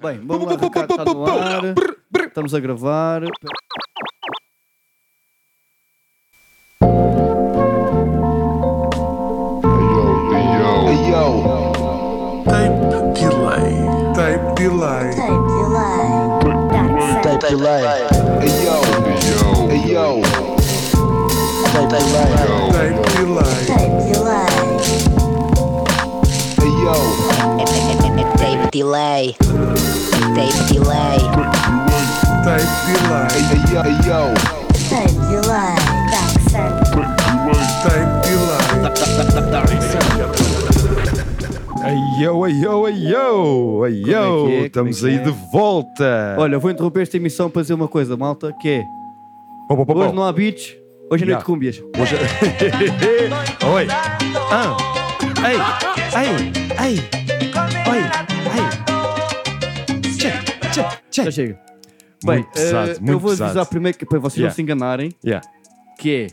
Bem, vamos lá, Ricardo, está no ar. Estamos a gravar. Tape delay. Tape delay. Tape delay. Tape Tape delay. delay. Tape delay. Tape delay. Tape delay. Tape delay. Ai yo, ai yo, ai yo, ai é yo, que é? estamos Como é aí que de é? volta. Olha, eu vou interromper esta emissão para dizer uma coisa, malta, que é. Pô, pô, pô, pô. Hoje não há beats, hoje é noite Yeah. de cúmbias. Hoje- Oi, Ah! Ei! Ei! Ei! Oi! Ei! Tchê, tchê, tchê. Já chega. Bem, muito pesado, eh, eu muito vou pesado. avisar primeiro que, para vocês não Yeah. se enganarem Yeah. que é.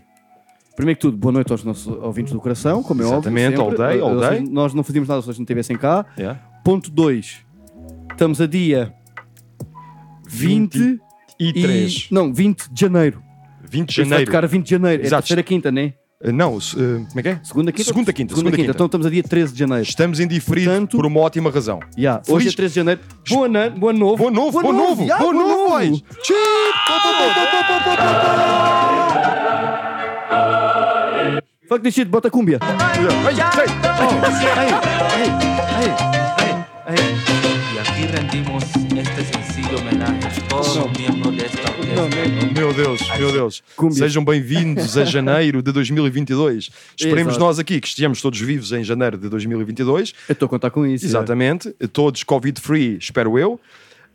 Primeiro que tudo, boa noite aos nossos ouvintes do coração, como é Exatamente, óbvio. sempre. all day, all Ou seja, day. Nós não fazíamos nada se vocês não estivessem cá. Yeah. Ponto 2. Estamos a dia 20, E 3, E, não, 20 de janeiro. 20 de Isto Vai janeiro. tocar a 20 de janeiro. É Exato. terceira quinta, né? Eh, Não, se- eh, como é que é? Segunda quinta? Segunda quinta, Segunda segunda quinta. quinta. Então estamos a dia 13 de janeiro. Estamos em diferido Portanto- por uma ótima razão. Yeah, Feliz- Hoje é 13 de janeiro. Boa, na... boa novo. Boa novo, boa novo, yeah, boa novo, boys. Tchê, pô, pô, pô, pô, pô, pô, pô, pô. Fuck this shit, bota cúmbia. Ei, ei, Y aquí rendimos este sencillo homenaje a todos los miembros de esta orquesta. Meu Deus, meu Deus. Cúmbias. Sejam bem-vindos a janeiro de 2022. Esperemos Exato. nós aqui que estejamos todos vivos em janeiro de 2022. Eu estou a contar com isso. Exatamente. Todos Covid-free, espero eu.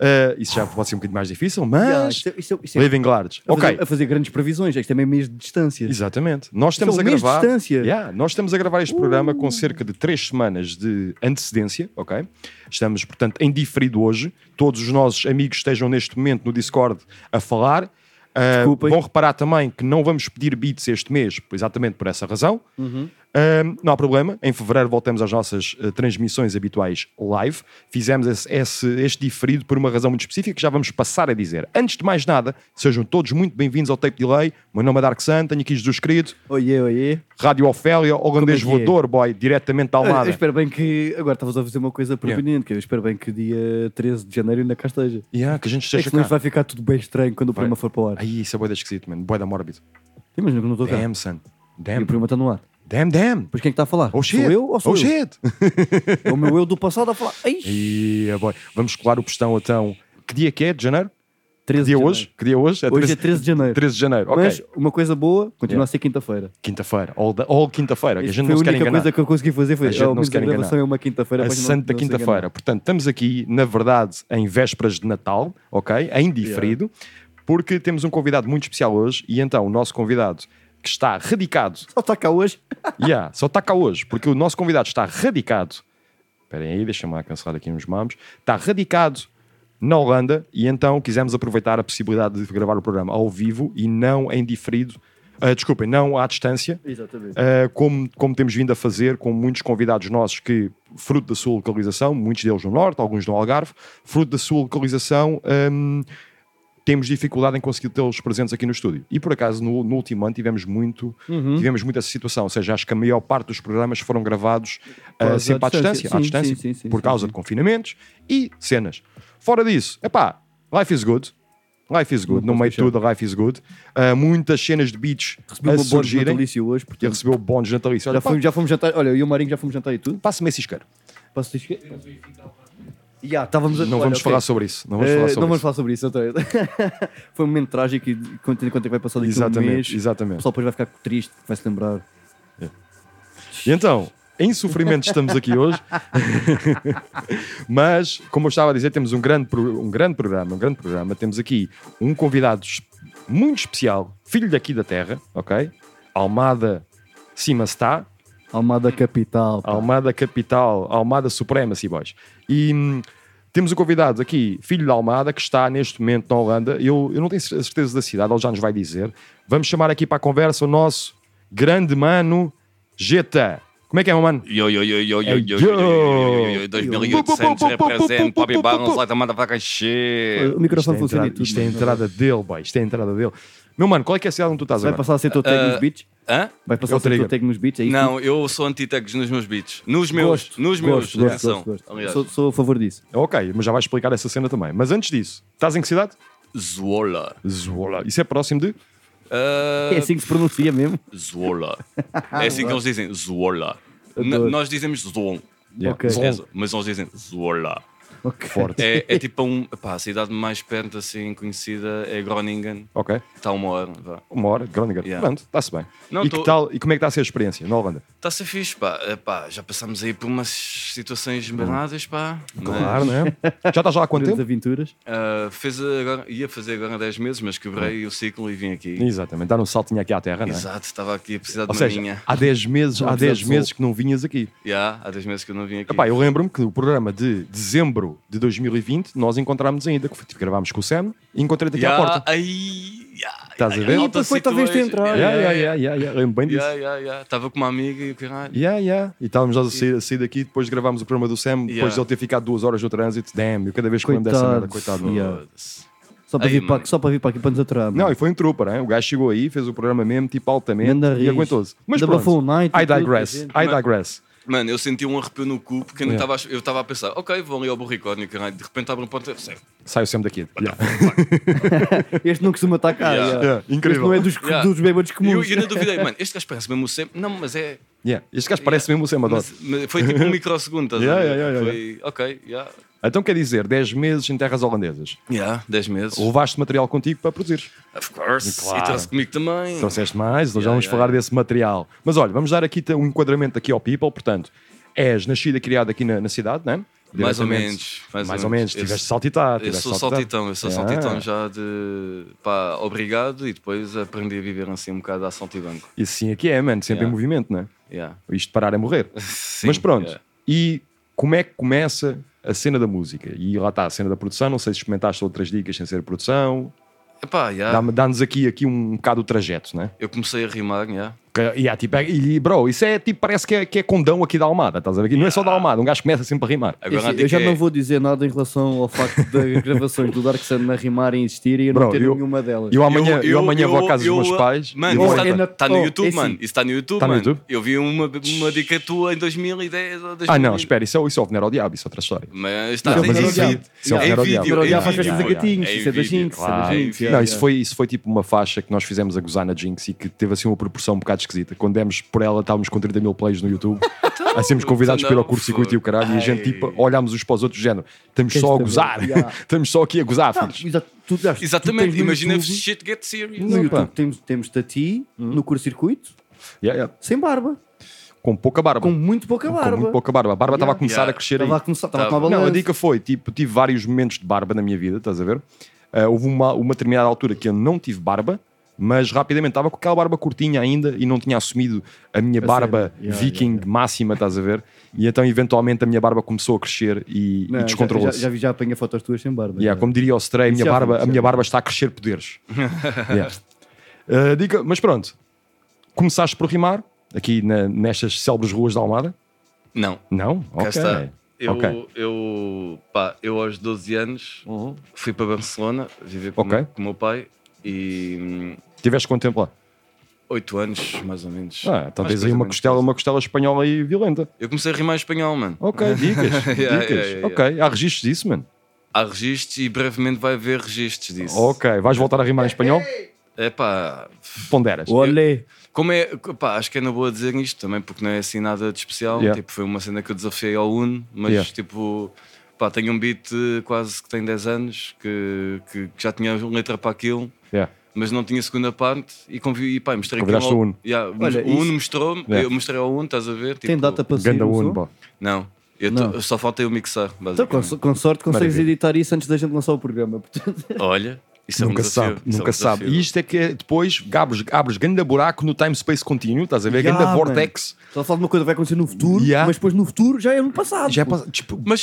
Uh, isso já pode ser um bocadinho mais difícil, mas. Yeah. Yeah, isto é- isto é- isto é- Living large. a, fazer, Ok. a fazer grandes previsões. Isto é meio mês de distância. Exatamente. Nós Isto é estamos um a mês de gravar. distância. Yeah, nós estamos a gravar este programa com cerca de três semanas de antecedência, ok? Estamos, portanto, em diferido hoje. Todos os nossos amigos estejam neste momento no Discord a falar. Ah, Desculpem. vão reparar também que não vamos pedir beats este mês, exatamente por essa razão. Ah, não há problema, em fevereiro voltamos às nossas ah, transmissões habituais live. Fizemos esse- esse- este diferido por uma razão muito específica que já vamos passar a dizer. Antes de mais nada, sejam todos muito bem-vindos ao Tape Delay. O meu nome é Dark Sun, tenho aqui Jesus Querido, Oiê, oiê. Rádio Ofélia, holandês Como é que é? voador, boy, diretamente da Eu, eu Almada. espero bem que. Agora estavas a fazer uma coisa pertinente. que Eu espero bem que dia 13 de janeiro ainda cá esteja. Yeah, ah, que a gente É esteja que senão cá. vai ficar tudo bem estranho quando o programa for para o ar. Aí, isso é boeda esquisito, mano. Boeda mórbido. Imagina que eu não estou cá. Damn, son. E Damn, o programa está no ar. damn, damn. Pois quem é que está a falar? Oh shit. Sou eu ou sou oh eu? shit. É o meu eu do passado a falar. Ai, Ia, boy. Vamos colar o pestão então. Que dia que é? De janeiro? Que 13 de dia janeiro. hoje? Que dia hoje? Hoje é 13 de janeiro. 13 de janeiro, ok. Mas uma coisa boa continua a ser quinta-feira. Quinta-feira. All, da- all quinta-feira. que A Esta gente foi não a se quer única enganar. coisa que eu consegui fazer foi A gente ao não menos se quer a gravação enganar. é uma quinta-feira. A para gente não- Santa não se enganar. Quinta-feira. Portanto, estamos aqui, na verdade, em vésperas de Natal, ok? Em diferido, porque temos um convidado muito especial hoje e então o nosso convidado que está radicado, Só está cá hoje. yeah, só está cá hoje, porque o nosso convidado está radicado, esperem aí, deixa-me lá cancelar aqui uns mamos, está radicado na Holanda e então quisemos aproveitar a possibilidade de gravar o programa ao vivo e não em diferido, ah, desculpem, não à distância, Exatamente. Uh, como, como temos vindo a fazer com muitos convidados nossos que, fruto da sua localização, muitos deles no Norte, alguns no Algarve, fruto da sua localização, hum, temos dificuldade em conseguir tê-los presentes aqui no estúdio. E por acaso, no, no último ano, tivemos muito, Uhum. tivemos muito essa situação. Ou seja, acho que a maior parte dos programas foram gravados uh, Quase à sempre à distância. distância, Sim, à distância sim, sim, sim, por sim, causa sim. de confinamentos e cenas. Fora disso, epá, life is good. Life is good, Não no meio de posso tudo, life is good. Uh, muitas cenas de beats Recebi a uma boa surgirem. natalício hoje, porque Ele recebeu bónus natalício. já Olha, pá, fomos, já fomos jantar. Olha, eu e o Marinho já fomos jantar e tudo. Passa-me esse isqueiro. Posso dizer que. Já, estávamos a- Não olha, vamos ok. falar sobre isso. Não vamos Eh, falar sobre não vamos isso. falar sobre isso. então. Foi um momento trágico e quanto quanto é que vai passar daqui a um Exatamente, mês. O exatamente. pessoal depois vai ficar triste, vai se lembrar. E então, em sofrimento estamos aqui hoje. Mas, como eu estava a dizer, temos um grande, pro- um grande programa, um grande programa. Temos aqui um convidado es- muito especial, filho daqui da terra, ok? Almada Cima está, Almada Capital. pá. Almada Capital, Almada Supremacy, boys. E hum, temos um convidado aqui, filho da Almada, que está neste momento na Holanda. Eu, eu não tenho cer- certeza da cidade, ele já nos vai dizer. Vamos chamar aqui para a conversa o nosso grande mano Geta. Como é que é, meu mano? Yo, yo, yo, yo, yo, É, yo, yo, yo. yo, yo, yo, yo, 2800 represent Bobby Barnes like a motherfucking shit. O microfone Isto é a funciona entrada, e tudo. né? isto é a mas- entrada dele, boy. Isto é a entrada dele. Meu mano, qual é que é a cidade onde tu estás Vai agora? passar a ser teu tag nos Ah, beats? Hã? Vai passar a eu ser teu trigo. tag nos beats? É isso? Não, eu sou anti-tags nos meus beats. Nos meus, Gosto, nos meus. gosto, gosto, atenção. gosto, gosto. Aliás, Sou, sou a favor disso. Ok, mas já vais explicar essa cena também. Mas antes disso, estás em que cidade? Zwola. Zola. Isso é próximo de. Ah, É assim que se pronuncia mesmo? Zwola. É assim que eles dizem, Zwola. N- Adoro. Nós dizemos Zon. Yeah. Ok. Zwolle. Zon. Mas eles dizem Zwola. Ok. Forte. É, é tipo um. Pá, a cidade mais perto, assim, conhecida é Groningen. Ok. Está uma hora. Vá. Uma hora, Groninger. Yeah. Pronto, está-se bem. Não, e, tô- que tal, e como é que está a ser a experiência na Holanda? Está-se fixe, pá. Eh, pá. Já passámos aí por umas situações banadas, pá. Claro, não é? Já estás lá há quanto Grandes tempo? aventuras. Ah, fez agora, ia fazer agora 10 meses, mas quebrei o ciclo e vim aqui. Hum. Exatamente, dar um saltinho aqui à terra, não é? Exato, estava aqui a precisar de Ou uma seja, minha. há 10 meses, há Não, 10 precisava de meses que não vinhas aqui. Já, há 10 meses que eu não vim aqui. Epá, eu lembro-me que o programa de dezembro de 2020 nós encontrámos ainda, que foi- tipo, gravámos com o Sam e encontrei-te aqui Já, à porta. Aí, já, Estás a ver? alta E depois foi talvez situação. de entrar. Yeah, yeah, yeah, yeah, yeah, Lembro bem disso. Já, já, já. Estava com uma amiga e o caralho. Yeah, yeah. E estávamos nós a sair, a sair daqui, depois gravámos o programa do Sam, depois Yeah. de ele ter ficado duas horas no trânsito, damn, eu cada vez que lembro dessa Coitado. merda, coitado. meu. Yeah. Foda-se. Só para, Aí, vir para, mano. só para vir para aqui para nos aturar. Não, mano. e foi um trupa, né? o gajo chegou aí, fez o programa mesmo, tipo altamente, Ganda e raiz. aguentou-se. Mas Ainda pronto, passou um night I e tudo, digress, com a I digress. Mano, eu senti um arrepio no cu porque eu não Yeah. estava a- eu estava a pensar, ok, vou ali ao borricórnio, caralho. De repente abre um ponto. Sério, Saiu Sam daqui. Yeah. Este não costuma estar cá. Yeah. yeah. Yeah, Este incrível. não é dos, Yeah. dos bêbados E eu, comuns. e eu não duvidei, mano, este gajo parece mesmo o Sam. Não, mas é. Yeah. Este gajo parece mesmo o Sam Adot. Mas, mas foi tipo um microsegundo, estás Yeah, a ver? yeah, yeah, foi, ok, já. Então quer dizer, 10 meses em terras holandesas. Já, 10 meses. Levaste material contigo para produzir. Of course. Claro. E trouxe comigo também. Trouxeste mais, nós já Yeah, vamos yeah, falar yeah. desse material. Mas olha, vamos dar aqui t- um enquadramento aqui ao People, portanto, és nascido e criado aqui na, na cidade, não é? Mais Diretamente. ou menos. Mais, ou menos, Eu- tiveste saltitar. Eu tiveste sou saltitar. saltitão, eu sou Ah. saltitão já de. pá, obrigado e depois aprendi a viver assim um bocado a saltibanco. E assim aqui é, mano, sempre Yeah. em movimento, não é? Yeah. Isto de parar é morrer. Sim, Mas pronto, yeah. e como é que começa a cena da música? E lá está a cena da produção, não sei se experimentaste outras dicas sem ser produção. Epá, yeah. Dá-me- Dá-nos aqui, aqui um bocado o trajeto, não é? Eu comecei a rimar, yeah. Que- e há tipo, e, bro, isso é tipo, parece que é, que é condão aqui da Almada, estás a ver? Não é só da Almada, um gajo começa sempre a rimar. É assim, Agora a eu dica já é- não vou dizer nada em relação ao facto das gravações do Dark Sun a rimar e insistir e eu não Bro, ter eu- nenhuma delas. Eu amanhã, eu, Eu- eu- amanhã vou à casa eu- dos meus pais. e Mano, vou isso é lá. na- está tá no Oh, YouTube, é assim. mano. Isso está no YouTube, Tá no mano. YouTube? Eu vi uma, uma dica tua em 2010 ou 2000. Ah, não, espera, isso é, isso é o Venero ao Diabo, isso é outra história. Mas está Não, em mas vídeo. isso é- isso é o em Venero vídeo, Diabo. em Venero Diabo faz vídeo. festas de gatinhos, Em isso é da vídeo, Jinx, isso é da claro. Jinx, Em é. Não, vídeo. isso foi, isso foi tipo uma faixa que nós fizemos a gozar na Jinx e que teve assim uma proporção um bocado esquisita. Quando demos por ela, estávamos com 30 mil plays no YouTube. Ah, então, Aí sermos convidados para ir ao curso circuito e o caralho. E a gente tipo, olhámos uns para os outros, do género, estamos só a Esta gozar, merda, yeah. estamos só aqui a gozar, Tá, filhos. exa- tu- tu tens Exatamente, no imagina YouTube- se shit get serious. no pá. YouTube temos, temos-te a ti Hum? no curto-circuito, Yeah, yeah. sem barba, Com pouca barba. com muito pouca barba. É. Com muito pouca barba. A barba estava a Yeah. começar Yeah. a crescer aí. Estava a começar, estava a Tava. tomar Não, a balanço. dica foi, tipo, tive vários momentos de barba na minha vida, estás a ver? Ah, houve uma, uma determinada altura que eu não tive barba, mas rapidamente estava com aquela barba curtinha ainda e não tinha assumido a minha barba sério? Yeah, viking máxima, estás a ver? E então, eventualmente, a minha barba começou a crescer Não, e, e já- já, é descontrolou-se. já, vi, já apanha fotos tuas sem barba. Yeah, já. como diria o Stray, a minha, já barba, foi, a já minha foi. barba está a crescer poderes. Yeah. Ah, diga, mas pronto, começaste por rimar, aqui na- nestas célebres ruas da Almada? Não, Não? cá Ok. está. Eu, Ok. eu, pá, eu aos 12 anos Uhum. fui para Barcelona viver com o Ok. meu- com o meu pai e Tiveste quanto tempo lá? 8 anos, mais ou menos. Ah, então tens Mais coisa aí uma menos costela, coisa. uma costela espanhola e violenta. Eu comecei a rimar em espanhol, mano. Ok, dicas. dicas. yeah, yeah, Ok, há registros disso, mano. Há registros e brevemente vai haver registros disso. Ok, vais voltar a rimar em espanhol? É pá, Ponderas. Olé. como é, pá, acho que é na boa dizer isto também, porque não é assim nada de especial. Yeah. Tipo, foi uma cena que eu desafiei ao Uno, mas Yeah. tipo, pá, tenho um beat eh, quase que tem 10 anos, que, que, que já tinha letra para aquilo. Yeah. mas não tinha segunda parte e, convi, e pá, mostrei Convidaste aquilo ao- o Uno. Yeah, Olha, o isso- Uno mostrou-me, Yeah. eu mostrei ao Uno, estás a ver? Tem Tipo, data para sair Ganda o som? Uno, pá. Não, eu tô- Não. eu só faltei o mixar, Então, com, basicamente. com sorte consegues Maravilha. editar isso antes da gente lançar o programa. portanto. Olha, Isso é um nunca desafio, sabe, isso é um nunca sabe. desafio. E isto é que é, depois abres, abres grande buraco no time space contínuo, estás a ver? Ya, grande man. É vortex. Só fala de uma coisa que vai acontecer no futuro, Yeah. mas depois no futuro já é no passado. Já é pô. passa- tipo, Mas,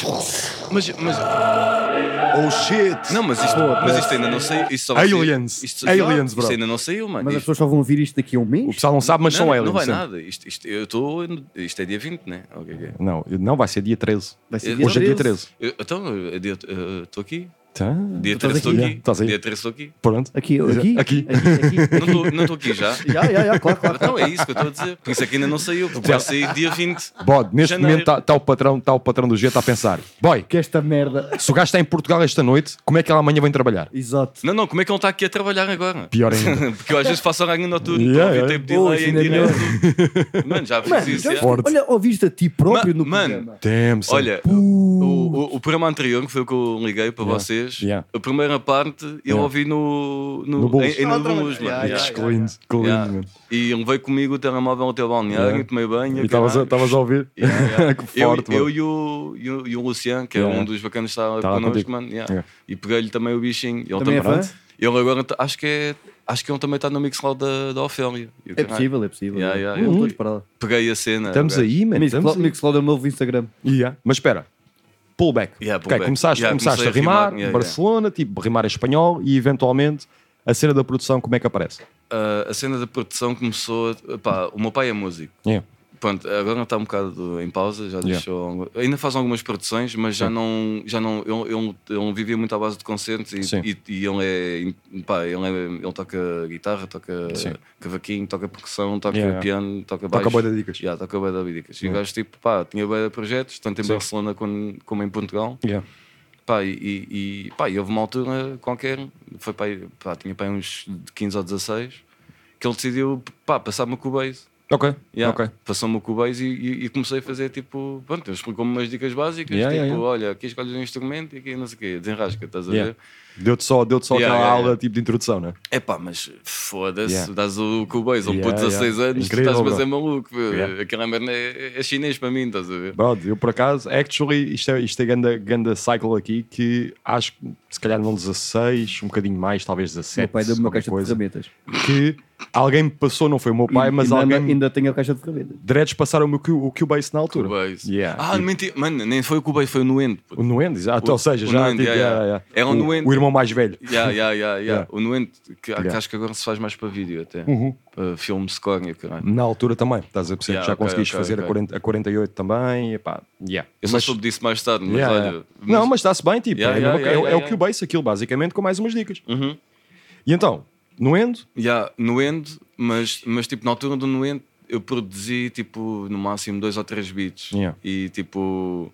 mas, mas. oh shit! Não, mas isto, mas isto ainda não saiu. Isto só vai sair- Aliens. Isto, Aliens, isto bro. ainda não saiu, mano. Mas as Isto- pessoas só vão ouvir isto daqui a um O mês? pessoal não sabe, mas não, são não aliens. vai sempre. nada. Isto, isto, eu estou. Isto é dia 20, né? Ok, ok. Não, não, vai ser dia 13. Vai ser Eu- dia Hoje é dia 13. 13. Eu- Então, eu- dia- eu estou aqui. Tá. Dia estás 13 estou aqui, aqui. já. Estás aí. Dia 13 estou aqui. Pronto. Aqui, aqui? Aqui. aqui, aqui. Não estou- Não estou aqui já. Já, já, já, claro, claro. Então é isso que eu estou a dizer. Por isso é que ainda não saiu, porque vai sair dia 20. Bode, neste Janeiro. momento está o, patrão- tá o patrão do G a pensar: boy, Que esta merda. se o gajo está em Portugal esta noite, como é que ele amanhã vem trabalhar? Exato. Não, não, como é que ele está aqui a trabalhar agora? Pior ainda. Porque eu às vezes faço horário noturno, estou Yeah, a ouvir yeah. tempo de Oh, delay isso em ainda é direto. Mano, já fiz Mano, isso. já- yeah. Forte. olha, ouviste a ti próprio Ma- no mano, programa. Damn, son. Olha, o, o- o programa anterior, que foi o que eu liguei para Yeah. vocês, Yeah. a primeira parte eu Yeah. ouvi no, No no, Bulls. em, em no Bulls, mano. Yeah, Yeah. yeah, Excluindo, excluindo, Yeah. mano. E levei comigo o telemóvel um ao teu balneário, Yeah. tomei banho. É. E estavas a- caralho. estavas a ouvir? Yeah, yeah. Que eu, forte, mano. eu e, o, e, o, e o Luciano, que Yeah. é um dos bacanas que está Tá lá connosco, contigo. mano. yeah. Yeah. E peguei-lhe também o bichinho. Ele Também é fã? Ele agora tá- acho que é. Acho que ele também está no Mixcloud da, da Ofélia. E o É caralho. possível, é possível. Yeah, é. yeah, Hum, eu- todos para lá. Peguei a cena. Estamos agora. aí, mano. Estamos Mixcloud, aí. Mixcloud é o novo Instagram. Yeah. Mas espera, pullback. Yeah, Ok, pullback. Começaste, Yeah, começaste comecei a rimar, yeah, yeah. Barcelona, tipo, rimar em espanhol e eventualmente a cena da produção, como é que aparece? Ah, a cena da produção começou. Pá, o meu pai é músico. Yeah. Pronto, agora está um bocado em pausa, já deixou. algu- Ainda faz algumas produções, mas já não. Já não ele, ele, ele vivia muito à base de concertos e, Sim. e, e ele é. in- Pá, ele, é- ele toca guitarra, toca Sim. cavaquinho, toca percussão, toca Yeah, yeah. piano, toca baixo. Toca bué de dicas. Yeah, toca bué de dicas. E o gajo, tipo, pá, tinha bué de projetos, tanto em Sim. Barcelona como, como em Portugal. Yeah. Pá, e- e, e, pá, e houve uma altura qualquer, foi pá, aí- pá, tinha pá, aí uns 15 ou 16, que ele decidiu pá, passar-me o Cubase. Ok, Yeah. ok. Passou-me o Cubase e, e- e comecei a fazer tipo. Pronto, ele explicou-me umas dicas básicas, Yeah, tipo, yeah, olha, aqui escolhes um instrumento e aqui não sei o quê, desenrasca, estás a Yeah. ver? Deu-te só, deu só Yeah, aquela yeah, aula yeah. tipo de introdução, né? É pá, mas foda-se, Yeah. dás o Cubase a um Yeah, puto de 16 yeah. anos, tu Incrível, estás bro. a fazer maluco, meu. Yeah. aquela merda é, é chinês para mim, estás a ver? Bro, eu por acaso, actually, isto é, isto é ganda, ganda cycle aqui que acho que se calhar não 16, um bocadinho mais, talvez O meu 17. pai deu-me uma qualquer caixa de coisa, ferramentas. que alguém me passou, não foi o meu pai, E- mas ainda, alguém ainda tenho a caixa de ferramentas. dreads passaram-me o Q- o Cubase na altura. Cubase. Yeah. Ah, E- mentira, mano, nem foi o Cubase, foi o Nuendo. puto. O Nuendo, exato. O- Ou seja, o já Nuendo, tipo, yeah, yeah, yeah. yeah. É um O- Nuendo. O irmão mais velho. Yeah, yeah, yeah, yeah. Yeah. O Nuente, que, que Yeah. acho que agora se faz mais para vídeo até. Uhum. Para filme score e o caralho. Na altura também, estás a perceber? Yeah, já ok, conseguiste ok, fazer ok. A, 40, a 48 também, e pá, yeah. Eu só soube disso mais tarde, mas Yeah, olha. yeah. Não, mas está-se bem, tipo, Yeah, é, a mesma yeah, co- é- yeah, é yeah, o Cubase aquilo, basicamente, com mais umas dicas. Uhum. E então, Nuendo, Yeah, Nuendo, mas, mas tipo, na altura do Nuendo eu produzi tipo, no máximo dois ou três beats. Yeah. E tipo.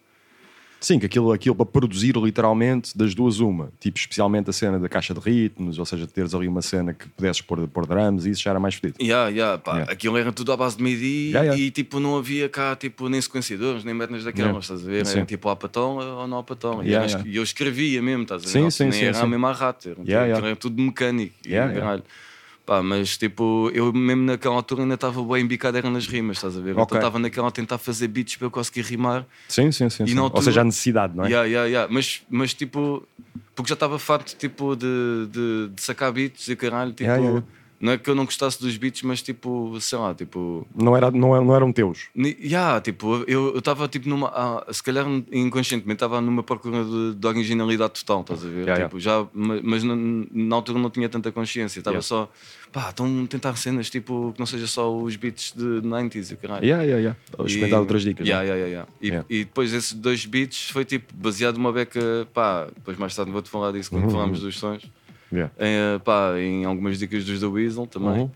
Sim, que aquilo, aquilo para produzir literalmente das duas uma. Tipo, especialmente a cena da caixa de ritmos, ou seja, teres ali uma cena que pudesses pôr, pôr drums, isso já era mais fedido. Yeah, yeah, pá, Yeah. Aquilo era tudo à base de MIDI Yeah, yeah. e tipo não havia cá tipo, nem sequenciadores, nem merdas Yeah. daquelas, estás a ver? Sim. Era tipo apatão ou não apatão. Yeah, e, era- yeah. e eu escrevia mesmo, estás a ver? Sim, Não, sim, nem sim, era sim. a mesma rata, era, um tipo, Yeah, yeah. era tudo mecânico. e Yeah, yeah. caralho. Pá, mas tipo, eu mesmo naquela altura ainda estava bem embicado, era nas rimas, estás a ver? Ok. Então estava naquela a tentar fazer beats para eu conseguir rimar. Sim, sim, sim. E sim. na Ou altura- seja, a necessidade, não é? Yeah, yeah, yeah. Mas, mas tipo, porque já estava farto tipo, de, de, de sacar beats e caralho, tipo, Yeah, yeah. não é que eu não gostasse dos beats, mas tipo, sei lá, tipo. Não, era, não, era- não eram teus. ni- Yeah, tipo, eu estava tipo numa. ah, se calhar inconscientemente estava numa procura de, de originalidade total, estás a ver? Yeah, tipo, Já, ma- mas na, na altura não tinha tanta consciência, estava Yeah. só. Pá, estão a tentar cenas tipo, que não seja só os beats de 90s e caralho. Yeah, yeah, yeah. Experimentar E- outras dicas. Yeah, não é? yeah, yeah, yeah. E, Yeah. e depois esses dois beats foi tipo baseado numa beca, pá, depois mais tarde vou-te falar disso quando falarmos dos sons, Uhum, Yeah. em, eh, pá, em algumas dicas dos The Weasel também. Uhum.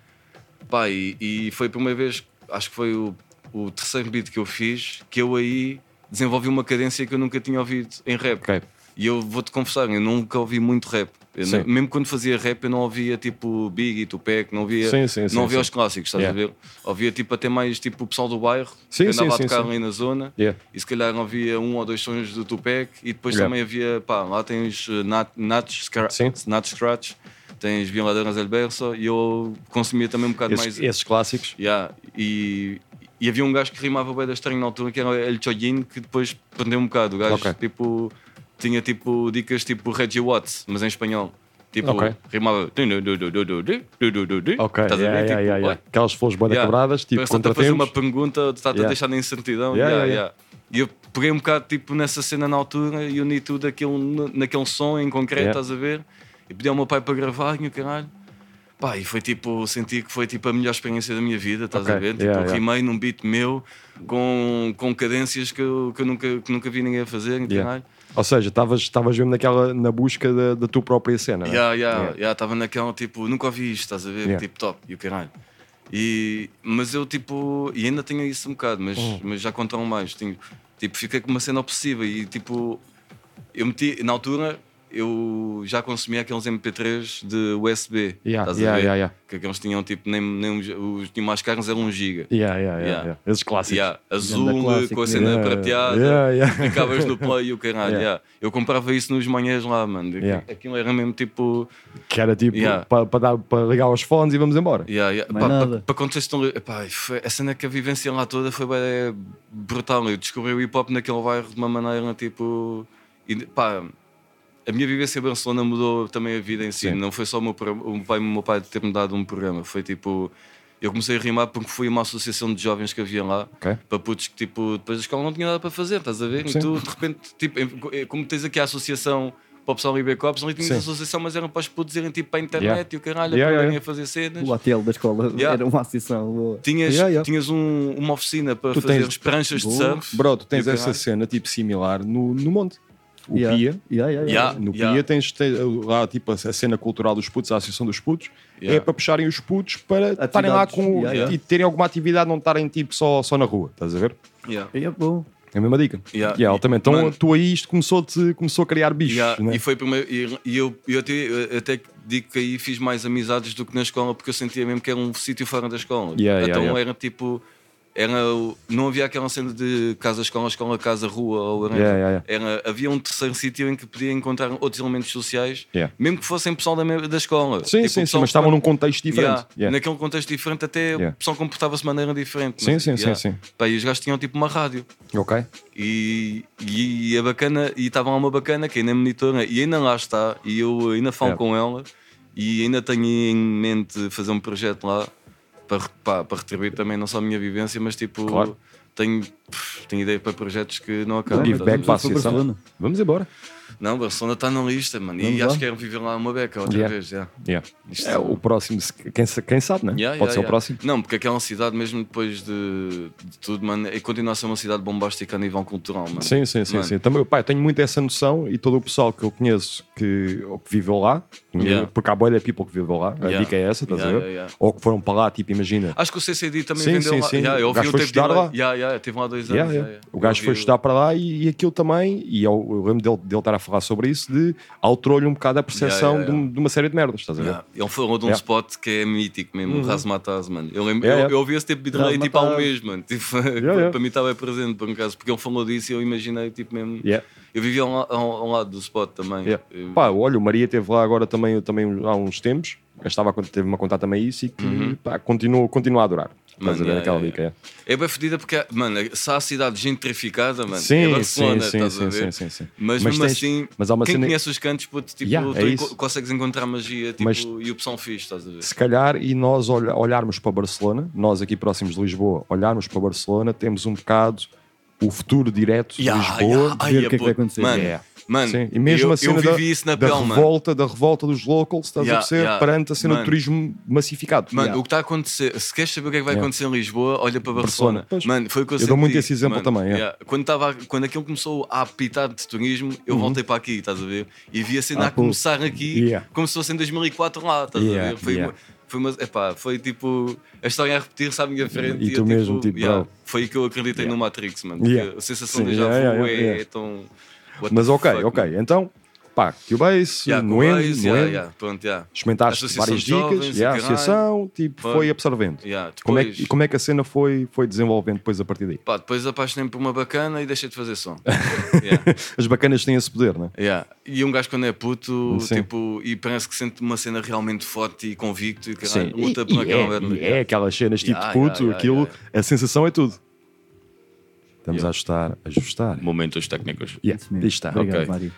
Pá, e, e foi a primeira vez, acho que foi o, o terceiro beat que eu fiz, que eu aí desenvolvi uma cadência que eu nunca tinha ouvido em rap. Ok. E eu vou-te confessar, eu nunca ouvi muito rap. Eu Sim. não- mesmo quando fazia rap, eu não ouvia tipo Biggie, Tupac, não ouvia, Sim, sim, não sim, ouvia sim. os clássicos, estás Yeah. a ver? Ouvia tipo até mais tipo o pessoal do bairro, Sim, que andava sim, a sim, tocar sim. ali na zona, Yeah. e se calhar ouvia um ou dois sons do Tupac, e depois Yeah. também havia, pá, lá tens eh, Nat, Nat, Scra- Sim. Nat Scratch, tens Bin Laden Alberto, e eu consumia também um bocado Esses, mais. esses clássicos. Yeah, E, e havia um gajo que rimava bem da estranho na altura, que era El Choyin, que depois prendeu um bocado. O gajo Ok. tipo, tinha tipo dicas tipo Reggie Watts, mas em espanhol. Tipo, Ok. rimava. Estás Ok, a ver? yeah, yeah, Tipo, yeah, yeah. ué, aquelas flores boeda Yeah. quebradas, tipo, Parece que está a fazer uma contratempos. pergunta, está a Yeah. deixar na incertidão. Yeah, yeah, yeah, yeah. E eu peguei um bocado tipo, nessa cena na altura e uni tudo aquilo, n- naquele som em concreto, Yeah. estás a ver? E pedi ao meu pai para gravar e o caralho. Pá, e foi tipo, senti que foi tipo a melhor experiência da minha vida, estás a Ok, ver? Tipo, yeah, eu yeah. rimei num beat meu com, com cadências que eu, que eu nunca, que nunca vi ninguém a fazer, e Yeah. caralho. Ou seja, estavas estavas mesmo naquela, na busca da, da tua própria cena. né? Já, já, já, estava naquela, tipo, nunca ouvi isto, estás a ver? Yeah. Tipo, top, e o caralho. E, mas eu, tipo, e ainda tinha isso um bocado, mas, Hum. mas já contaram mais. Tinha, tipo, fiquei com uma cena obsessiva e, tipo, eu meti, na altura, eu já consumia aqueles MP3 de USB, Yeah, estás yeah, a ver? yeah, yeah. Que aqueles tinham, tipo, nem, nem os, os tinham mais carros, eram 1 giga. Yeah, yeah, yeah, Yeah. yeah. Esses clássicos. Yeah, azul, clássico, com a cena yeah, prateada, yeah, yeah. ficavas no play e o caralho. Yeah. yeah. Eu comprava isso nos manhãs lá, mano. Yeah. Aquilo era mesmo tipo. Que era tipo Yeah. para ligar os fones e vamos embora. Yeah, yeah. Mais nada. Para contextualizar, um epá, foi- a cena é que a vivência lá toda foi bué brutal. Eu descobri o hip hop naquele bairro de uma maneira tipo. e, pá, a minha vivência em Barcelona mudou também a vida em si. Sim. Não foi só o meu, pro- o pai, o meu pai ter me dado um programa. Foi tipo. Eu comecei a rimar porque fui a uma associação de jovens que havia lá Ok. para putos que tipo, depois da escola não tinha nada para fazer, estás a ver? Sim. E tu de repente, tipo, em- como tens aqui a associação Pop Sal e Becops, ali tinhas Sim. a associação, mas eram para os putos irem tipo para a internet Yeah. e o caralho, Yeah, aprenderem yeah. a fazer cenas. O hotel da escola Yeah. era uma associação boa. Tinhas, Yeah, yeah. tinhas um- uma oficina para Tu fazer tens- as pranchas de Boa. surf. Bro, tu tens E o essa caralho. cena tipo similar no, no monte. O Yeah. Pia. Yeah, yeah, yeah. Yeah, No Ah, yeah. Pia tens, tens lá tipo a cena cultural dos putos, a associação dos putos, Yeah. é para puxarem os putos para estarem lá com Atividades. Yeah, e yeah. terem alguma atividade, não estarem tipo só, só na rua, estás a ver? Yeah. E É bom. É a mesma dica. Yeah. Yeah, altamente. Então Mano. tu aí isto começou-te começou a criar bichos. Yeah, né? E foi primeiro. E, e eu, eu até, eu até digo que aí fiz mais amizades do que na escola, porque eu sentia mesmo que era um sítio fora da escola. Yeah, yeah, então yeah. era tipo. Era, o- não havia aquela cena de casa-escola, escola-casa-rua ou whatever. Yeah, yeah, Era- havia um terceiro sítio em que podia encontrar outros elementos sociais, Yeah. mesmo que fossem pessoal da, me- da escola. Sim, Tipo, sim, sim, pessoal mas estavam que- num contexto diferente. Yeah. Yeah. Naquele contexto diferente, até Yeah. o pessoal comportava-se de maneira diferente. Sim, mas- sim, sim, sim. Pá, e os gajos tinham tipo uma rádio. Ok. E, e a bacana, e estava lá uma bacana que ainda é monitora e ainda lá está, e eu ainda falo É. com ela e ainda tenho em mente fazer um projeto lá para, re- pá, para retribuir também não só a minha vivência, mas tipo, Claro. tenho, pff, tenho ideia para projetos que não acabam. Give estás a back ver? para a Foi para associação. Barcelona. Vamos embora. Não, Barcelona está na lista, mano, e Vamos acho lá. que quero viver lá uma beca outra Yeah. vez. já Yeah. Isto- É o próximo, se- quem, sa- quem sabe, né? Yeah, Pode yeah, ser yeah. o próximo. Não, porque aquela cidade, mesmo depois de, de tudo, mano, é- continua a ser uma cidade bombástica a nível cultural, mano. Sim, sim, sim, Mano, sim. Também, pá, eu tenho muito essa noção e todo o pessoal que eu conheço que, ou que viveu lá, Yeah. porque há boia da people que viveu lá, a Yeah. dica é essa, estás Yeah, a ver? yeah, yeah. Ah, Ou que foram para lá, tipo, imagina. Acho que o CCD também Sim, vendeu sim, lá. sim. Yeah, eu O gajo ouvi foi um tempo dele estudar lá. Yeah, yeah, teve lá dois anos. Yeah, yeah. yeah, yeah. O gajo Eu foi vi- estudar para lá e, e aquilo também, e eu, eu lembro dele, dele estar a falar sobre isso, de alterou-lhe um bocado a percepção Yeah, yeah, De, um- de uma série de merdas, estás a ver? Yeah. Ele falou de um Yeah. Uhum. spot que é mítico mesmo, o Razmataz, mano. Eu, lembro, Yeah, eu- yeah. eu ouvi esse tipo de delay tipo há um mês, mano. Tipo, yeah. Para mim estava presente, por um caso, porque ele falou disso e eu imaginei, tipo mesmo. Yeah. Eu vivia ao, la- ao- ao um lado do spot também. Yeah. Eu- Pá, olha, o Maria esteve lá agora também, também há uns tempos, eu estava a cont- teve-me a contar também isso e que pá, continua, continua a adorar. Estás a Uhum. Mano, ver yeah, aquela yeah, dica? yeah. É bem fedida porque, mano, se há cidade gentrificada, mano, Sim, é Barcelona, sim, sim, estás a sim, ver? sim, sim, sim. Mas, Mas mesmo tens- assim, mas há uma quem cena- conhece os cantos, puto, tipo, Yeah, tu é enco- isso. consegues encontrar magia tipo, Mas- e o pessoal fixe, estás a ver? Se calhar, e nós olha- olharmos para Barcelona, nós aqui próximos de Lisboa, olharmos para Barcelona, temos um bocado o futuro direto de Yeah, Lisboa, yeah, de ai, ver o que é que puto, vai acontecer. Mano, Yeah. mano Sim, e mesmo eu, a cena eu da, vivi isso na da pele, mano. revolta, da revolta dos locals, estás a Yeah, perceber, yeah. perante a cena do Mano. turismo massificado. Mano, Yeah. o que está a acontecer, se queres saber o que é que vai Yeah. acontecer em Lisboa, olha para Barcelona. Barcelona. Pois. Mano, foi o que eu Eu dou senti. muito esse exemplo Mano, também, é. Quando, tava, quando aquilo começou a apitar de turismo, Uhum. eu voltei para aqui, estás a ver? E vi a cena Ah, a pô. começar aqui, Yeah. como se fosse em 2004 lá, estás a Yeah, ver? Foi, yeah. uma, foi, uma, epá, foi tipo, a história a repetir-se à minha frente. E tu eu, mesmo, tipo, bro. Foi aí que eu acreditei no Matrix, mano. Yeah. porque A sensação Sim, de já vu yeah, yeah, é, yeah. é tão. what Mas the ok, fuck, ok. mano. Então, pá, Cubase, Yeah, Nuendo, Coelhos, yeah, Nuendo, yeah, pronto, yeah. experimentaste Associação várias de jovens, dicas, e yeah, a caralho. associação, tipo, Foi. foi absorvendo. Yeah, Como é que- depois- e como é que a cena foi, foi desenvolvendo depois a partir daí? Pá, depois apaixonei-me por uma bacana e deixei de fazer som. Yeah, As bacanas têm esse poder, né? yeah. E um gajo quando é puto, Sim. tipo, e parece que sente uma cena realmente forte e convicto e Sim, caralho, e- luta e por aquela é, merda. e é aquelas cenas tipo Yeah, puto, yeah, yeah, aquilo, yeah, a sensação é tudo. Estamos a ajustar, a ajustar. Momentos técnicos. Yeah, Isso aí mesmo. está. Obrigado, ok. Mário.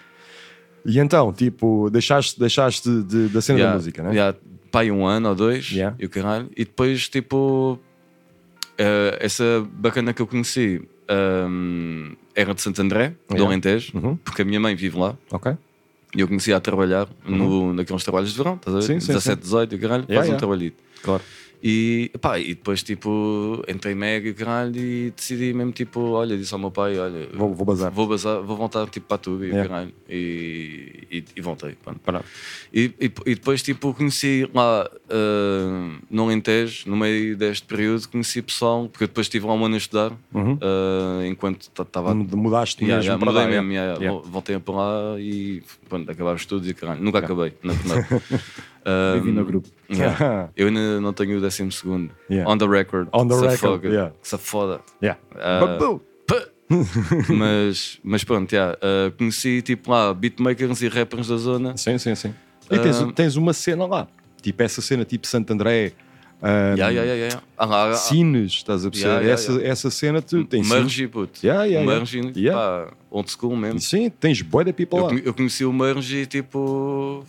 E então, tipo, deixaste, deixaste de- da cena Yeah, da música, né? yeah, pai, um ano ou dois, Yeah. e o caralho. E depois, tipo, eh, essa bacana que eu conheci ehm, era de Santo André, do Yeah. Alentejo, Uhum. porque a minha mãe vive lá. Ok. E eu comecei a trabalhar no, naqueles trabalhos de verão, estás a ver? Uhum. Sim, sim, 17, 18 e o caralho, Yeah, faz yeah. um trabalhito. Claro. E, pá, e depois, tipo, entrei mega e o caralho e decidi mesmo, tipo, olha, disse ao meu pai, olha... Vou- vou bazar. Vou bazar, vou voltar, tipo, para a tuga e o Yeah. caralho. E, e, e voltei, pronto. Para. E, e- e depois, tipo, conheci lá ah, no Alentejo, no meio deste período, conheci pessoal, porque eu depois estive lá um ano a estudar, ah, enquanto estava Mudaste Uhum. Yeah, mesmo yeah, para mudei lá, mesmo, yeah, yeah. yeah. Vol- voltei para lá e pronto, acabaram os estudos e caralho. Nunca acabei, na verdade. Ah, Bem-vindo ao grupo. yeah. Eu ainda não tenho o décimo segundo. Yeah. On the record. On the que se record, foda, yeah. que se foda. Yeah. Ah, Babu! mas, mas pronto, yeah, ah, conheci tipo lá beatmakers e rappers da zona. Sim, sim, sim. E tens, Ah. tens uma cena lá. Tipo, essa cena tipo Santo André. ah, Yeah, yeah, yeah, yeah. Ah, lá, ah, Sines, estás a perceber? Yeah, yeah, essa, essa cena tu tens. Sines. Merge, puto. Yeah, yeah, yeah. Merge, né? Yeah. pá, old school mesmo. Sim, tens boy da people Eu, lá. conhe- eu conheci o Merge tipo.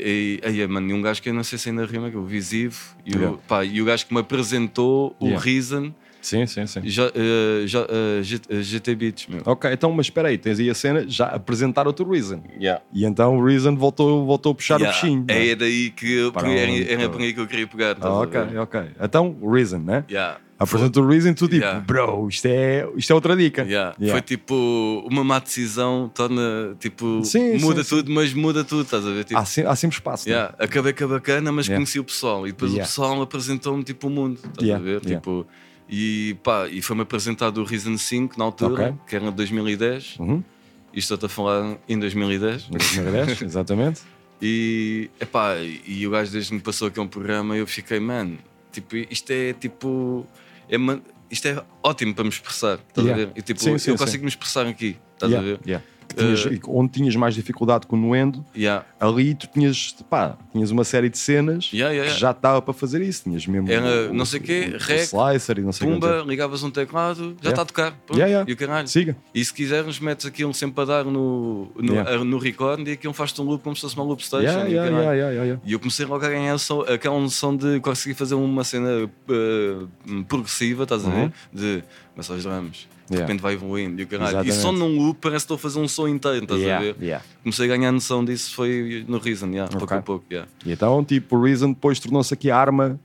E, aí, mano, e um gajo que eu não sei se ainda rima, que é o Visivo, e, Yeah. o, pá, e o gajo que me apresentou o Yeah. Reason Sim, sim, sim. já, eh, já, eh, G- eh, GT Beats, meu. Ok, então, mas espera aí, tens aí a cena já apresentar outro Reason. Yeah. E então o Reason voltou, voltou a puxar Yeah. o peixinho. não é? É tá daí que eu, Para era, onde, era para por aí que eu queria pegar. estás Ah, a ok, ver? ok. Então, o Reason, né? Yeah. Apresenta o Reason, tu tipo, Yeah. bro, isto é, isto é outra dica. Yeah. Yeah. Foi tipo uma má decisão, torna tipo Sim, muda sim, Ah, tudo, mas muda tudo, estás a ver? Tipo, Há, se- há sempre espaço. né? Yeah, acabei com a bacana, mas Yeah. conheci o pessoal e depois Yeah. o pessoal apresentou-me tipo o mundo, estás Yeah, a ver? yeah. Tipo, e pá, e foi-me apresentado o Reason 5 na altura, Ok. que era 2010, Uhum. e estou-te a falar em 2010. 2010, exatamente. e, epá, e o gajo desde que me passou aqui um programa eu fiquei, mano, tipo, isto é tipo. É, man- isto é ótimo para me expressar, estás Yeah. a ver? E tipo, Sim, sim, eu sim. consigo me expressar aqui, estás Yeah, a ver? yeah. Que tinhas- Eh, e onde tinhas mais dificuldade com o Nuendo, Yeah. ali tu tinhas, pá, tinhas uma série de cenas Yeah, yeah, que yeah. já estava para fazer isso. Tinhas mesmo Era não sei quê, rec, slicer e não sei o quê. Pumba, ligavas um teclado, Yeah. já está a tocar. pum, Yeah, yeah. E o caralho. Siga. E se quiseres, metes aquilo sempre a dar no, no, Yeah. a- no record e aquilo faz-te um loop como se fosse uma loop station. Yeah, e, o yeah, caralho. yeah, yeah, yeah, yeah. E eu comecei logo a ganhar so- aquela noção de conseguir fazer uma cena eh, progressiva, estás a ver? De começa aos drums, de Uhum. Yeah. repente vai evoluindo e o caralho. Exatamente. E só num loop parece que estou a fazer um som inteiro, estás Yeah, a ver? yeah. Comecei a ganhar noção disso foi no Reason, yeah, pouco Ok. a pouco. Yeah. E então, tipo, o Reason depois tornou-se aqui a arma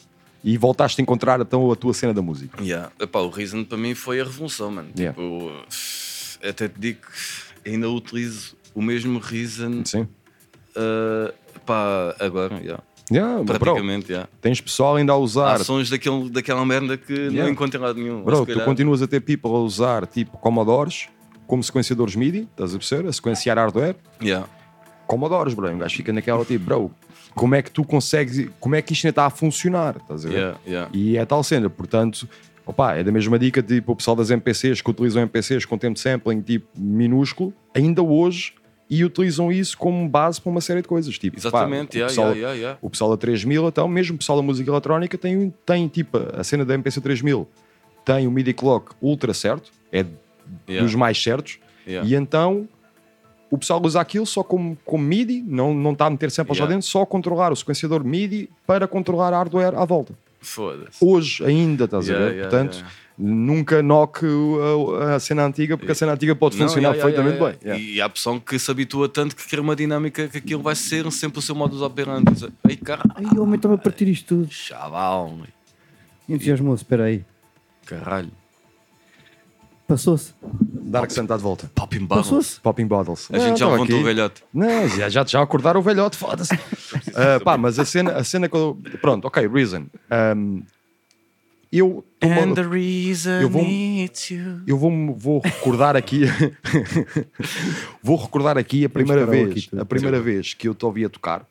e voltaste a encontrar então a tua cena da música. Yeah. Epá, o Reason para mim foi a revolução, mano. Yeah. Tipo, até te digo que ainda utilizo o mesmo Reason Sim. Uh, pá, agora, yeah. Yeah, bro, praticamente, yeah. tens pessoal ainda a usar. há sons daquele, daquela merda que Yeah. não encontro em lado nenhum. ou Bro, se tu calhar- continuas a ter people a usar tipo Commodores como sequenciadores MIDI, estás a perceber? A sequenciar hardware. Yeah. Commodores, bro. Um gajo fica naquela tipo, bro, como é que tu consegues, como é que isto ainda está a funcionar? Estás a ver? Yeah, yeah. E é tal cena, portanto, opá, é da mesma dica, tipo, o pessoal das MPCs que utilizam MPCs com tempo de sampling, tipo, minúsculo, ainda hoje, e utilizam isso como base para uma série de coisas, tipo, pá, o Exatamente, yeah, pessoal, yeah, yeah, yeah. o pessoal da 3000, então, mesmo o pessoal da música eletrónica tem, tem tipo, a cena da MPC 3000 tem o MIDI clock ultra certo, é Yeah. dos mais certos, Yeah. e então... O pessoal usa aquilo só como, como MIDI, não, não está a meter samples lá Yeah. dentro, só a controlar o sequenciador MIDI para controlar a hardware à volta Foda-se. hoje ainda, estás a Yeah, ver? yeah, Portanto, yeah. nunca noque o- a, a cena antiga, porque a cena antiga pode Não, funcionar yeah, yeah, perfeitamente yeah, bem. Yeah. yeah. E há pessoal que se habitua tanto que quer uma dinâmica que aquilo vai ser sempre o seu modus operandi. Ai, caralho, Ai, homem, estava a partir isto tudo. chaval, meu. Entusiasmou-se, espera aí. caralho. Passou-se. Dark Sun está de volta. Popping bottles. Passou-se. Popping Bottles. A gente já estava levantou aqui. o velhote. Não, já, já, já acordaram o velhote, foda-se. Ah, pá, mas a cena, a cena que eu. Pronto, ok, Reason. Ahm, eu. And the reason Eu vou- it's you. Eu vou, vou recordar aqui. vou recordar aqui a primeira parar vez, aqui, tudo. a primeira vez que eu te ouvi a tocar,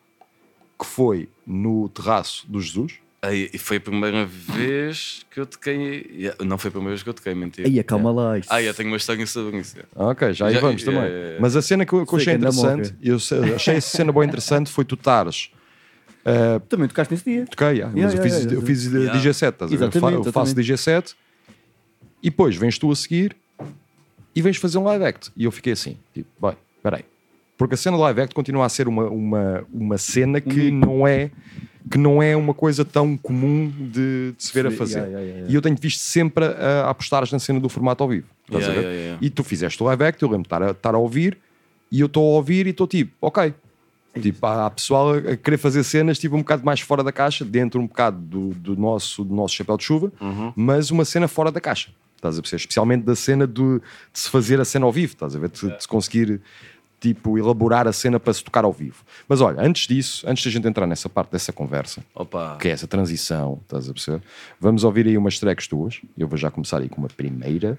que foi no terraço do Jesus. Aí, e foi a primeira vez que eu toquei. Yeah, Não foi a primeira vez que eu toquei, mentira. é Aí, acalma lá. Isso. Ah, eu tenho uma história sobre isso. yeah. Ah, Ok, já aí Já- vamos é, também. é, é. Mas a cena que eu, que é eu Sei achei que andam a interessante, eu se- achei essa cena bem interessante, foi tu estares. Também tocaste nesse dia. Ok, yeah, mas Yeah, eu fiz, yeah, yeah, eu fiz yeah. DJ set, estás a ver? Eu fa- Exatamente, Eu faço exatamente. DJ set e depois vens tu a seguir e vens fazer um live act. E eu fiquei assim, tipo, bem, peraí. Porque a cena live act continua a ser uma, uma, uma cena que Hum. não é que não é uma coisa tão comum de, de se ver a ver, fazer. yeah, yeah, yeah. E eu tenho visto sempre eh, a, a apostares na cena do formato ao vivo. Estás Yeah, a ver? yeah, yeah. E tu fizeste o live act, eu lembro de estar a, estar a ouvir, e eu estou a ouvir e estou tipo, ok. Tipo, há há pessoal a a querer fazer cenas tipo, um bocado mais fora da caixa, dentro um bocado do, do nosso, do nosso chapéu de chuva, Uhum. mas uma cena fora da caixa. Estás a perceber? Especialmente da cena do- de se fazer a cena ao vivo, estás a ver? De, de se conseguir tipo, elaborar a cena para se tocar ao vivo. Mas olha, antes disso, antes da gente entrar nessa parte dessa conversa, Opa. que é essa transição, estás a perceber? Vamos ouvir aí umas tracks tuas. Eu vou já começar aí com uma primeira.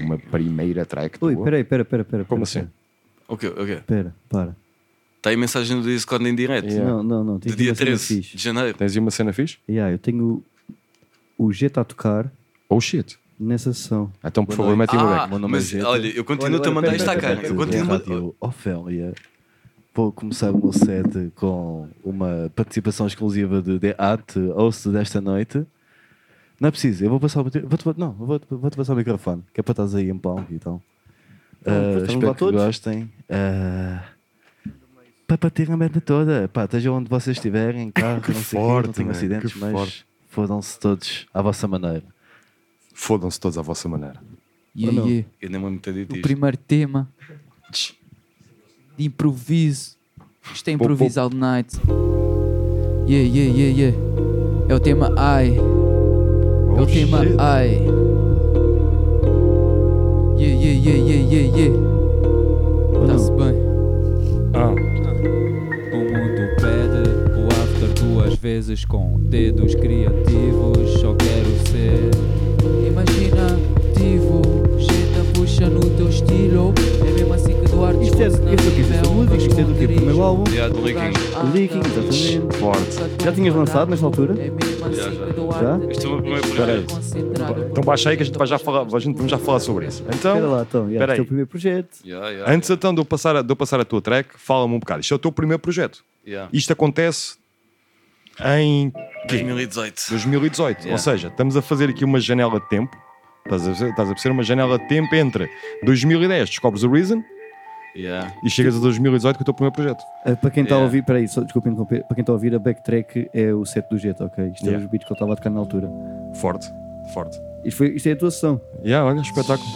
uma primeira track Ui, tua. peraí, pera, pera, pera. Como pera, assim? O quê? O quê? Pera, para. Está aí mensagem do Discord em direto. Yeah. Não, não, não. De Tens dia uma cena 13 fixe. de janeiro. Tens aí uma cena fixe? Yeah, eu tenho o Jeta a tocar Oh shit. nessa sessão. Então, por favor, mete aí uma Ah, beca. meu nome é mas Zeta. olha, eu continuo-te a Olha, olha, mandar pera, isto à pera, cara. pera, Eu pera, continuo pera, Rádio Ofélia. Vou começar o meu set com uma participação exclusiva de The Art Host desta noite. Não é preciso, eu vou passar o vou -te, não, vou -te, vou -te passar o microfone, que é para estás aí em palco e tal. Então, Ah, estamos lá espero que todos. gostem. Ah, para partir a merda toda, pá, esteja onde vocês estiverem, em carro, não sei o quê, forte, não tenho man, acidentes, que mas forte. fodam-se todos à vossa maneira. Fodam-se todos à vossa maneira. Yeah, não? yeah. Eu nem me meto a O dizer primeiro eh, tema de improviso. Isto é Pop, improviso all night. Yeah, yeah, yeah, yeah. É o tema ai. É Oh, o tema Ah. ai. Yeah, yeah, yeah, yeah, yeah, yeah. Tá-se bem. Ah. O mundo pede o after duas vezes com dedos criativos. Só quero ser. Imaginativo, gente puxa no teu estilo. É mesmo assim que Eduardo Isto é- isto é o quê? Isto é música? Isto é do quê? Primeiro álbum? Yeah, do Leaking. Leaking, exatamente. Forte. Já tinhas lançado nesta altura? É mesmo assim Já, já. que Eduardo Já? Isto é uma primeira Espera aí. Então baixa aí que a gente vai já falar, a gente vamos já falar sobre isso. Espera Então, lá, então. Yeah, pera este é aí. o primeiro projeto. Yeah, yeah, antes então de eu passar a, de eu passar a tua track, fala-me um bocado. Isto é o teu primeiro projeto. yeah. Isto acontece em quê? 2018. 2018. Ou seja, estamos a fazer aqui uma janela de tempo. Estás a, estás a perceber uma janela de tempo entre 2010 descobres o Reason Yeah. e chegas a 2018 com o teu primeiro projeto. Uh, para quem está Yeah. a ouvir, peraí, só, desculpem interromper. Para quem está a ouvir, a backtrack é o set do Jeta, ok? Isto Yeah. é os beats que eu estava a tocar na altura. Forte, forte. Isto, foi, isto é a tua sessão. Yeah, olha, espetáculo.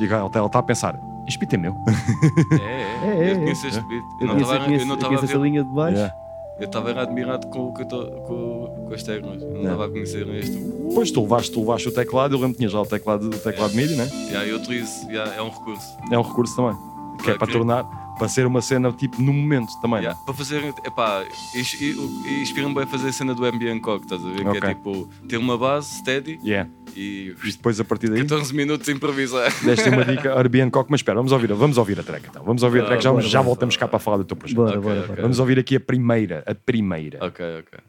E agora ela está a pensar: este beat é meu. É, é. É, é, Eu conheço este beat. Eu não conheço- estava conheço- a conheço essa ver. linha de baixo. Yeah. Eu estava era admirado com, o que eu tô- com, com as teclas. Eu não estava a conhecer este. Pois tu levaste, tu levaste o teclado, eu lembro que tinhas lá o teclado, o teclado MIDI, né? Yeah, eu utilizo, yeah, é um recurso. É um recurso também. Que é Ah, para ok. tornar, para ser uma cena tipo no momento também. Yeah. né? Para fazer, epá, ins- e- o- e inspira-me bem a fazer a cena do MB Hancock, estás a ver? Que Ok. é tipo ter uma base steady Yeah. e E depois a partir daí. 14 minutos de improvisar. Deste uma dica, Airbnb Cock, mas espera, vamos ouvir, vamos ouvir a track então. Vamos ouvir a track, já, bora, já bora. voltamos cá para falar do teu projeto. Bora, Ok, bora, ok. bora. Vamos ouvir aqui a primeira, a primeira. Ok, ok.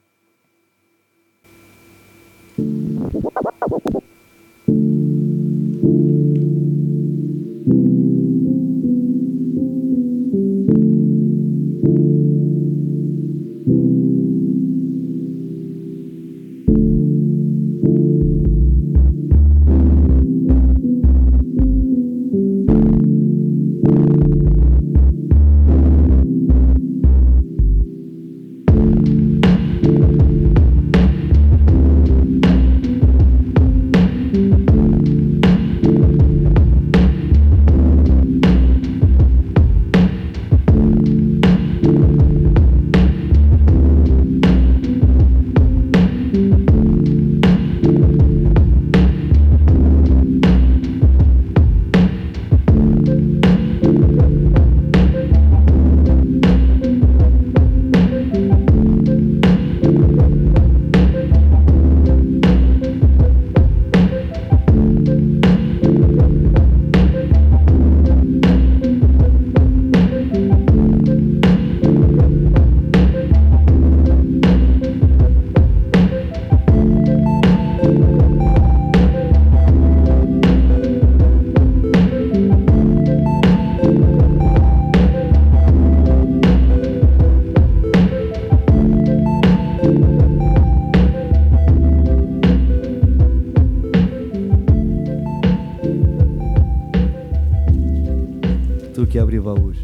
Estou aqui a abrir baús.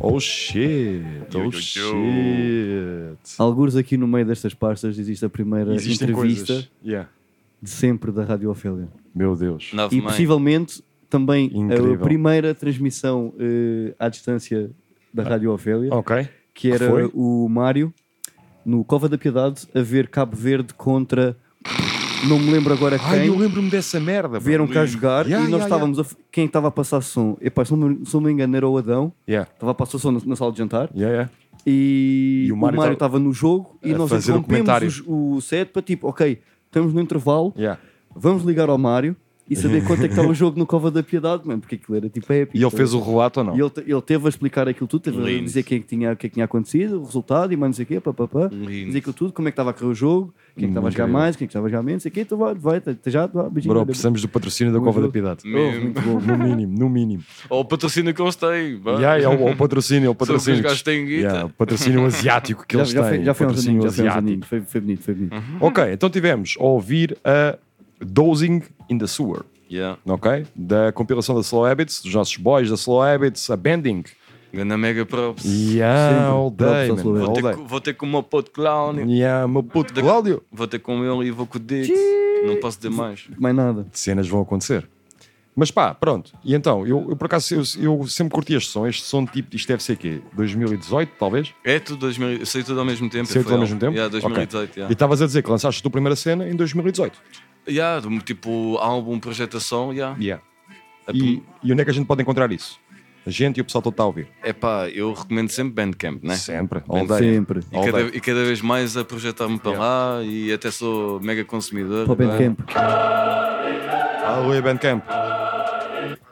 Oh shit, Yo, yo, oh yo. shit. Alguns aqui no meio destas pastas existe a primeira Existem entrevista coisas. Yeah. de sempre da Rádio Ofélia. Meu Deus. Nave E mãe. possivelmente também Incrível. a primeira transmissão eh, à distância da Rádio Ofélia, Ok. que era foi? o Mário no Cova da Piedade a ver Cabo Verde contra não me lembro agora quem. Ai, eu lembro-me dessa merda. Vieram bro. cá jogar Yeah, e nós yeah, estávamos a f- quem estava a passar som. Epá, se não me, se não me engano, era o Adão, Yeah. estava a passar som na, na sala de jantar Yeah, yeah. e, E o o Mário Mário tava- estava no jogo e a nós fazer o comentário. interrompemos os- o set para tipo, ok, estamos no intervalo, Yeah. vamos ligar ao Mário e saber quanto é que estava o jogo no Cova da Piedade, mano, porque aquilo era tipo épico. tá E ele fez o relato ou não? E ele, te- ele teve a explicar aquilo tudo, teve a Lindo. dizer quem é que tinha, o que é que tinha acontecido, o resultado e mais não sei o quê, papapá. Lindo. Dizer aquilo tudo, como é que estava a correr o jogo, quem é que estava a jogar Incrível. mais, quem é que estava a jogar menos, não sei o quê, então vai, vai, até já, vá, beijinho. Bro, olha, precisamos do patrocínio da Bom Cova da jogo. Piedade. Mesmo. No mínimo, no mínimo. Ou o patrocínio que eles têm. vá. Yeah, é o, o patrocínio, é o Só que os patrocínio. gajos têm guita. Yeah, o patrocínio asiático que já, eles já têm. foi, já foi o uns aninhos, já foi uns patrocínio aninhos, foi, foi bonito, foi bonito. asiático. Ok, então tivemos a ouvir a Dozing in the Sewer, Yeah. ok? Da compilação da Slow Habits, dos nossos boys da Slow Habits, a Bending. Ganda mega props. Yeah, Sempre. all day, Props ao man, Slow all Vou ter, day. com, vou ter com o meu pote clown. Yeah, meu puto Cláudio. Vou ter com ele e vou com o Dito. Não posso dizer mais. Mais nada. cenas vão acontecer. Mas pá, pronto. E então, eu, eu por acaso, eu, eu sempre curti este som. Este som tipo, isto deve ser quê? 2018, talvez? É tudo 2000, saiu tudo ao mesmo tempo. Saiu foi tudo ao ele. mesmo tempo? Yeah, Ok. 2018, E yeah. estavas a dizer que lançaste a tua primeira cena em 2018. Yeah, do- tipo álbum, projetação, yeah. Yeah. A E, e onde é que a gente pode encontrar isso? A gente e o pessoal todo está a ouvir. É pá, eu recomendo sempre Bandcamp, né? Sempre. All Bem, day. Sempre. E All cada, day. e cada vez mais a projetar-me para lá e até sou mega consumidor. né? Para o agora. Bandcamp. Aleluia, Ah, Bandcamp.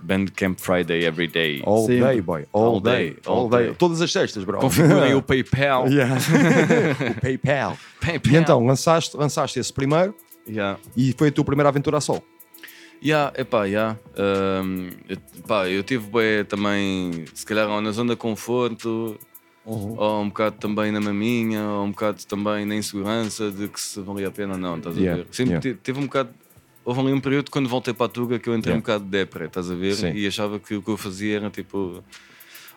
Bandcamp Friday every day. All Sempre. day, boy. All, All day. day, All all day. day. Todas as sextas, bro. Configurem o PayPal. Yeah. o PayPal. PayPal. E então, lançaste, lançaste esse primeiro Yeah. e foi a tua primeira aventura a sol. Yeah, epá, yeah. Um, eu- pá, eu tive bué também, se calhar, ou na zona de conforto, Uhum. ou um bocado também na maminha, ou um bocado também na insegurança de que se valia a pena ou não, estás Yeah, a ver? Sempre yeah. te- teve um bocado. Houve ali um período quando voltei para a Tuga que eu entrei Yeah. um bocado de depre, estás a ver? Sim. E achava que o que eu fazia era tipo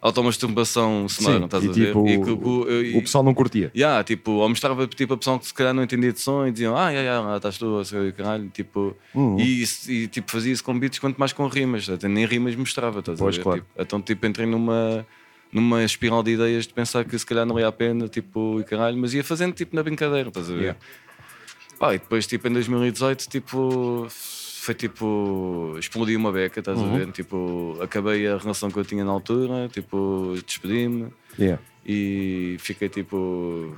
automasturbação Sim, sonora, estás e a ver? tipo, e que, o- eu- O e- pessoal não curtia. Yeah, tipo, ou mostrava tipo, a pessoa que se calhar não entendia de som e diziam, ah, yeah, yeah, lá estás tu, a ser caralho, tipo, Uhum. e, isso- e, tipo, fazia isso com beats quanto mais com rimas, até nem rimas mostrava, estás Pois, a ver? claro. Tipo, então, tipo, entrei numa, numa espiral de ideias de pensar que se calhar não ia a pena, tipo, e caralho, mas ia fazendo, tipo, na brincadeira, estás a ver? Yeah. Pá, e depois, tipo, em 2018, tipo, foi tipo, explodi uma beca, estás Uhum. a ver? Tipo, acabei a relação que eu tinha na altura, tipo, despedi-me Yeah. e fiquei tipo.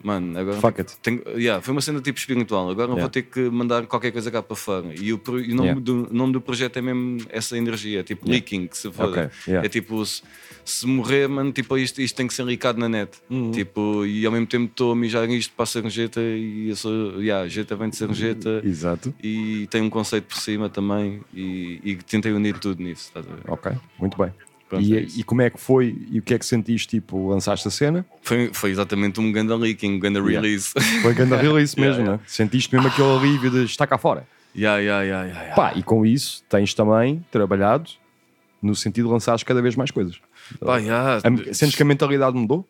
Mano, agora. Fuck it. Tenho, yeah, foi uma cena tipo espiritual. Agora Yeah. vou ter que mandar qualquer coisa cá para fora. E o, pro- e o nome, Yeah. do, o nome do projeto é mesmo essa energia, tipo leaking, que se for. Ok, yeah. É tipo, se, se morrer, mano, tipo, isto, isto tem que ser licado na net. Tipo, e ao mesmo tempo estou a mijar isto para a sarjeta e eu sou. Yeah, a jeta vem de sarjeta. Exato. E tem um conceito por cima também, e, e tentei unir tudo nisso, estás a ver? Ok, muito bem. Pronto, é E, isso. e como é que foi e o que é que sentiste? Tipo, lançaste a cena? Foi, foi exatamente um ganda leaking, um ganda Yeah. release. Foi grande release mesmo, Yeah, né? Sentiste mesmo aquele alívio de estar cá fora. Yeah, yeah, yeah, yeah, yeah. Pá, e com isso tens também trabalhado no sentido de lançares cada vez mais coisas. Pá, yeah. A- Sentes que é a mentalidade mudou?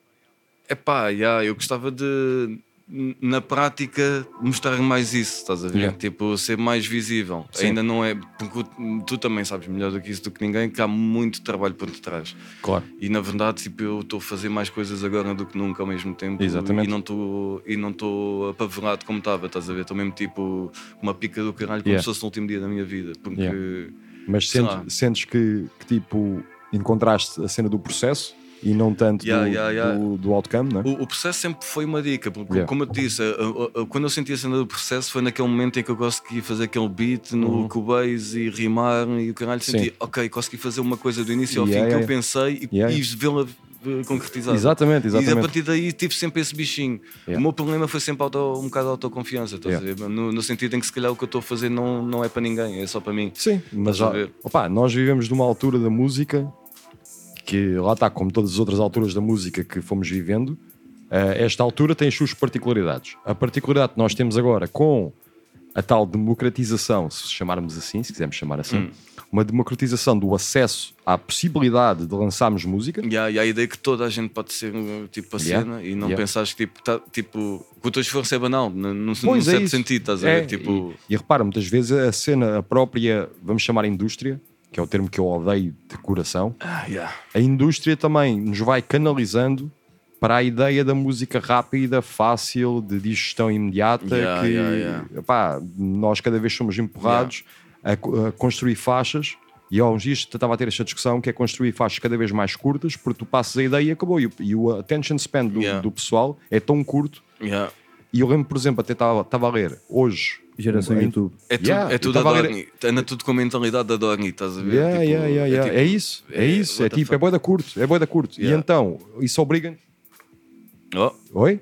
Epá, yeah, eu gostava de, n- na prática, mostrar mais isso, estás a ver? Yeah. Tipo, ser mais visível. Sim. Ainda não é. Porque tu- tu também sabes melhor do que isso do que ninguém, que há muito trabalho por detrás. Claro. E na verdade, tipo, eu estou a fazer mais coisas agora do que nunca ao mesmo tempo. Exatamente. E não estou- E não estou apavorado como estava, estás a ver? Estou mesmo tipo uma pica do caralho, como Yeah. se fosse o último dia da minha vida. Porque. Mas Sei sentes, lá. sentes que, que, tipo encontraste a cena do processo e não tanto Yeah, do, yeah, yeah. do- do outcome, né? O, o processo sempre foi uma dica, porque Yeah. como eu te disse, a- a- a- quando eu senti a cena do processo foi naquele momento em que eu consegui fazer aquele beat no Cubase e rimar e o caralho senti, Uhum. Sim. ok, consegui fazer uma coisa do início ao Yeah, fim que yeah. eu pensei e, Yeah. e vê-la eh, concretizada. Exatamente, E a exatamente. partir daí tive sempre esse bichinho. Yeah. O meu problema foi sempre auto, um bocado de autoconfiança, estás a ver? No, no sentido em que se calhar o que eu estou a fazer não, não é para ninguém, é só para mim. Sim, mas Estás a já- ver? opá, nós vivemos numa altura da música que lá está, como todas as outras alturas da música que fomos vivendo, eh, esta altura tem as suas particularidades. A particularidade que nós temos agora com a tal democratização, se chamarmos assim, se quisermos chamar assim, Hum. uma democratização do acesso à possibilidade de lançarmos música. E há, e há a ideia que toda a gente pode ser tipo a Yeah. cena e não Yeah. pensares que tipo, tá- tipo, que o teu esforço é banal, num, num Pois é certo isso. sentido, estás a É, ver? Tipo, e, e repara, muitas vezes a cena, a própria, vamos chamar indústria, que é o termo que eu odeio de coração, ah, yeah. a indústria também nos vai canalizando para a ideia da música rápida, fácil, de digestão imediata, Yeah, que yeah, yeah. epá, nós cada vez somos empurrados a co- a, construir faixas. E há uns dias estava a ter esta discussão que é construir faixas cada vez mais curtas, porque tu passas a ideia e acabou. E o, e o attention span do, Yeah. do pessoal é tão curto. Yeah. E eu lembro, por exemplo, até estava estava a ler hoje. Geração em- YouTube. É tudo, Yeah, é eu tudo a estava a ler- Dorni, anda tudo com a mentalidade da Dorni, estás a ver? Yeah, Tipo, yeah, yeah, yeah. É, tipo- isso, é, é, isso. É what the tipo, é fuck. boeda curto, é boeda curto. E Yeah. então, isso obriga. Oh, Oi?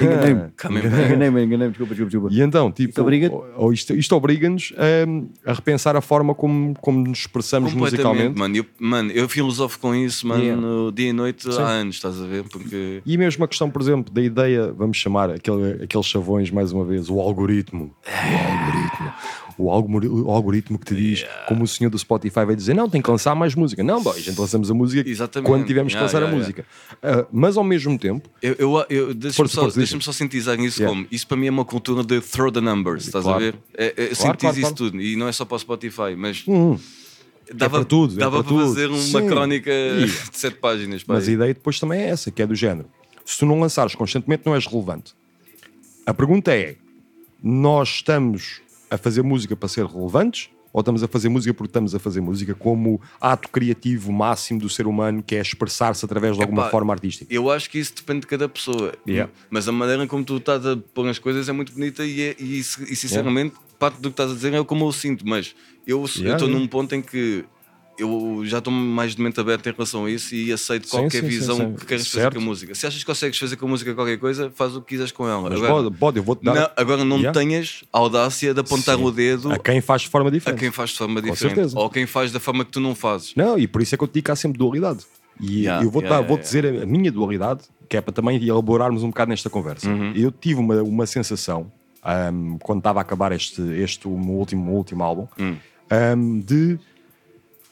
Enganei-me. é coming back. Enganei-me, enganei-me, desculpa, desculpa, desculpa. E então, tipo, Isto obriga- ou- ou isto, isto obriga-nos hum, a, repensar a forma como, como nos expressamos Completamente, musicalmente. mano. Eu, mano, eu filosofo com isso, mano, Yeah. no dia e noite há anos, estás a ver? Porque. E mesmo a questão, por exemplo, da ideia, vamos chamar aquele, aqueles chavões mais uma vez, o algoritmo. O É. algoritmo. O algori- o algoritmo que te diz, como o senhor do Spotify vai dizer, não, tem que lançar mais música. Não, boy, a gente lançamos a música Exatamente. quando tivermos Yeah, que lançar yeah, a música. Ah, mas ao mesmo tempo, Eu, eu, eu deixa-me Força, só, força, deixa diz. só sintetizar isso Yeah. como isso para mim é uma cultura de throw the numbers, estás Claro. a ver? É, é, sintetizo claro, isso claro. tudo e não é só para o Spotify, mas hum, dava, para tudo, é dava para para, tudo. fazer uma Sim. crónica Yeah. de sete páginas. pá. Mas a ideia depois também é essa, que é do género. Se tu não lançares constantemente, não és relevante. A pergunta é: nós estamos a fazer música para ser relevantes? Ou estamos a fazer música porque estamos a fazer música como ato criativo máximo do ser humano, que é expressar-se através de alguma Epá, forma artística? Eu acho que isso depende de cada pessoa. Yeah. Mas a maneira como tu estás a pôr as coisas é muito bonita e, é- e, si- e, sinceramente parte do que estás a dizer é como eu sinto. Mas eu eu estou Yeah, yeah. num ponto em que eu já estou mais de mente aberta em relação a isso e aceito Sim, qualquer sim, sim, visão sim. que queres Certo. fazer com a música. Se achas que consegues fazer com a música qualquer coisa, faz o que quiseres com ela. Mas Agora- pode, pode, eu vou-te dar Não, agora não Yeah. tenhas a audácia de apontar Sim. o dedo a quem faz de forma a diferente. quem faz de forma Com diferente certeza. ou a quem faz da forma que tu não fazes. Não, e por isso é que eu te digo que há sempre dualidade. E Yeah, eu vou, yeah, vou yeah, dizer a- a minha dualidade, que é para também elaborarmos um bocado nesta conversa. Uhum. Eu tive uma, uma sensação, ahm, quando estava a acabar este, este o meu último, meu último álbum, Hum. ahm, de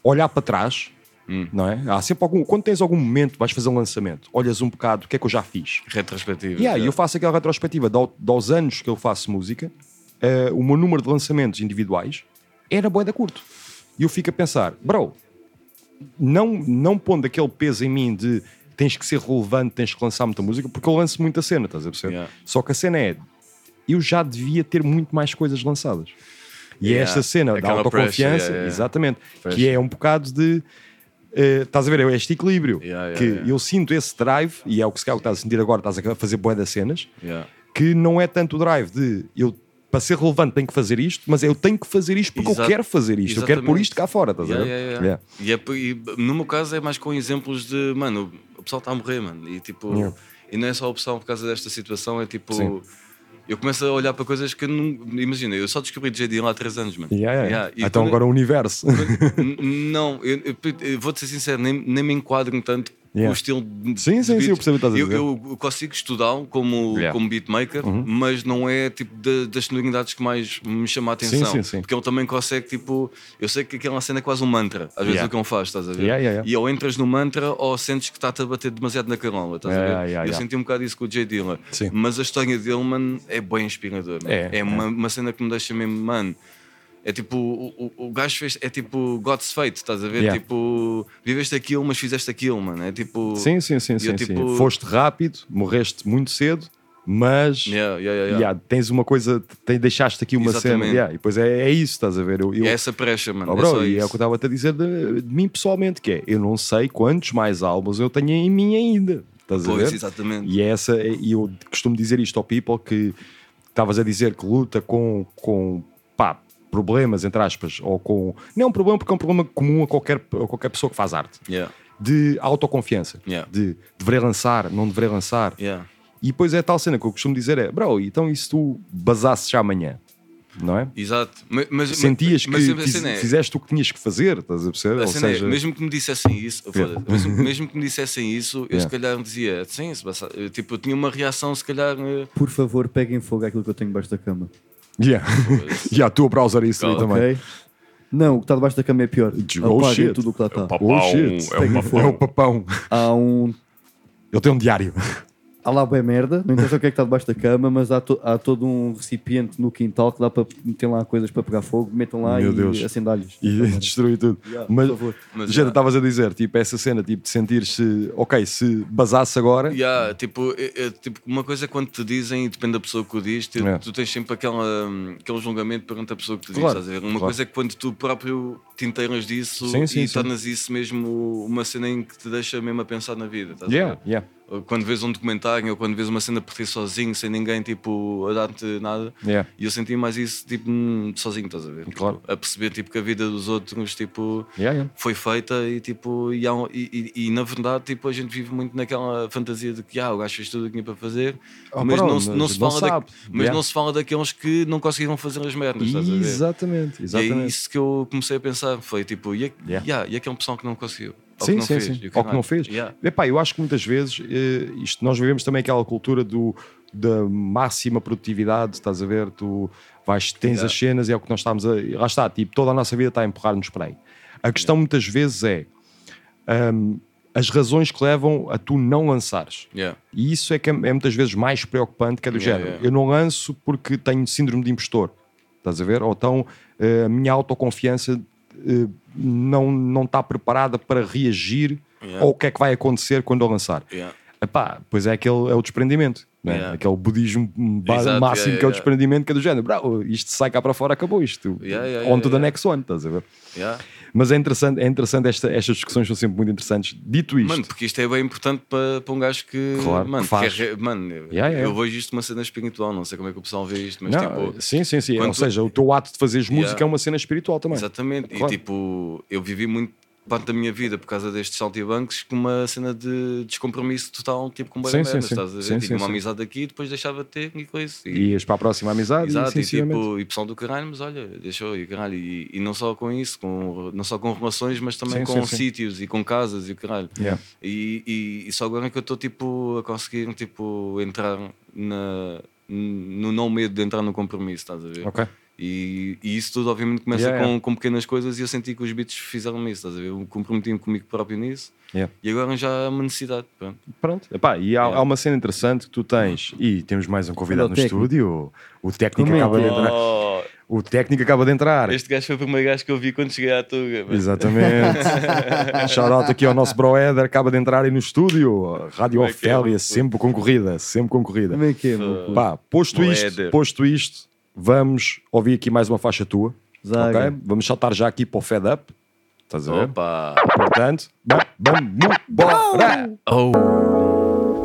olhar para trás, Hum. não é? Há sempre algum. Quando tens algum momento, vais fazer um lançamento, olhas um bocado, o que é que eu já fiz? Retrospectiva. Yeah, e eu yeah. faço aquela retrospectiva de ao- dos anos que eu faço música, eh, o meu número de lançamentos individuais era bué da curto. E eu fico a pensar, bro, não, não pondo aquele peso em mim de tens que ser relevante, tens que lançar muita música, porque eu lanço muita cena, estás a perceber? Yeah. Só que a cena é, eu já devia ter muito mais coisas lançadas. E é Yeah. esta cena da Aquela autoconfiança, pressure, yeah, yeah. exatamente, que Pressure. é um bocado de... Eh, estás a ver, é este equilíbrio Yeah, yeah, que yeah. eu sinto esse drive e é o que se calhar estás a sentir agora, estás a fazer bué das cenas Yeah. que não é tanto o drive de eu para ser relevante tenho que fazer isto, mas eu tenho que fazer isto porque eu Exato. quero fazer isto, eu quero pôr Exatamente. isto cá fora, estás Tá a Yeah, ver? yeah, yeah. Yeah. E, é por- e no meu caso é mais com exemplos de mano, o pessoal está a morrer, mano. E tipo, Yeah. e não é só a opção por causa desta situação, é tipo. Sim. Eu começo a olhar para coisas que não. Imagina, eu só descobri JD lá há 3 anos, mano. Yeah, yeah. Yeah, e Então quando- agora o universo. N- Não, eu, eu- eu vou-te ser sincero, nem, nem me enquadro um tanto Yeah. com o estilo de Sim, de sim, sim, eu percebo o que estás a eu, dizer. eu consigo estudá-lo como, Yeah. Uhum. como beatmaker, mas não é tipo da- das sonoridades que mais me chama a atenção. sim, sim. Porque ele também consegue, tipo, eu sei que aquela cena é quase um mantra, às vezes Yeah. o que ele faz, estás a ver? Yeah, yeah, yeah. E ou entras no mantra ou sentes que está-te a bater demasiado na carola, estás Yeah, a ver? yeah, yeah, eu yeah. senti um bocado isso com o J. Dilla, Sim. mas a história dele, mano, é bem inspiradora. É, é. uma, uma cena que me deixa mesmo, mano. É tipo, o, o, o gajo fez, é tipo God's fate, estás a ver? Yeah. Tipo, viveste aquilo, mas fizeste aquilo, mano. É tipo. sim, sim, sim, eu, sim, sim. tipo- Foste rápido, morreste muito cedo, mas Yeah, yeah, yeah, yeah. yeah, tens uma coisa, tem, deixaste aqui uma cena. Exatamente. yeah, e depois é, é isso, estás a ver? Eu, eu- É essa pressa, mano. Oh, é bro, só e é isso. o que eu estava a dizer de, de mim pessoalmente, que é eu não sei quantos mais álbuns eu tenho em mim ainda. Estás a Pois, ver? exatamente. E é essa, e eu costumo dizer isto ao people que estavas a dizer que luta com, com pá, problemas, entre aspas, ou com. Não é um problema porque é um problema comum a qualquer, a qualquer pessoa que faz arte. Yeah, De autoconfiança. Yeah. De deverei lançar, não deverei lançar. yeah. E depois é tal cena que eu costumo dizer é, bro, então e se tu basasses já amanhã? Não é? Exato. Mas, mas, Sentias mas, que mas a fiz- cena é- fizeste o que tinhas que fazer, estás a perceber? a Ou cena é, seja, mesmo que me dissessem isso, oh, Yeah. foda-se, mesmo, mesmo que me dissessem isso, eu Yeah. se calhar dizia, sim, se passa- tipo, eu tinha uma reação, se calhar. eh, é Por favor, peguem fogo àquilo que eu tenho debaixo da cama. Yeah. yeah, tu a browser isso ali Ok. também. ok? Não, o que está debaixo da cama é pior. Oh, Apaga shit. É tudo o que lá está. Oh, shit. é o papão. É o papão. Há um. Ele tem um diário. Há lá bem merda, não interessa o que é que está debaixo da cama, mas há, to- há todo um recipiente no quintal que dá para meter lá coisas para pegar fogo, metam lá Meu e Deus. acendalhos. e destruir tudo. mas, por favor. Mas, gente, já. estavas a dizer, tipo, essa cena, tipo, de sentir-se, ok, se basasse agora, Yeah, tipo, é- é, tipo, uma coisa é quando te dizem, e depende da pessoa que o diz, tu, Yeah. tu tens sempre aquela, hum, aquele julgamento perante a pessoa que te diz. É. Claro, estás a ver? Uma claro. coisa é quando tu próprio te inteiras disso Sim, sim, e sim. tornas isso mesmo uma cena em que te deixa mesmo a pensar na vida. Estás a yeah, ver? yeah, Ou Quando vês um documentário ou quando vês uma cena por ti sozinho, sem ninguém tipo, a dar-te nada. yeah. E eu senti mais isso tipo, hum, sozinho, estás a ver? Claro. A perceber tipo, que a vida dos outros tipo, yeah, yeah. foi feita e tipo e, há um- e- e- e, na verdade tipo a gente vive muito naquela fantasia de que ah, o gajo fez tudo o que tinha para fazer Ah, mas, pronto, não, se- não mas se não fala da- sabe. mas Yeah. não se fala daqueles que não conseguiram fazer as merdas estás a ver? Exatamente, e é exatamente. isso que eu comecei a pensar foi tipo e, a- Yeah. yeah, e aquele pessoal que não conseguiu Ou Sim, que não sim, fez, sim. e o Ou que não caralho. fez. Yeah. Epá, eu acho que muitas vezes eh, isto, nós vivemos também aquela cultura do, da máxima produtividade, estás a ver? Tu vais, tens as cenas e é o que nós estamos a. e Lá está, tipo, toda a nossa vida está a empurrar-nos para aí. A questão muitas vezes é ahm, as razões que levam a tu não lançares. Yeah. E isso é que é, é muitas vezes mais preocupante, que é do Yeah, género. yeah. Eu não lanço porque tenho síndrome de impostor. Estás a ver? Ou então eh, a minha autoconfiança eh, não, não está preparada para reagir Yeah. ao que é que vai acontecer quando eu lançar. Yeah. Epá, pois é aquele é o desprendimento. né? Yeah. Aquele budismo ba- Exato, máximo yeah, que é o yeah. desprendimento, que é do género. Bro, isto sai cá para fora, acabou isto. Yeah, yeah, On to the yeah, yeah. next one, estás a ver? Yeah. Mas é interessante, é interessante esta- estas discussões são sempre muito interessantes. Dito isto, Mano, porque isto é bem importante para, para um gajo que. Claro, mano, que faz. que é re- mano, eu- Yeah, yeah. eu vejo isto uma cena espiritual, não sei como é que o pessoal vê isto, mas Não, tipo. sim, sim, sim. quando Ou tu- seja, o teu ato de fazeres Yeah. música é uma cena espiritual também. Exatamente. Claro. E tipo, eu vivi muito parte da minha vida por causa destes saltibancos com uma cena de descompromisso total, tipo com Sim, boia sim, merda, sim. estás a ver? Sim, Tinha sim, uma sim. amizade aqui e depois deixava de ter e coisa. E, E ias para a próxima amizade. exato, e, e sinceramente, tipo, e pessoal do caralho, mas olha, deixou e caralho. E, e não só com isso, com, não só com relações, mas também Sim, com sim, sim. sítios e com casas e o caralho. Yeah. E, e- e só agora é que eu estou tipo, a conseguir tipo, entrar na, no não medo de entrar no compromisso, estás a ver? Ok. E, e isso tudo, obviamente, começa Yeah, com, yeah. com pequenas coisas e eu senti que os beats fizeram isso, estás a ver? Eu comprometi-me comigo próprio nisso Yeah. e agora já há uma necessidade. pronto. Pronto. Epá, e há, Yeah. Uhum. há uma cena interessante que tu tens. E temos mais um Olha convidado o no técnico. estúdio. O técnico, Como é acaba que de é? entrar. o técnico acaba de entrar. Oh. Este gajo foi o primeiro gajo que eu vi quando cheguei à Tuga. mano. Exatamente. Shout out aqui ao nosso bro Éder, acaba de entrar aí no estúdio. Rádio Como é que é? Ofélia, sempre concorrida, sempre concorrida. Como é que é, meu puto? Pá, posto Bro isto, Éder. posto isto, vamos ouvir aqui mais uma faixa tua. Zaga. ok? Vamos saltar já aqui para o Fed Up. Estás a ver? Opa! Portanto, va- vamos embora! Oh!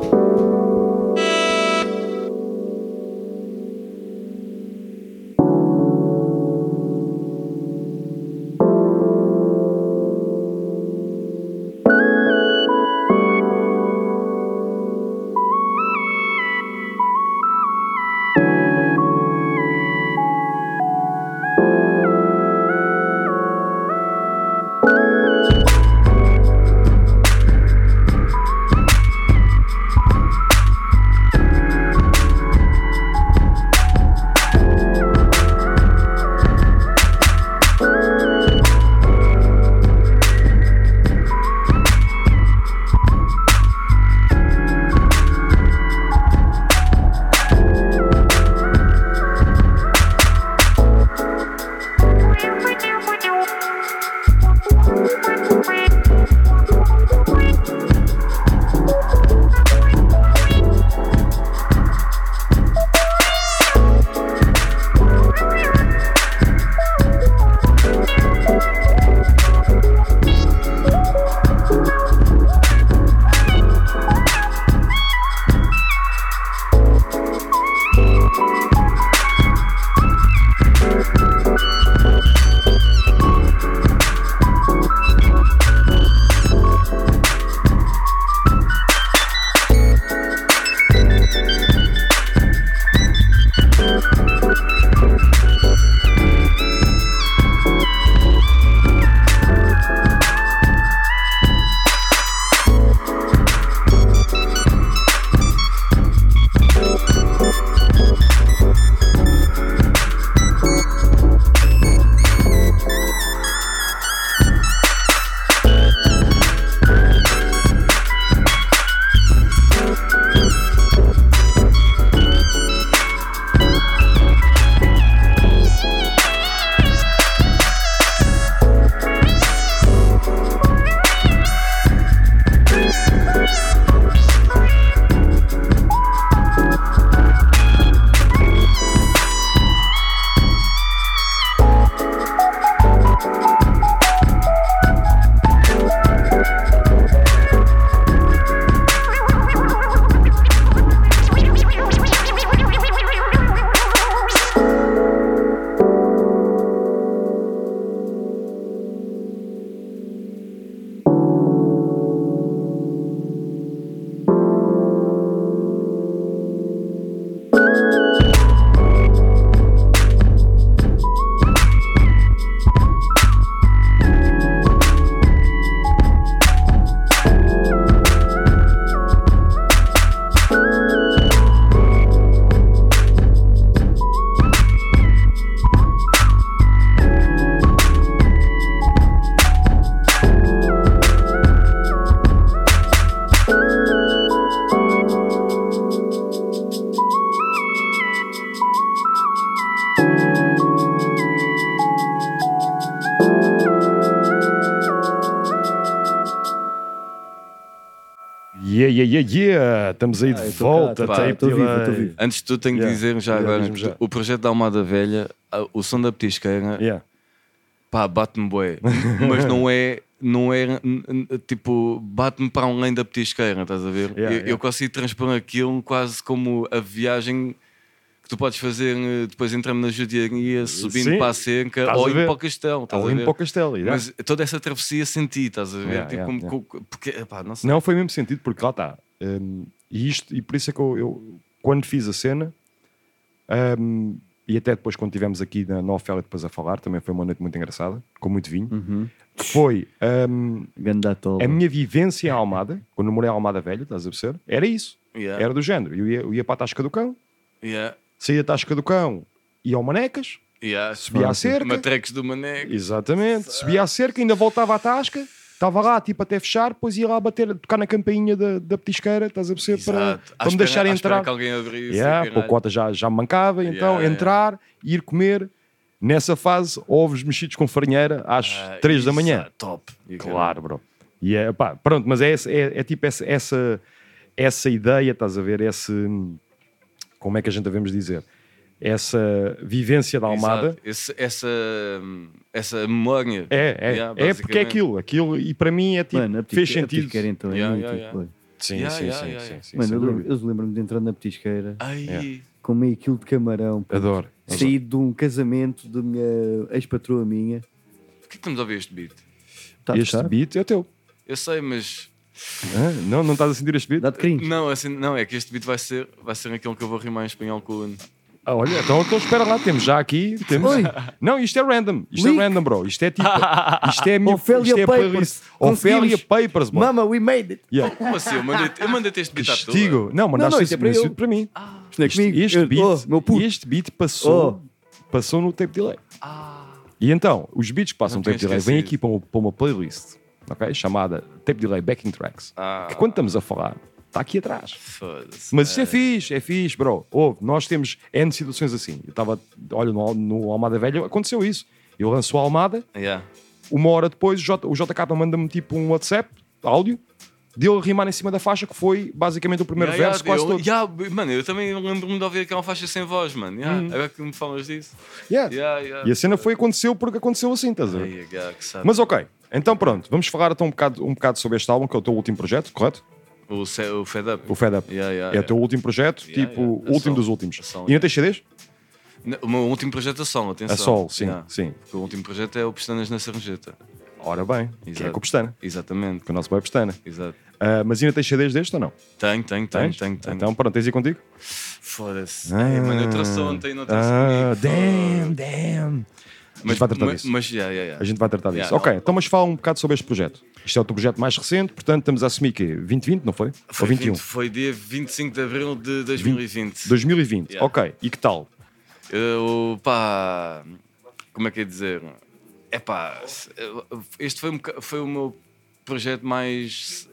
Bora! yeah, yeah, yeah, estamos Ah, aí de eu tô cá, volta. tô cá, tape tô vivo, delay. tô vivo. Antes de tudo, tenho Yeah. de dizer já Yeah, agora: diz-me já. o projeto da Almada Velha, a- o som da petisqueira, Yeah. pá, bate-me bué. Mas não é, não é n- n- tipo, bate-me para além da petisqueira, estás a ver? Yeah, eu, yeah. eu consigo transpor aquilo quase como a viagem que tu podes fazer eh, depois entrando na judiaria, subindo Sim. para a cerca Estás ou a indo ver? para o castelo. Estás a Está indo ver? para o castelo. yeah. Mas toda essa travessia senti, estás a ver? Yeah, tipo, yeah, como- yeah. co- Porque, epá, não sei. Não, foi o mesmo sentido, porque lá está. Hum, e, isto, e por isso é que eu, eu, quando fiz a cena, hum, e até depois quando estivemos aqui na, na Ofélia depois a falar, também foi uma noite muito engraçada, com muito vinho, Uhum. que foi hum, Gandatol. a minha vivência em Almada, quando eu morei em Almada Velha, estás a perceber? Era isso. Yeah. Era do género. Eu ia, eu ia para a Tasca do Cão, Yeah, saía da Tasca do Cão, ia ao Manecas, yeah. subia à cerca. Matrecos do Maneco. Exatamente. Subia a cerca, ainda voltava à tasca, estava lá, tipo, até fechar, depois ia lá bater, tocar na campainha da, da petisqueira, estás a perceber? Para, Exato. À para me espera- deixar à espera entrar. que alguém abrisse, Yeah, caralho. pô, a cota já, já me mancava, então assim, Yeah, entrar, ir comer. Nessa fase, ovos mexidos com farinheira às Ah, 3 da isso, manhã. ah, Top. E Claro, bro. E é, pá, pronto, mas é, esse- é, é tipo essa, essa, essa ideia, estás a ver? Esse. Como é que a gente devemos dizer? Essa vivência da caralho. Almada. Exato. Esse- essa, essa memória. É, é, é Yeah, porque é basicamente. aquilo, aquilo, e para mim é tipo, Mano, a petis- fez a sentido. petisqueira, então, é Yeah, muito, yeah, yeah. olha. Sim, Yeah, sim, yeah, sim, yeah, sim, yeah. sim, Mano, sem eu lembro- dúvida. eu lembro-me de entrar na petisqueira Ai, Yeah. com meio quilo de camarão. pô. Adoro. Saí de um casamento da minha ex-patroa minha. porquê que estamos a ouvir este beat? Tá a Este fechar? beat é teu. Eu sei, mas. Hã? Não, não estás a sentir este beat? Dá-te cringe. Não, assim, não, é que este beat vai ser, vai ser aquele que eu vou rimar em espanhol com o Uno. Ah, olha, então, então espera lá, temos já aqui. Temos... Oi. Não, isto é random. Isto Leak. é random, bro. Isto é tipo. Isto é a minha Ophelia isto é a Papers. playlist. Conseguimos. Ophelia Papers, mano. Mama, we made it! Yeah. Como assim? Eu mandei-te eu mandei-te este beat à toa. Castigo. Não, Não, não, mandaste isto é isso para isso ele. para mim. Isto não é Este, comigo? este Eu- beat, oh, meu puto. Oh. este beat passou, passou no tape delay. E então, os beats que passam no Ah. Não tape tinha delay vêm esquecido. aqui para uma, para uma playlist ok? chamada Tape Delay Backing Tracks. Ah. Que quando estamos a falar, está aqui atrás. Foda-se. Mas isso é fixe, é fixe, bro. Ouve, nós temos N situações assim. Eu estava, olha, no, no Almada Velha aconteceu isso. Eu lanço a Almada, Yeah. uma hora depois o, J, o JK manda-me tipo um WhatsApp, áudio, deu a rimar em cima da faixa, que foi basicamente o primeiro Yeah, verso, yeah, quase eu- todo. yeah, mano, eu também lembro-me de ouvir aquela faixa sem voz, mano. Yeah, Agora que me falas disso. Yeah. Yeah, yeah. Uhum. E a cena foi aconteceu porque aconteceu assim, estás a ver? Ai, yeah, que sabe. Mas ok, então pronto, vamos falar então um bocado, um bocado sobre este álbum, que é o teu último projeto, correto? O, se- o Fed Up. O Fed Up. Yeah, yeah, é o yeah. teu último projeto, Yeah, tipo, yeah. A último Sol. dos últimos. A Sol, e não tens CDs? Não, O meu último projeto é Sol, atenção. A Sol, sim, Yeah. sim. Porque o último projeto é o Pestanas na Sarjeta. Ora bem, que é Exato. com o Pestana, Exatamente. que é o nosso boy Pestana. Exato. Ah, mas ainda tens CDs deste ou não? Tenho, tenho, tenho, tenho. tenho. Então pronto, tens aí contigo? Foda-se. Ai, mano, eu trouxe ontem e não trouxe Ah, comigo. damn, damn. a gente vai tratar disso. Mas, yeah, yeah, yeah. A gente vai tratar disso. Yeah. ok, então mas fala um bocado sobre este projeto. Isto é o teu projeto mais recente, portanto estamos a assumir que é 2020, não foi? foi ou 21? 20 foi dia 25 de abril de 2020. 2020, Yeah. ok. E que tal? Eu, pá, como é que é dizer? É pá, se- eu- este foi, um boca- foi o meu projeto mais.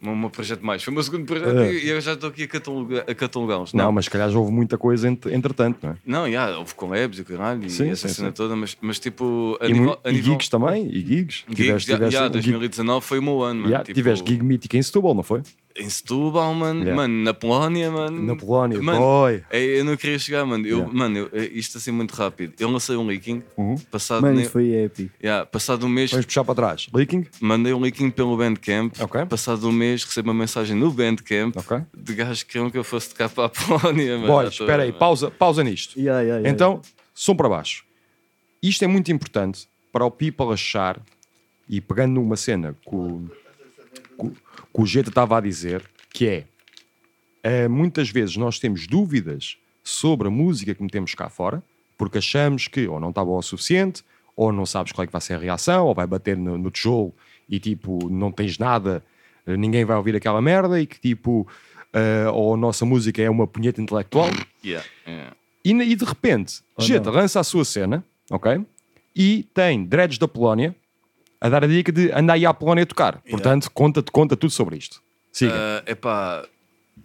O meu projeto mais. Foi o meu segundo projeto É. e eu já estou aqui a catalogar- a catalogá-los. Não, mas se calhar já houve muita coisa ent- entretanto, não é? Não, já, houve collabs e o caralho e Sim, essa sim, cena sim. toda, mas, mas tipo, a E, nível. mu- a e tá- nível- gigs também? E gigs? gigs, já, já, 2019 foi o meu ano, mano. yeah, tipo, tiveste gig mítica em Setúbal, não foi? Em Setúbal, mano, Yeah. mano, na Polónia, mano. Na Polónia, Hum, mano. boy. é, Eu não queria chegar, mano. Eu, Yeah. Uhum. Mano, eu- é, isto assim muito rápido. Eu lancei um leaking, passado, Mano, nem- isso foi épico. yeah, passado um mês Vamos puxar para trás. Leaking? Mandei um linkinho pelo Bandcamp. Ok. Passado um mês, recebo uma mensagem no Bandcamp Ok. de gajos que queriam que eu fosse tocar para a Polónia. mano. Boy, À toa, espera aí, mano. pausa, pausa nisto. Yeah, yeah, yeah, Então, som para baixo. Isto é muito importante para o people achar, e pegando numa cena que o, que, que o Jeta estava a dizer, que é, eh, muitas vezes nós temos dúvidas sobre a música que metemos cá fora, porque achamos que ou não está boa o suficiente, ou não sabes qual é que vai ser a reação, ou vai bater no, no tijolo e tipo, não tens nada, eh, ninguém vai ouvir aquela merda, e que tipo, eh, ou a nossa música é uma punheta intelectual, Yeah, yeah. e, na- e de repente, Jeta lança a sua cena, ok? E tem Dreads da Polónia a dar a dica de andar aí à Polónia a tocar. Portanto, conta, conta tudo sobre isto. Siga. Ah, epá,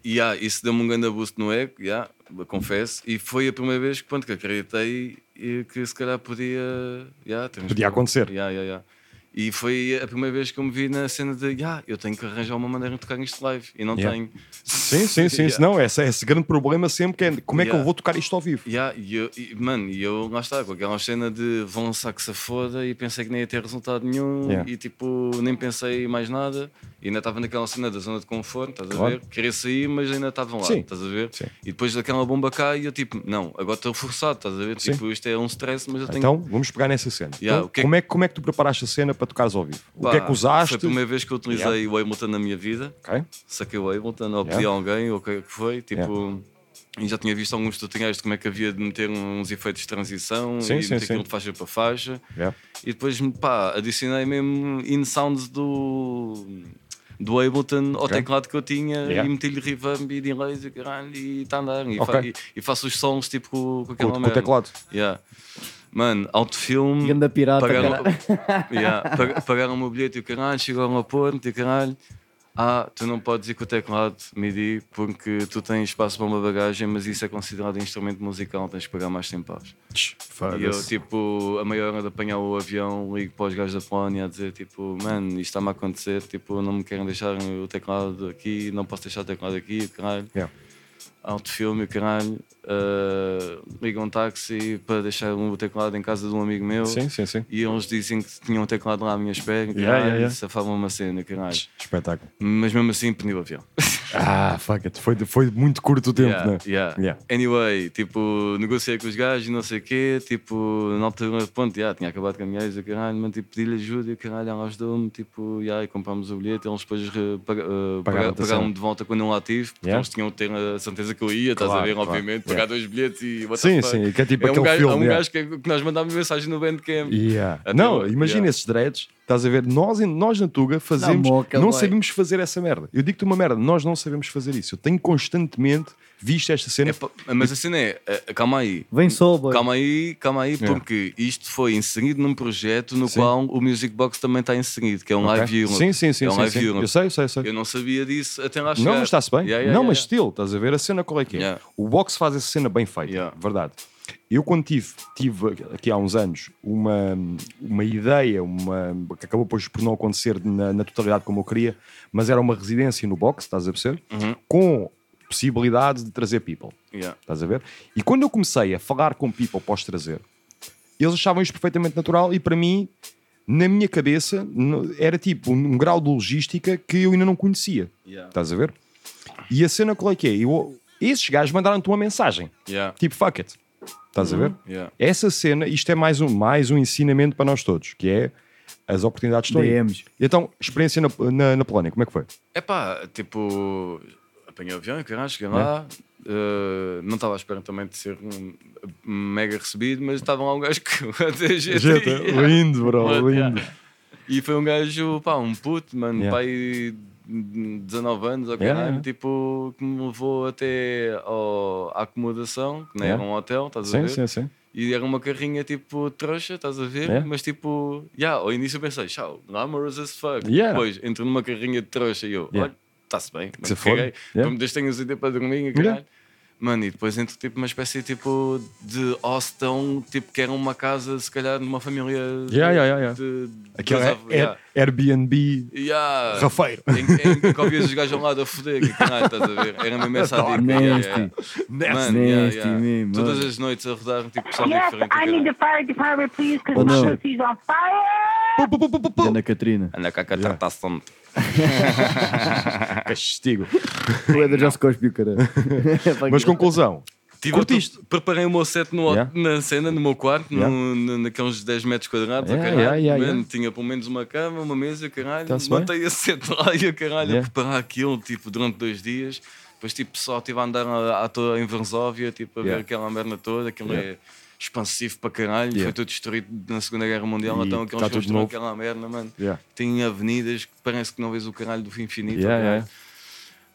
yeah, isso deu-me um grande boost no ego, yeah, confesso. E foi a primeira vez que, pronto, que acreditei e que se calhar podia. Yeah, transformar. Podia acontecer. Yeah, yeah, yeah. E foi a primeira vez que eu me vi na cena de ah, eu tenho que arranjar uma maneira de tocar isto live. E não Yeah. tenho. Sim, sim, sim. Yeah. Não, esse, esse grande problema sempre que é como é que eu Yeah. vou tocar isto ao vivo. Yeah, e eu, e, mano, e eu lá está, com aquela cena de vão lançar que se foda e pensei que nem ia ter resultado nenhum Yeah. e tipo, nem pensei mais nada e ainda estava naquela cena da zona de conforto, estás a Claro. ver? Queria sair, mas ainda estavam lá, Sim. estás a ver? Sim. E depois daquela bomba cá e eu tipo, não, agora estou forçado, estás a ver? Sim. Tipo, isto é um stress, mas eu tenho Então, vamos pegar nessa cena. Yeah, Então, o que é que- como, é, que- como é que tu preparaste a cena para tocares ao vivo? o que é Pá, que usaste? Foi a primeira vez que eu utilizei o Ableton na minha vida. Ok. Saquei o Ableton, ou pedi Yeah. a alguém, ou o que é que foi. Tipo, e já tinha visto alguns tutoriais de como é que havia de meter uns efeitos de transição Sim, e sim, meter sim. aquilo de faixa para faixa. Yeah. E depois, pá, adicionei mesmo in-sounds do. Do Ableton ao Ok. teclado que eu tinha Yeah. e meti-lhe reverb e delays e caralho e está a andar. E, Ok. fa- e- e faço os sons tipo com, com Com, aquela com o merda. teclado. Yeah. Mano, autofilme. Ganda pirata, Pagaram, yeah, pag- pagaram o meu bilhete e o caralho, chegaram ao ponto e o caralho. Ah, tu não podes ir com o teclado MIDI porque tu tens espaço para uma bagagem, mas isso é considerado instrumento musical, tens que pagar mais 100 paus. E eu, tipo, a meia hora de apanhar o avião, ligo para os gajos da Polónia a dizer, tipo, mano, isto está-me a acontecer, tipo, não me querem deixar o teclado aqui, não posso deixar o teclado aqui, caralho. Yeah. Autofilme, caralho. Ah, ligo um táxi para deixar o teclado em casa de um amigo meu. Sim, sim, sim. E eles dizem que tinham um teclado lá à minha espera, caralho, Yeah, yeah, yeah. safavam uma cena, caralho. Espetáculo. Mas mesmo assim, pedi o avião. Ah, fuck it. Foi, foi muito curto o tempo, Yeah, né? yeah. Yeah. Anyway, tipo, negociei com os gajos e não sei o quê, tipo, na altura, ponto, yeah, tinha acabado de caminhar e o caralho, mas tipo, pedi-lhe ajuda e o caralho, ela ajudou-me, tipo, yeah, e comprámos o bilhete, eles depois eh, pag- eh, paga- a taxa. pagaram-me de volta quando eu lá tive, porque Yeah. eles tinham de ter a certeza que eu ia, estás Claro, a ver, claro. obviamente, Yeah. pagar dois bilhetes e what the Sim, fuck. sim. É que é tipo É um aquele gajo, filme. é um yeah. gajo que, que nós mandámos mensagem no Bandcamp. Yeah. Até Não, hoje, imagina yeah. esses dreads, estás a ver? Nós, em- nós na Tuga fazemos, Na moca, não boy. sabemos fazer essa merda. Eu digo-te uma merda, nós não sabemos fazer isso. Eu tenho constantemente visto esta cena. É pa- mas a cena é, eh, calma aí, Vem só, boy. Calma aí, calma aí, Yeah. porque isto foi inserido num projeto no Sim. qual o Music Box também está inserido, que é um Ok? Live Europe. Sim, sim, sim. É um sim, Live sim. Europe. Eu sei, eu sei, eu sei. Eu não sabia disso até lá chegar. Não, mas está-se bem. Yeah, yeah, não, yeah, mas yeah. still, estás a ver? A cena qual é que é? Yeah. O box faz essa cena bem feita, Yeah. verdade. Eu, quando tive, tive aqui há uns anos uma, uma ideia, uma, que acabou depois por não acontecer na, na totalidade como eu queria, mas era uma residência no box, estás a perceber? Uhum. Com possibilidade de trazer people. Yeah. Estás a ver? E quando eu comecei a falar com people pós trazer, eles achavam isto perfeitamente natural e para mim, na minha cabeça, no- era tipo um, um grau de logística que eu ainda não conhecia. Yeah. Estás a ver? E a cena qual é que é? Eu, esses gajos mandaram-te uma mensagem. Yeah. Tipo, fuck it. Estás a ver? Yeah. Essa cena, isto é mais um, mais um ensinamento para nós todos, que é as oportunidades estão aí. DMs. Então, experiência na, na, na Polónia, como é que foi? Epá, tipo, apanhei o avião, caralho, cheguei lá. eh, não estava à espera também de ser um mega recebido, mas estava lá um gajo que até gente. Yeah. lindo, bro, What, lindo. E foi um gajo, pá, um puto, mano, Yeah. pai de 19 anos, ou Yeah, caralho, yeah. tipo, que me levou até ao- à acomodação, que não Yeah. era um hotel, estás a Sim, ver? sim, sim. E era uma carrinha tipo trouxa, estás a ver? Yeah. Mas tipo, yeah, ao início eu pensei, tchau, glamorous as fuck. Yeah. Depois entro numa carrinha de trouxa e eu, Yeah. olha, está-se bem, mas se caguei, foda. Yeah. como desde tenho os ideia para dormir, e caralho. Yeah. Mano, e depois entro tipo uma espécie tipo de hostel, tipo que era uma casa, se calhar, de uma família. Yeah, yeah, yeah, yeah. De, Aquilo dois é, avós, é Airbnb Yeah. rafeiro. Em, em que ouvias os gajos ao lado a foder, que caralho, estás a ver? Era mesmo essa a dica. yeah, yeah, yeah. Mano, yeah, nasty yeah. mesmo, Todas mano. as noites a rodar tipo pessoal Yes, diferente. I need caralho. the fire department, please, Oh, because no. my pussy's on fire. Ana Catarina. Anda cá que a tratação. Castigo. O Eder já se cospe o caralho. Mas conclusão. Tive Curtiste? outro- Preparei o meu set no, Yeah. na cena, no meu quarto, no- Yeah. na- naqueles 10 metros quadrados. Yeah, o caralho. yeah, yeah, Mano, yeah. Tinha pelo menos uma cama, uma mesa, o caralho. Tá-se bem. Montei a set lá e o caralho Yeah. a preparar aquilo tipo, durante dois dias. Depois tipo, só estive a andar à, à toa em Varsóvia, tipo, a Yeah. ver aquela merda toda, aquilo Yeah. é expansivo para caralho. Yeah. Foi tudo destruído na Segunda Guerra Mundial, E então tá aqueles tudo gajos tiram novo. aquela merda, mano. Yeah. Tem avenidas que parece que não vês o caralho do infinito. Yeah, o caralho. yeah.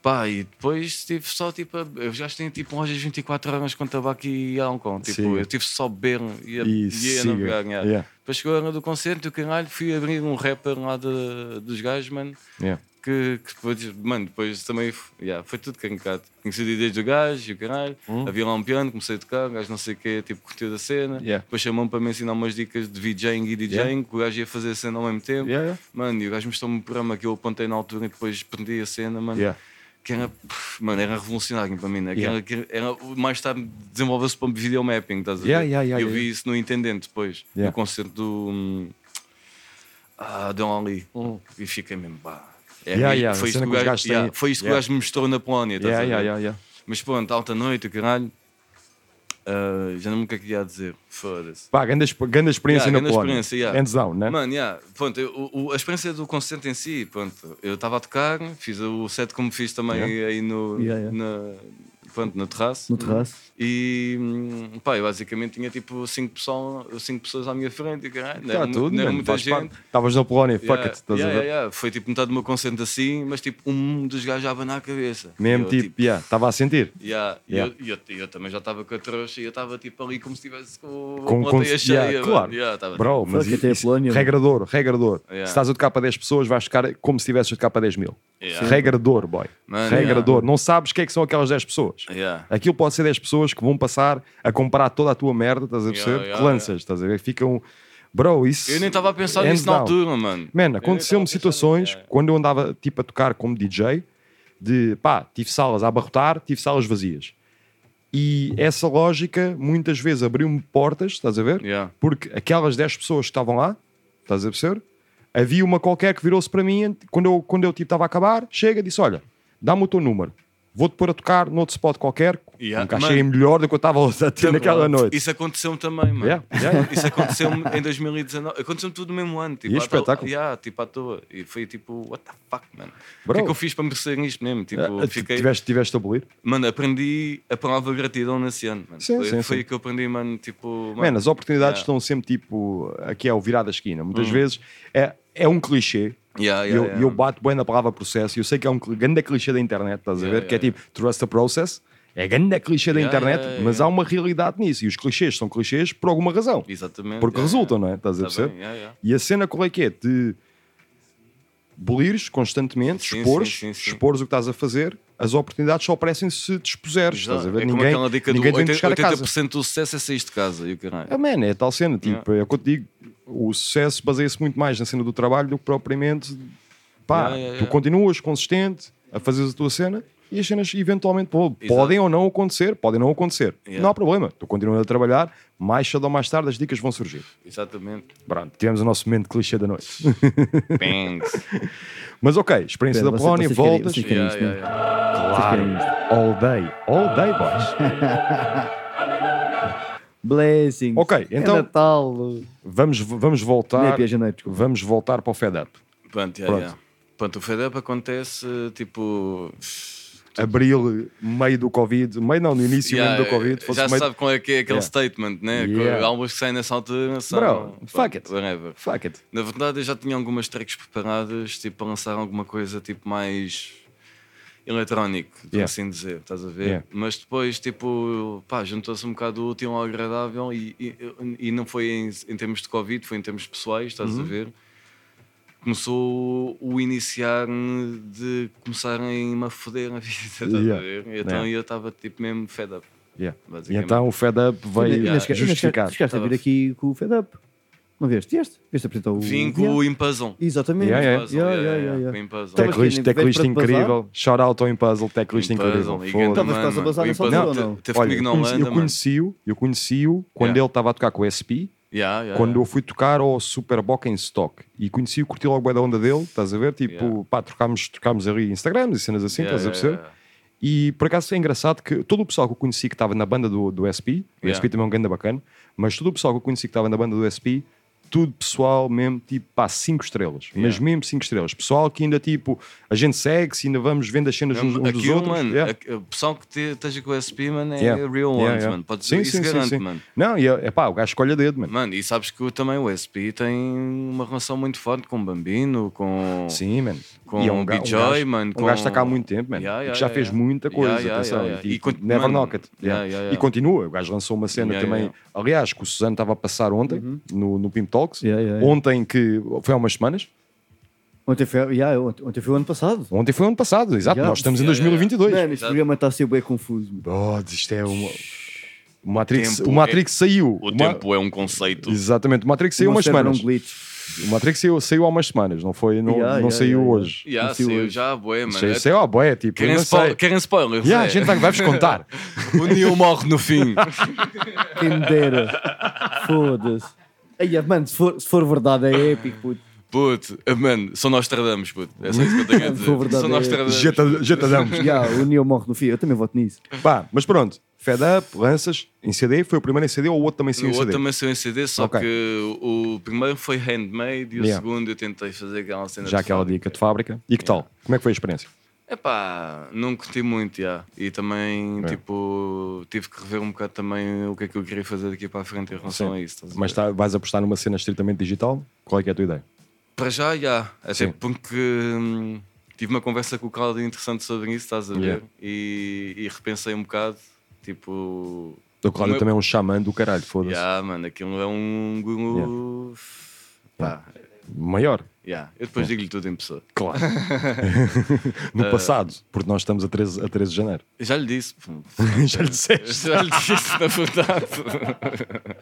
Pá, e depois tive só tipo. a- Eu já tinha tipo lojas 24 horas com tabaco e álcool. Tipo, Siga. eu tive só a beber e a, E e a não siga. ganhar. Yeah. Depois chegou a hora do concerto, e o caralho, fui abrir um rapper lá de- dos gajos, mano. Yeah. que, que depois, mano, depois também f- yeah, foi tudo cancado. Conheci o ideia do gajo e o caralho, Hum. havia lá um piano, comecei a tocar, o gajo não sei o que, tipo, curtiu da cena. Yeah. Depois chamou-me para me ensinar umas dicas de DJing e DJing, que o gajo ia fazer a cena ao mesmo tempo. Yeah, yeah. Mano, e o gajo mostrou-me um programa que eu apontei na altura e depois prendi a cena, mano. Yeah. Que era, pff, mano, era revolucionário para mim, né? Que Yeah. era, que era- mais tarde desenvolveu-se para videomapping, estás a ver? Yeah, yeah, yeah, eu yeah. vi isso no Intendente depois, Yeah. no concerto do. hum, ah, Don Ali. E fiquei mesmo, pá. É Hum. Yeah, mesmo- yeah, a foi, isto cena que o que os gajo, gajos têm. yeah, foi isto que Yeah. o gajo me mostrou na Polónia. estás Yeah, a ver? yeah, yeah, yeah. Mas pronto, alta noite, o caralho. Ah, já não me o que é que ia dizer. Foda-se. Pá, grande, exp- grande experiência Yeah, na grande Polónia. experiência, yeah. Hands down, né? Mano, yeah, pronto, eu- o- o- a experiência do concerto em si, pronto, eu estava a tocar, fiz o set como fiz também Yeah. aí no, Yeah, yeah. Na, pronto, no terraço. No terraço. E hum, pá, eu basicamente tinha tipo 5 pessoas, cinco pessoas à minha frente, e caralho, não Tá era, mu- tudo, não era mano, muita faz gente. parte. Estavas na Polónia, fuck Yeah, it, estás yeah, a ver? yeah, yeah. Foi tipo metade do meu concerto assim, mas tipo um dos gajos já abanar a cabeça. E Mesmo eu, tipo, yeah, estava a sentir. Yeah. e Yeah. Eu, e eu, e eu também já estava com a trouxa e eu estava tipo ali como se estivesse com, Com- a com- plateia cheia. yeah, mano. claro. Yeah, tava- tipo- Bro, mas Fuck, até a isso- Polónia, né? mano. regra de ouro, regra de ouro. Yeah. Se estás a tocar para 10 pessoas, vais tocar como se estivesse a tocar para 10 mil. Yeah. Regra de ouro, boy. Mano, regra yeah. de ouro. Não sabes o que é que são aquelas 10 pessoas. Yeah. Aquilo pode ser 10 pessoas que vão passar a comprar toda a tua merda, estás a Yeah, perceber? yeah, que lanças, estás a ver? Ficam. Bro, isso. tipo, Eu nem estava a pensar hands nisso na down. altura, mano. Mano, aconteceu-me situações é. quando eu andava tipo a tocar como DJ, de pá, tive salas a abarrotar, tive salas vazias. E essa lógica muitas vezes abriu-me portas, estás a ver? Yeah. Porque aquelas 10 pessoas que estavam lá, estás a perceber? Havia uma qualquer que virou-se para mim quando eu, quando eu tipo estava a acabar, chega e disse: Olha, dá-me o teu número, vou-te pôr a tocar noutro spot qualquer. Yeah, Nunca mano. Então, achei melhor do que eu estava a ter naquela noite. Isso aconteceu-me também, mano. Yeah, yeah, yeah. Isso aconteceu-me em 2019. Aconteceu-me tudo no mesmo ano. Tipo, E à espetáculo. toa- yeah, tipo à toa. E foi tipo, what the fuck, mano? O Bro. que é que eu fiz para merecer isto mesmo? Tipo, Ah, tu- fiquei. tiveste, tiveste a abolir? Mano, aprendi a palavra gratidão nesse ano, mano. Sim, foi sim, foi sim. o que eu aprendi, mano. Tipo, mano, Mano, as oportunidades yeah. Hum. estão sempre tipo aqui é o virar da esquina. Muitas vezes é, é um clichê. Yeah, E yeah, eu, yeah. e eu bato bem na palavra processo. e Eu sei que é um cli- grande clichê da internet, estás a Yeah, ver? que é yeah, tipo trust the process. É grande clichê da Yeah, internet, yeah, yeah, mas yeah. há uma realidade nisso. E os clichês são clichês por alguma razão. Exatamente. Porque yeah, resultam, yeah. não é? Estás a Tá perceber? bem, yeah, yeah. E a cena qual é que é? De bolires constantemente, Sim, expores, sim, sim, sim. expores o que estás a fazer, as oportunidades só aparecem se dispuseres. Estás a Exato. ver? É como ninguém aquela dica do ninguém te vem 80%, buscar a casa. 80% do sucesso é sair de casa. E o caralho. Ah, man, é tal cena, tipo, é o que eu te digo, o sucesso baseia-se muito mais na cena do trabalho do que propriamente, pá, Yeah, yeah, tu yeah. continuas consistente a fazer a tua cena e as cenas eventualmente pô, Exato. podem ou não acontecer, podem não acontecer, Yeah. não há problema, tu continuas a trabalhar, mais cedo ou mais tarde as dicas vão surgir. Exatamente. Pronto, tivemos o nosso momento clichê da noite. Bangs. Mas ok, experiência Espera, da vocês- Polónia, vocês querem- voltas, vocês querem yeah, isto, yeah, né? yeah. claro, querem all day, all day boys. Blessings. Ok, então- É Natal. vamos, vamos voltar, Happy Janeiro, é, desculpa. vamos voltar para o Fed Up. Pronto, yeah, Pronto. yeah. Pronto, o FedEp acontece tipo. Abril, meio do Covid, meio não, no início yeah, mesmo do Covid, fosse já se meio, sabe qual é que é aquele Yeah. statement, né? Yeah. Que Algumas que saem nessa altura são. Bro, fuck it. Whatever. Fuck it. Na verdade, eu já tinha algumas tracks preparadas, tipo, para lançar alguma coisa, tipo, mais eletrónico, por Yeah. assim dizer, estás a ver? Yeah. Mas depois, tipo, pá, juntou-se um bocado o útil ao agradável e, e, e não foi em, em termos de Covid, foi em termos pessoais, estás Uhum. a ver? Começou o iniciar de começarem-me a foder a vida, estás Yeah. a ver? Então Yeah. eu estava, tipo, mesmo fed up, Yeah. E basicamente. então o Fed Up veio ainda chegaste- justificar. chegaste a vir aqui com o Fed Up. Não vieste? Vieste? Vieste apresentar o. Vim com Yeah. o Impazon. Exatamente. Yeah, yeah. Puzzle, Yeah, yeah, yeah, yeah, yeah, Então, com yeah. Impuzzle. Tava- Teclist, Estava aqui, teclist veio é para incrível. Shout out ao Impuzzle, teclista Impuzzle, incrível. e Foda-se. grande Estavas quase a mano, bazar o nessa Impuzzle altura, ou não? te- Teve Olha, comigo na eu conheci- Holanda, eu mano. conheci-o eu conheci-o quando Yeah. ele estava a tocar com o SP, Yeah, yeah, quando yeah. eu fui tocar ao Super Bock em Stock. E conheci-o, curti logo bué da onda dele, estás a ver? Tipo, Yeah. pá, trocámos, trocámos ali Instagrams e cenas assim, Yeah, estás a perceber? yeah, yeah. E por acaso é engraçado que todo o pessoal que eu conheci que estava na banda do, do SP, o Yeah. SP também é um grande bacana, mas todo o pessoal que eu conheci que estava na banda do SP, tudo pessoal mesmo, tipo, pá, 5 estrelas, mas mesmo 5 estrelas. Pessoal que ainda, tipo, a gente segue, se ainda vamos vendo as cenas uns, uns um dos Aquilo, outros. um, mano, Yeah. a- o pessoal que te- esteja com o SP, mano, é Yeah. real ones, Yeah, yeah. mano. Pode dizer, isso garante, mano. Não, e é é pá, o gajo escolhe a dedo, mano. Mano, e sabes que o- também o SP tem uma relação muito forte com o Bambino, com... Sim, mano. com e é o um ga- um BJ, gajo- mano, Um com- gajo está cá há muito tempo, mano. Yeah, e que yeah, já yeah, fez yeah. muita coisa, Yeah, yeah, atenção. yeah, yeah. E, E conti- never mano, knock it. yeah, yeah, yeah. E continua. O gajo lançou uma cena Yeah, também. yeah, Uhum. Aliás, que o Suzano estava a passar ontem, no, no Pimp Talks. Yeah, yeah, yeah. Ontem, que foi há umas semanas. Ontem foi, yeah, ontem, ontem foi o ano passado. Ontem foi o ano passado, exato. Yeah. Nós estamos em Yeah, yeah, 2022. Mano, este programa está a ser bem confuso. Oh, isto é uma. O Matrix, Tempo é o Matrix saiu. O Ma- tempo é um conceito. Exatamente, o Matrix saiu Uma umas cena semanas. num um glitch. O Matrix saiu, saiu há umas semanas, não, foi, não, Yeah, não yeah, saiu yeah, hoje. Já, Nasceu saiu hoje. já, boé, mano. É Saiu, saiu, ah, boé, tipo, Querem, não spoil sei. querem spoilers? Yeah, a é. gente tá- vai-vos contar. O Neo morre no fim. Quem me dera. Foda-se. Ai, ah, mano, se for, se for verdade é épico, puto. Puto, mano, só nós tradamos, puto. É só isso que eu tenho a dizer. Sou verdadeiro. só nós tradamos. Jeta- Jetadamos. Yeah, o Neo morre no fim. Eu também voto nisso. Pá, mas pronto, Fed Up, lanças em CD, foi o primeiro em CD ou o outro também saiu O em CD? outro também saiu em CD, só é Ok. que o o primeiro foi handmade e o Yeah. segundo eu tentei fazer aquela cena Já de aquela dica de fábrica. E que tal? Como é que foi a experiência? Epá, não curti muito, já. E também, É. tipo, tive que rever um bocado também o que é que eu queria fazer daqui para a frente em relação Sim. a isso. estás a Mas ver? tá- vais apostar numa cena estritamente digital? Qual é que é a tua ideia? Para já, já. Até Sim. porque hum, tive uma conversa com o Claudio interessante sobre isso, estás a ver? Yeah. E, e repensei um bocado, tipo... O Cláudio Uma- também é um xamã do caralho, foda-se. Já, mano, aquilo é um guru... Pá, Maior, já. Eu depois digo-lhe tudo em pessoa. claro. no Eh, passado, porque nós estamos a 13, a 13 de janeiro. Já lhe disse, pô. Já lhe disseste. já lhe disse, na verdade.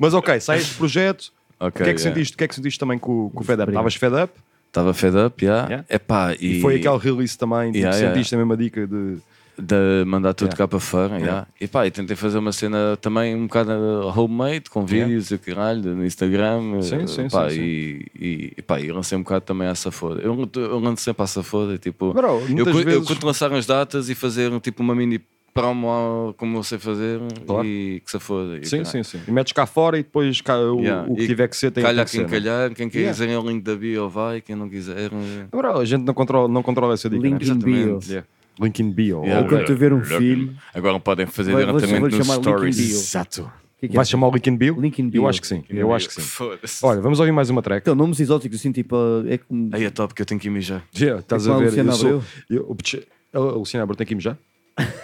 Mas ok, sai este projeto. Ok, o que é que yeah. sentiste? O que é que sentiste também com, com o Fed Up? Estavas Fed Up? Estava fed up, já. Yeah. Epá, E, foi aquele release também, tipo, Yeah, yeah. sentiste a mesma dica de de mandar tudo Yeah. cá para fora. yeah. E pá, e tentei fazer uma cena também um bocado homemade, com Yeah. vídeos e o caralho, no Instagram. Sim, eh, sim, pá, sim, sim. E, e, e pá, e lancei um bocado também à safoda. Eu, eu lanço sempre à safoda, tipo. Bro, eu, muitas cu- eu vezes- curto lançar as datas e fazer tipo uma mini promo como eu sei fazer Claro. e que safoda. e o Sim, caralho. sim, sim. E metes cá fora e depois cá, o, Yeah. o que E tiver que ser tem Calha que quem ser. né? calhar, quem Yeah. quiser é o link da bio vai, quem não quiser. eh, Bro, a gente não controla, não controla essa dica. Link né? in bio. exatamente, yeah. Link in bio. Yeah, Ou- Ou quando tu ver um filme, Agora podem fazer Vai- vou- diretamente vou-lhe nos chamar link in stories. bio. Exato. que é que é? Vai chamar o Link in bio? Link in Eu bio. acho que sim. Eu acho que sim. Foda-se. Olha, vamos ouvir mais uma track. Então, nomes exóticos, assim, tipo, é como. Aí é top que eu tenho que ir mijar. Yeah, estás É com a a ver? Luciana eu sou- Abreu. eu- o Pch- a a Luciana Abreu tem que ir já?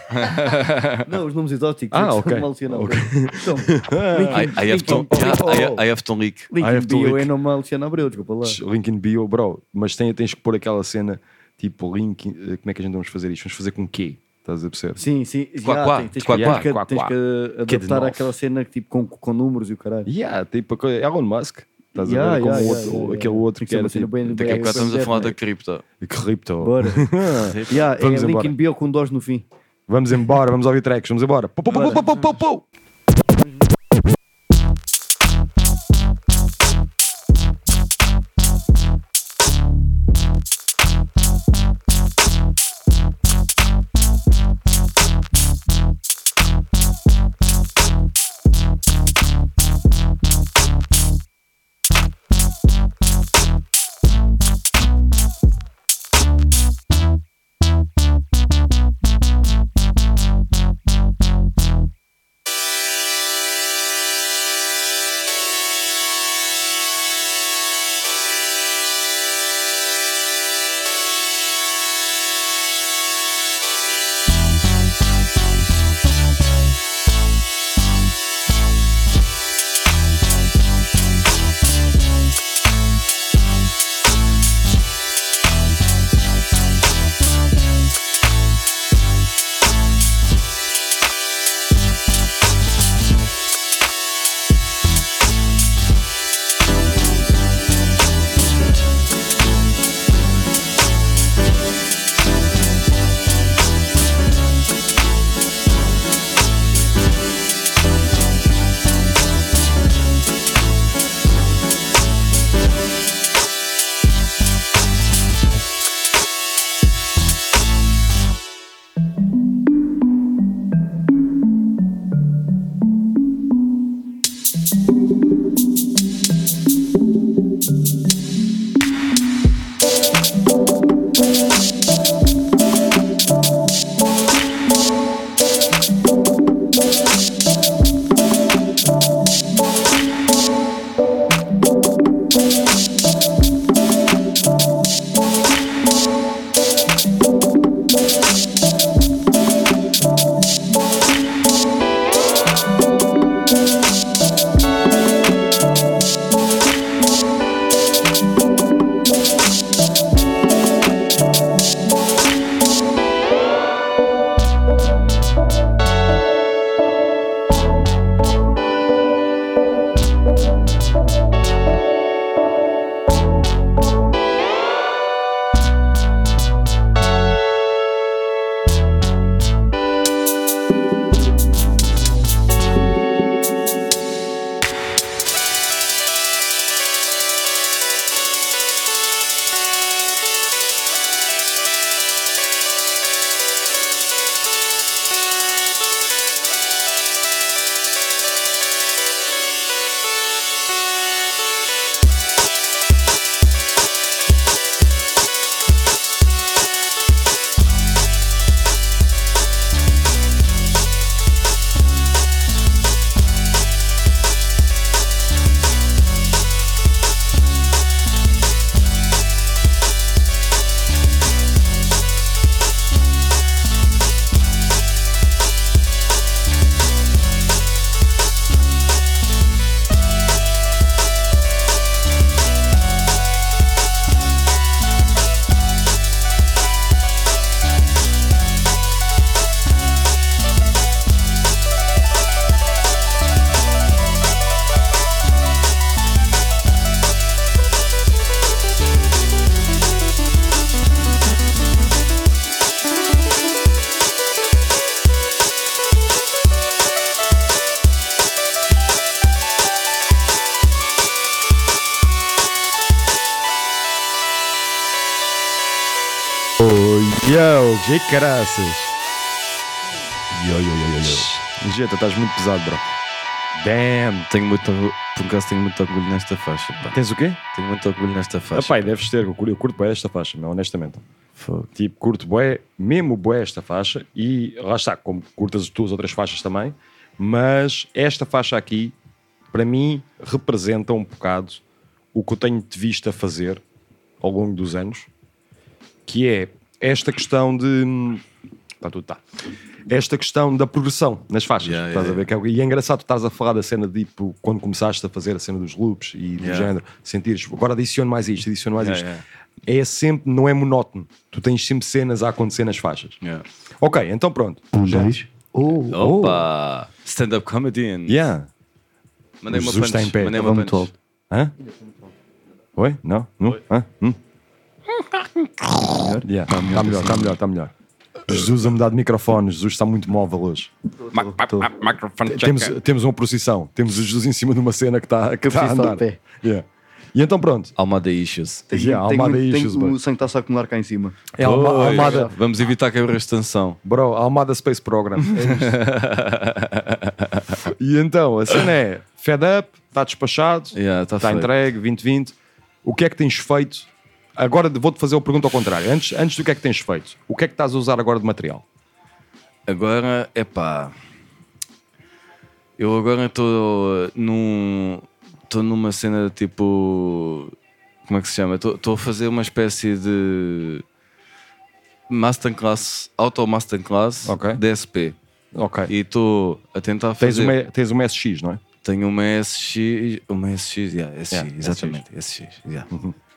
Não, os nomes exóticos. Ah, é que são ok. mal Luciana Ok. Abreu. Então, Lincoln- I, I, have to, Lincoln- yeah, I, I have to leak. Lincoln I have to Bio Então, lick. oh. é nome a Luciana Abreu, desculpa lá. Link in bio, bro. Mas tem- tens que pôr aquela cena tipo link. in- eh, Como é que a gente vamos fazer isto? Vamos fazer com quê? Estás a perceber? Sim, sim. já, Quá, quá, tens- tens, quá, que- quá, tens que- quá, tens quá. que Que de adaptar novo. aquela cena que, tipo, com, com números e o caralho. Yeah, tipo a coisa- Elon Musk. Estás a Yeah, ver? Como yeah, o yeah, outro- yeah, yeah. aquele outro Tem que que ser uma cena era tipo, bem- Daqui a bem- bocado estamos a falar da bem- cripto. Crypto. Bora. yeah, é Vamos embora. Lincoln Bio com dois no fim. Vamos embora, vamos ouvir tracks, vamos embora. Pou, pou, pou, pou, pou, pou, pou. Thank DJ Caraças. Yo, yo, yo, yo, yo. Jeta, estás muito pesado, bro. Damn! Tenho muito orgulho, por acaso tenho muito orgulho nesta faixa. Pá. Tens o quê? Tenho muito orgulho nesta faixa. Epá, e deves ter, eu curto, eu curto bué esta faixa, meu, honestamente. Tipo, curto bué, mesmo bué esta faixa, e lá está, como curtas as tuas outras faixas também, mas esta faixa aqui, para mim, representa um bocado o que eu tenho-te visto a fazer ao longo dos anos, que é esta questão de... Está tudo, está. Esta questão da progressão nas faixas, Yeah, estás yeah, a ver? Que é, e é engraçado, tu estás a falar da cena de, tipo, quando começaste a fazer a cena dos loops e do Yeah. género, sentires, agora adiciono mais isto, adiciono mais Yeah, isto. yeah. É sempre, não é monótono. Tu tens sempre cenas a acontecer nas faixas. Ok, então pronto. Um, Oh, Opa! Stand-up comedian. Yeah. Mandei O uma Jesus punch. está em pé. Mandei Estava uma muito punch. alto. Hã? Oi? Não? Não? Hã? Hum? Yeah, Tá Está melhor, está melhor, está melhor, está melhor. Jesus a mudar de microfone, Jesus está muito móvel hoje. Microphone Temos, checker. temos uma procissão, temos o Jesus em cima de uma cena que está que está a Procissão andar. de pé. Yeah. E então pronto. Almada Issues. Tem, Yeah, tem, Almada muito- tem, issues, bro. o sangue está-se a acumular cá em cima. É Alma- Pois. Almada, Vamos evitar quebras de tensão. bro, Almada Space Program. E então, a cena é fed up, está despachado, Yeah, tá está feito. entregue, 2020. O que é que tens feito? Agora vou-te fazer a pergunta ao contrário. Antes, antes do que é que tens feito, o que é que estás a usar agora de material? Agora, é pá. Eu agora estou num. Estou numa cena tipo. Como é que se chama? Estou a fazer uma espécie de. Masterclass, Auto Masterclass Ok. DSP. Ok. E estou a tentar Tens fazer. uma, tens uma SX, não é? Tenho uma SX. Uma SX, yeah, SX, Yeah, Uhum. exatamente. SX, yeah.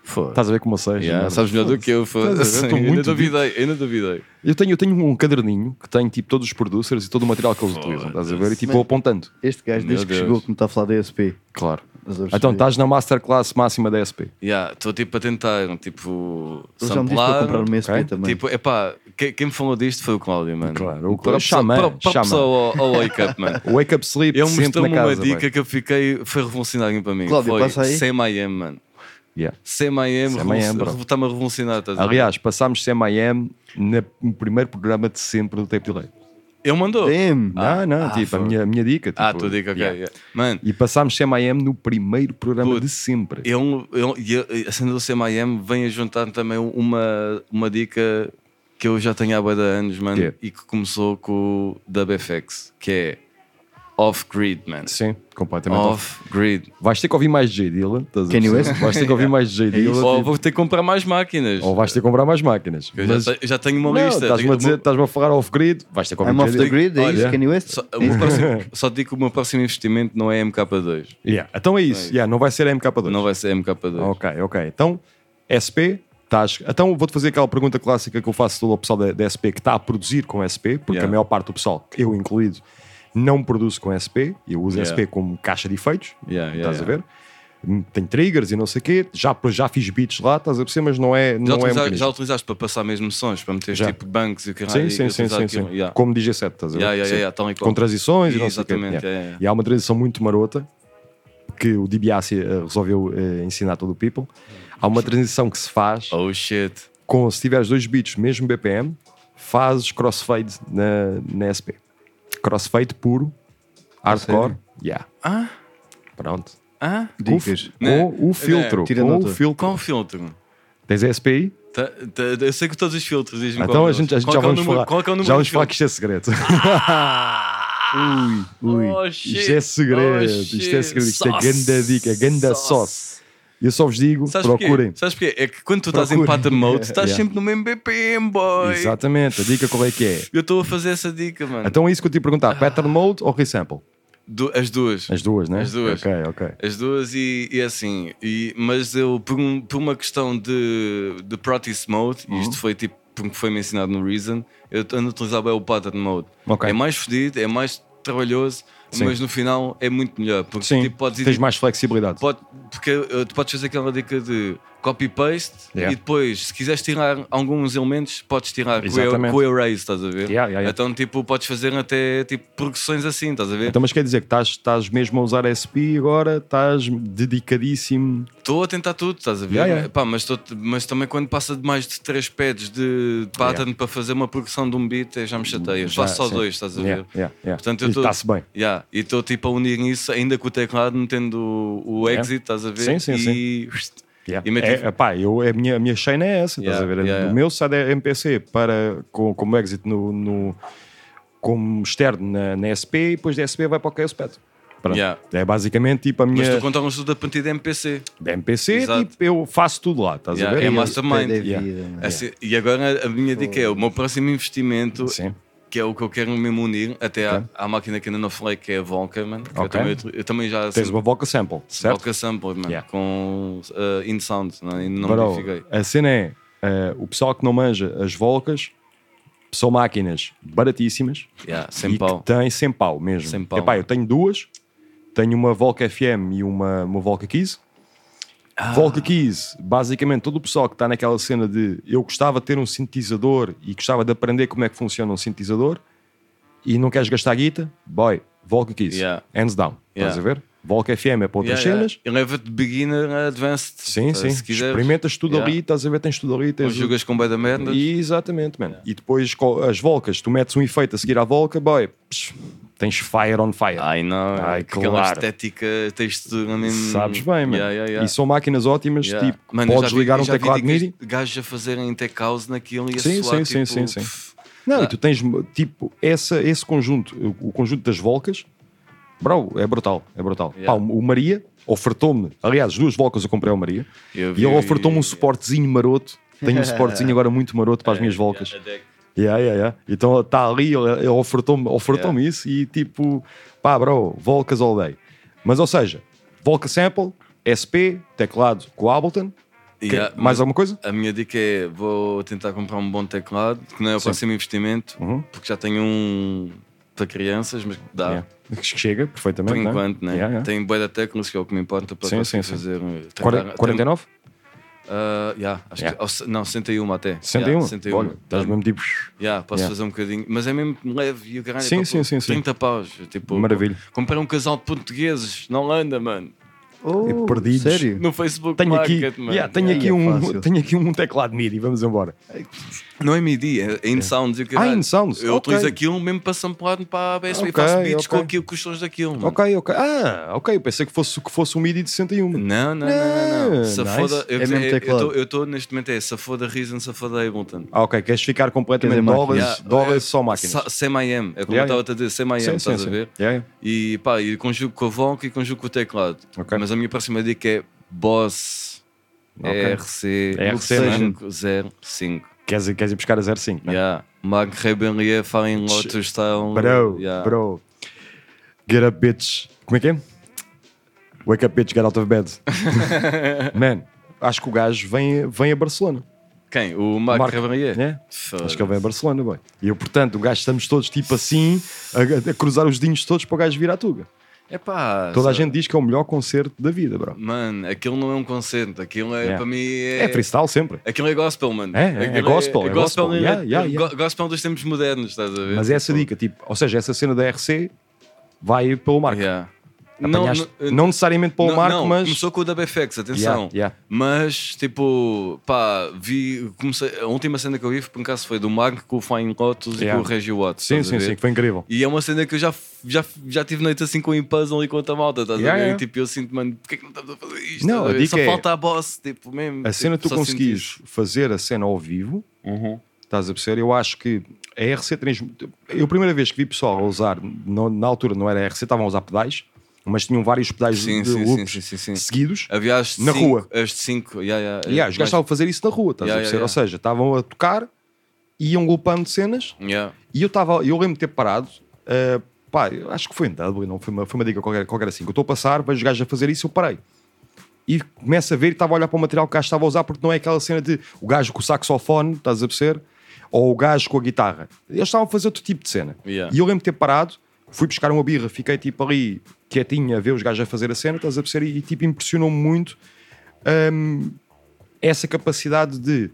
Foda. Estás a ver como eu sei. Yeah, merda. sabes melhor do que eu. Estás a ver? foda-se. Estou ainda muito duvidei, ainda duvidei. Eu tenho, eu tenho um caderninho que tem tipo todos os producers e todo o material que eles utilizam, estás a ver? E tipo vou apontando. Este gajo, Meu desde que Deus. chegou, que me está a falar da ESP. Claro. Mas eu Então percebi. estás na masterclass máxima da SP. Yeah, Estou tipo a tentar, tipo, Ele já me disse para samplar. comprar uma ESP ok. também. Tipo, epá, quem, quem me falou disto foi o Cláudio, mano. Claro, o Para Cláudio. Xamã, para, para xamã. pessoa ao, ao Wake Up, mano. Wake up sleep, Ele sempre na mostrou-me uma casa. dica vai. que eu fiquei, foi revolucionário para mim. Cláudio, passa foi aí. 100 AM, mano. Yeah. 100 AM, 100 revolucion- bro. revo- está-me a revolucionar, estás a ver? Aliás, passámos sem Miami na- no primeiro programa de sempre do Tape Delay. Ele mandou. Damn! não, não, tipo, a minha, a minha dica. Ah, tipo, tu dica, ok. yeah. yeah. Mano, E passámos sem Miami no primeiro programa Puto, de sempre. é um, é um- e a- a cena do CMIM vem a juntar também um, uma, uma dica que eu já tenho há bué de anos, mano, Que é? e que começou com o WFX, que é off-grid, man. Sim, completamente. Off-grid. Vais ter que ouvir mais DJ Dilla. estás a Kanye perceber? West? Vais ter que ouvir mais DJ Dilla. Ou tipo, vou ter que comprar mais máquinas. ou vais ter que comprar mais máquinas. Eu já te- eu já tenho uma Não, lista. Estás-me a, Tenho- dizer- tá- estás-me a falar off-grid, vais ter que ouvir I'm off DJ the Dilla. grid, é isso? Olha. um Kanye West? Só, o meu próximo- só digo que o meu próximo investimento não é MK2. Yeah, Então é isso. Yeah, não vai ser a MK2. Não vai ser MK2. Ok, ok. Então, SP, estás. Então, vou-te fazer aquela pergunta clássica que eu faço todo ao pessoal da, da SP que está a produzir com SP, porque Yeah. a maior parte do pessoal, eu incluído, não produzo com SP. Eu uso Yeah. SP como caixa de efeitos. Yeah, yeah, estás yeah. a ver? Hum, Tem triggers e não sei o quê. Já, já fiz beats lá, estás a perceber, mas não é. Já, Não é utilizaste, mecanismo. já utilizaste para passar mesmo sons, para meter Já. tipo bancos e o caralho. Sim, e sim, sim, utilizar sim, sim. aquilo. Yeah. Como DJ set, estás a ver? Yeah, yeah, Sim. yeah, yeah, tal e qual. Com transições e não sei o quê. Exatamente, yeah, yeah. E há uma transição muito marota que o DiBiase eh, resolveu eh, ensinar todo o people. Há uma transição que se faz Oh shit. com, se tiveres dois beats, mesmo BPM, fazes crossfade na, na SP. Crossfade puro, hardcore, yeah. Ah? Pronto. Ah? Dicas. Com Né? o filtro, Tira com o nota. filtro. Qual filtro? Tens a SP aí? Tá- tá- eu sei que todos os filtros dizem Então a gente, a gente já vamos falar. Qual é que é o número já do vamos falar que filtro? isto é segredo. Ui. Oh, shit. Isto é segredo, Oh, isto é shit. segredo, isto é Sauce. ganda dica, ganda sauce. Eu só vos digo, Sabes procurem. Porquê? Sabes porquê? É que quando tu estás em Procurem. pata mode, estás Yeah. sempre no mesmo BPM, boy. Exatamente, a dica qual é que é? Eu estou a fazer essa dica, mano. Então é isso que eu te ia perguntar: pattern mode ou resample? Du- as duas. As duas, né? As duas. Ok, ok. As duas e, e assim, e- mas eu por, um- por uma questão de, de practice mode, e Uhum. isto foi tipo porque foi-me ensinado no Reason, eu ando a utilizar bem o pattern mode. Ok. É mais fedido, é mais trabalhoso, Sim. mas no final é muito melhor, porque Sim, tipo, podes ir tens mais flexibilidade. pode- porque eh, tu podes fazer aquela dica de copy-paste Yeah. e depois, se quiseres tirar alguns elementos, podes tirar com o Exatamente. er- com o erase, estás a ver? Yeah, yeah, yeah. Então, tipo, podes fazer até tipo, progressões assim, estás a ver? Então, mas quer dizer que estás, estás mesmo a usar SP agora, estás dedicadíssimo. Estou a tentar tudo, estás a ver? Yeah, yeah. Pá, mas, tô- mas também quando passa de mais de 3 pads de pattern para fazer uma progressão de um beat, eu já me chateia. Já, Faço só sim. dois, estás a ver? Yeah, yeah, yeah. Portanto, E eu tô- está-se bem. Yeah, E estou tipo a unir isso, ainda com o teclado, metendo o, o Yeah. exit, estás a ver? É. Sim, sim, e... Yeah. E meti- É, epá, eu, a, minha, a minha chain é essa, estás Yeah, a ver? yeah, o yeah. meu é sai da MPC para, com, como exit no, no- como externo na, na SP e depois da SP vai para o Chaos Pad. Pronto. Yeah. É basicamente tipo a minha. Mas tu controlas tudo a partir da MPC. Da MPC, Exato. tipo, eu faço tudo lá, estás Yeah, a ver? é mastermind. Yeah. Assim, E agora a minha dica é: o meu próximo investimento, que é o que eu quero mesmo unir, até à, à máquina que ainda não falei, que é a Volca, mano. que Eu, Ok. também, utili- eu também já. Tens uma vocal sample, certo? Volca Sample, mano, com uh, InSound, não, ainda não Bro, modifiquei. a cena é, eh, o pessoal que não manja as volcas são máquinas baratíssimas Yeah, sem e pau. que têm sem pau mesmo. Sem pau. né? Epá, eu tenho duas, tenho uma Volca FM e uma, uma Volca 15. Ah. Volca 15, basicamente todo o pessoal que está naquela cena de eu gostava de ter um sintetizador e gostava de aprender como é que funciona um sintetizador e não queres gastar guita, boy, Volca 15, Yeah. hands down, Yeah. estás a ver? Volca FM é para outras Yeah, cenas, yeah. E Leva-te de beginner a advanced. uh, Sim, sim. Se quiseres. Experimentas tudo Yeah. ali, estás a ver, tens tudo ali. Tens Conjugas com bué da merda. E, exatamente, mano. E depois co- as volcas, tu metes um efeito a seguir à volca, boy, psh, tens fire on fire. Ai, não. é Ai, Aquela claro. estética, textura mesmo. Sabes bem, mano. Yeah, yeah, yeah. E são máquinas ótimas, Yeah. tipo, Mano, eu podes já vi- ligar eu um já vi teclado dicas MIDI. de Gajos a fazerem tech house naquilo e a Sim, soar, sim, sim, tipo, sim, sim. Não, e tu tens, tipo, essa, esse conjunto, o o conjunto das volcas, bro, é brutal, é brutal. Yeah. Pá, o Maria ofertou-me, aliás, as duas volcas eu comprei ao Maria, Eu vi- e ele ofertou-me um suportezinho maroto, tenho um suportezinho agora muito maroto para as minhas volcas. Yeah, yeah, yeah. Então está ali, ele ele ofertou-me ofertou me isso e tipo, pá, bro, Volcas all day. Mas ou seja, Volca Sample, SP, teclado com Ableton. Que- Yeah, mais mas alguma coisa? A minha dica é: vou tentar comprar um bom teclado, que não é o Sim. Uhum. próximo investimento, porque já tenho um para crianças, mas dá. Yeah. Que chega, perfeitamente. Ah. Por né? enquanto, né? Yeah, yeah. Tem boia da teclas, que é o que me importa para Sim, conseguir sim, sim. fazer. eh, Quora- 49? Ah, yeah, acho Yeah. que- ou se- não, 61 até. 61? Yeah, um. Olha, estás mesmo tipo. Yeah, posso Yeah. fazer um bocadinho, mas é mesmo leve e o caralho. Sim, pá, sim, pô, sim, sim. 30 paus. Tipo, Maravilha. Comprei um casal de portugueses na Holanda, mano. Oh, tipo, perdidos. sério? No Facebook Tenho aqui, Market, mano. yeah, tenho, aqui Yeah. um, tenho aqui um teclado MIDI, vamos embora. Não é MIDI, é é InSounds. e o caralho. InSounds, Eu Ah, ok. utilizo aquilo mesmo para samplar para a BSB. Ok, faço beats ok. com, aquilo, com os sons daquilo. mano. Ok, ok. Ah, ok, eu pensei que fosse, que fosse um MIDI de 61. Não, não, não, não. não. Safoda, eu- é mesmo eu- teclado. Eu estou neste momento é Safoda Reason, Safoda Ableton. Ah, ok, queres ficar completamente máquinas. dólares, é Yeah, é, dólares só máquinas. Sa- Sem IM, é como Yeah, eu estava yeah. a dizer, sem IM, Sim, estás sim, a sim. ver? Yeah, yeah. E pá, e conjugo com a Vonk e conjugo com o teclado. Mas a minha próxima dica é Boss Ok. né? RC RC, mano. 05. Queres, ir- queres ir buscar a 05, né? Yeah. Mark Rebellier, Farin Lotus, estão. Bro, yeah. bro. Get up, bitch. Como é que é? Wake up, bitch, get out of bed. Man, acho que o gajo vem, vem a Barcelona. Quem? O Mark, Mark, Rebellier? né? Acho que ele vem a Barcelona, boy. E eu, portanto, o gajo estamos todos tipo assim, a, a cruzar os dinhos todos para o gajo vir à Tuga. É pá. Toda a gente diz que é o melhor concerto da vida, bro. Mano, aquilo não é um concerto, aquilo é Yeah. para mim. É, É freestyle sempre. Aquilo é gospel, mano. É, é, é Aquilo gospel, é gospel. é- Yeah, yeah, é yeah. go- gospel dos tempos modernos, estás a ver? Mas é essa dica, tipo, ou seja, essa cena da RC vai pelo Marco. Apanhaste- não, necessariamente pelo Tipo, não, Marco, não, mas. Começou com o da BFX, atenção. Yeah, yeah. Mas, tipo, pá, vi. Comecei, a última cena que eu vi, por acaso, foi do Marco com o Fine Lotus Yeah. e com o Reggie Watts. Sim, estás a sim, ver? sim, que foi incrível. E é uma cena que eu já, já, já tive noite assim com o Impuzzle e com outra malta, estás Yeah, a ver? yeah. E tipo, eu sinto, mano, porque é que não estamos a fazer isto? Não, Estás a ver? dica Só é- falta a boss, tipo, mesmo. A cena tipo, tu só Uhum. conseguis sentir. fazer a cena ao vivo, estás a perceber? Eu acho que a RC3. Eu, a primeira vez que vi pessoal a usar, no- na altura não era RC, estavam a usar pedais, mas tinham vários pedais Sim, de sim, sim, loops sim, sim, sim. seguidos Havia as de na cinco- rua. As de 5, yeah, yeah, E yeah, os gajos mas- estavam a fazer isso na rua, estás Yeah, a yeah, perceber? Ou seja, estavam a tocar, iam loopando cenas Yeah. E eu estava, eu lembro de ter parado, eh, pá, eu acho que foi em Dublin, não foi uma, foi uma dica qualquer, qualquer assim, que eu estou a passar, vejo os gajos a fazer isso, eu parei. E começo a ver e estava a olhar para o material que o gajo estava a usar, porque não é aquela cena de o gajo com o saxofone, estás a perceber? Ou o gajo com a guitarra. Eles estavam a fazer outro tipo de cena. Yeah. E eu lembro de ter parado, Fui buscar uma birra, fiquei tipo ali quietinho a ver os gajos a fazer a cena, estás a perceber? E tipo, impressionou-me muito hum, essa capacidade de.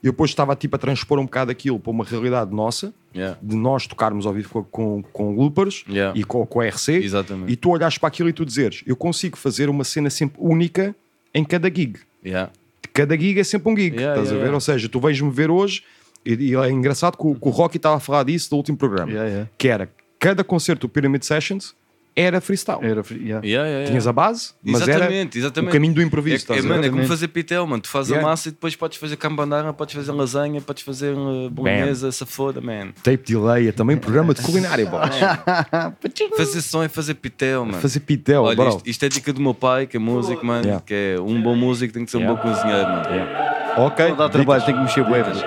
Eu depois estava tipo a transpor um bocado aquilo para uma realidade nossa, Yeah. de nós tocarmos ao vivo com, com, com loopers Yeah. e com, com RC, Exatamente. e tu olhas para aquilo e tu dizeres: Eu consigo fazer uma cena sempre única em cada gig Yeah. cada gig é sempre um gig, Yeah, estás yeah, a ver? yeah. Ou seja, tu vais-me ver hoje, e, e é engraçado que o, que o Rocky estava a falar disso do último programa, que era cada concerto do Pyramid Sessions era freestyle. Era Yeah, yeah, yeah. Tinhas a base, mas exatamente, era exatamente. o caminho do improviso. É, estás é, a ver? mano, é como fazer pitel, mano. Tu fazes Yeah. a massa e depois podes fazer cambandara, podes fazer lasanha, podes fazer uh, bolonhesa, essa foda, man. Tape delay, é também programa de culinária, boss. fazer som Ah, é fazer pitel, mano. Fazer pitel, Olha, bro. Isto, isto é dica do meu pai, que é músico, mano. Yeah. Que é um bom músico tem que ser um bom cozinheiro, mano. Ok. dá trabalho, tem que mexer buenas.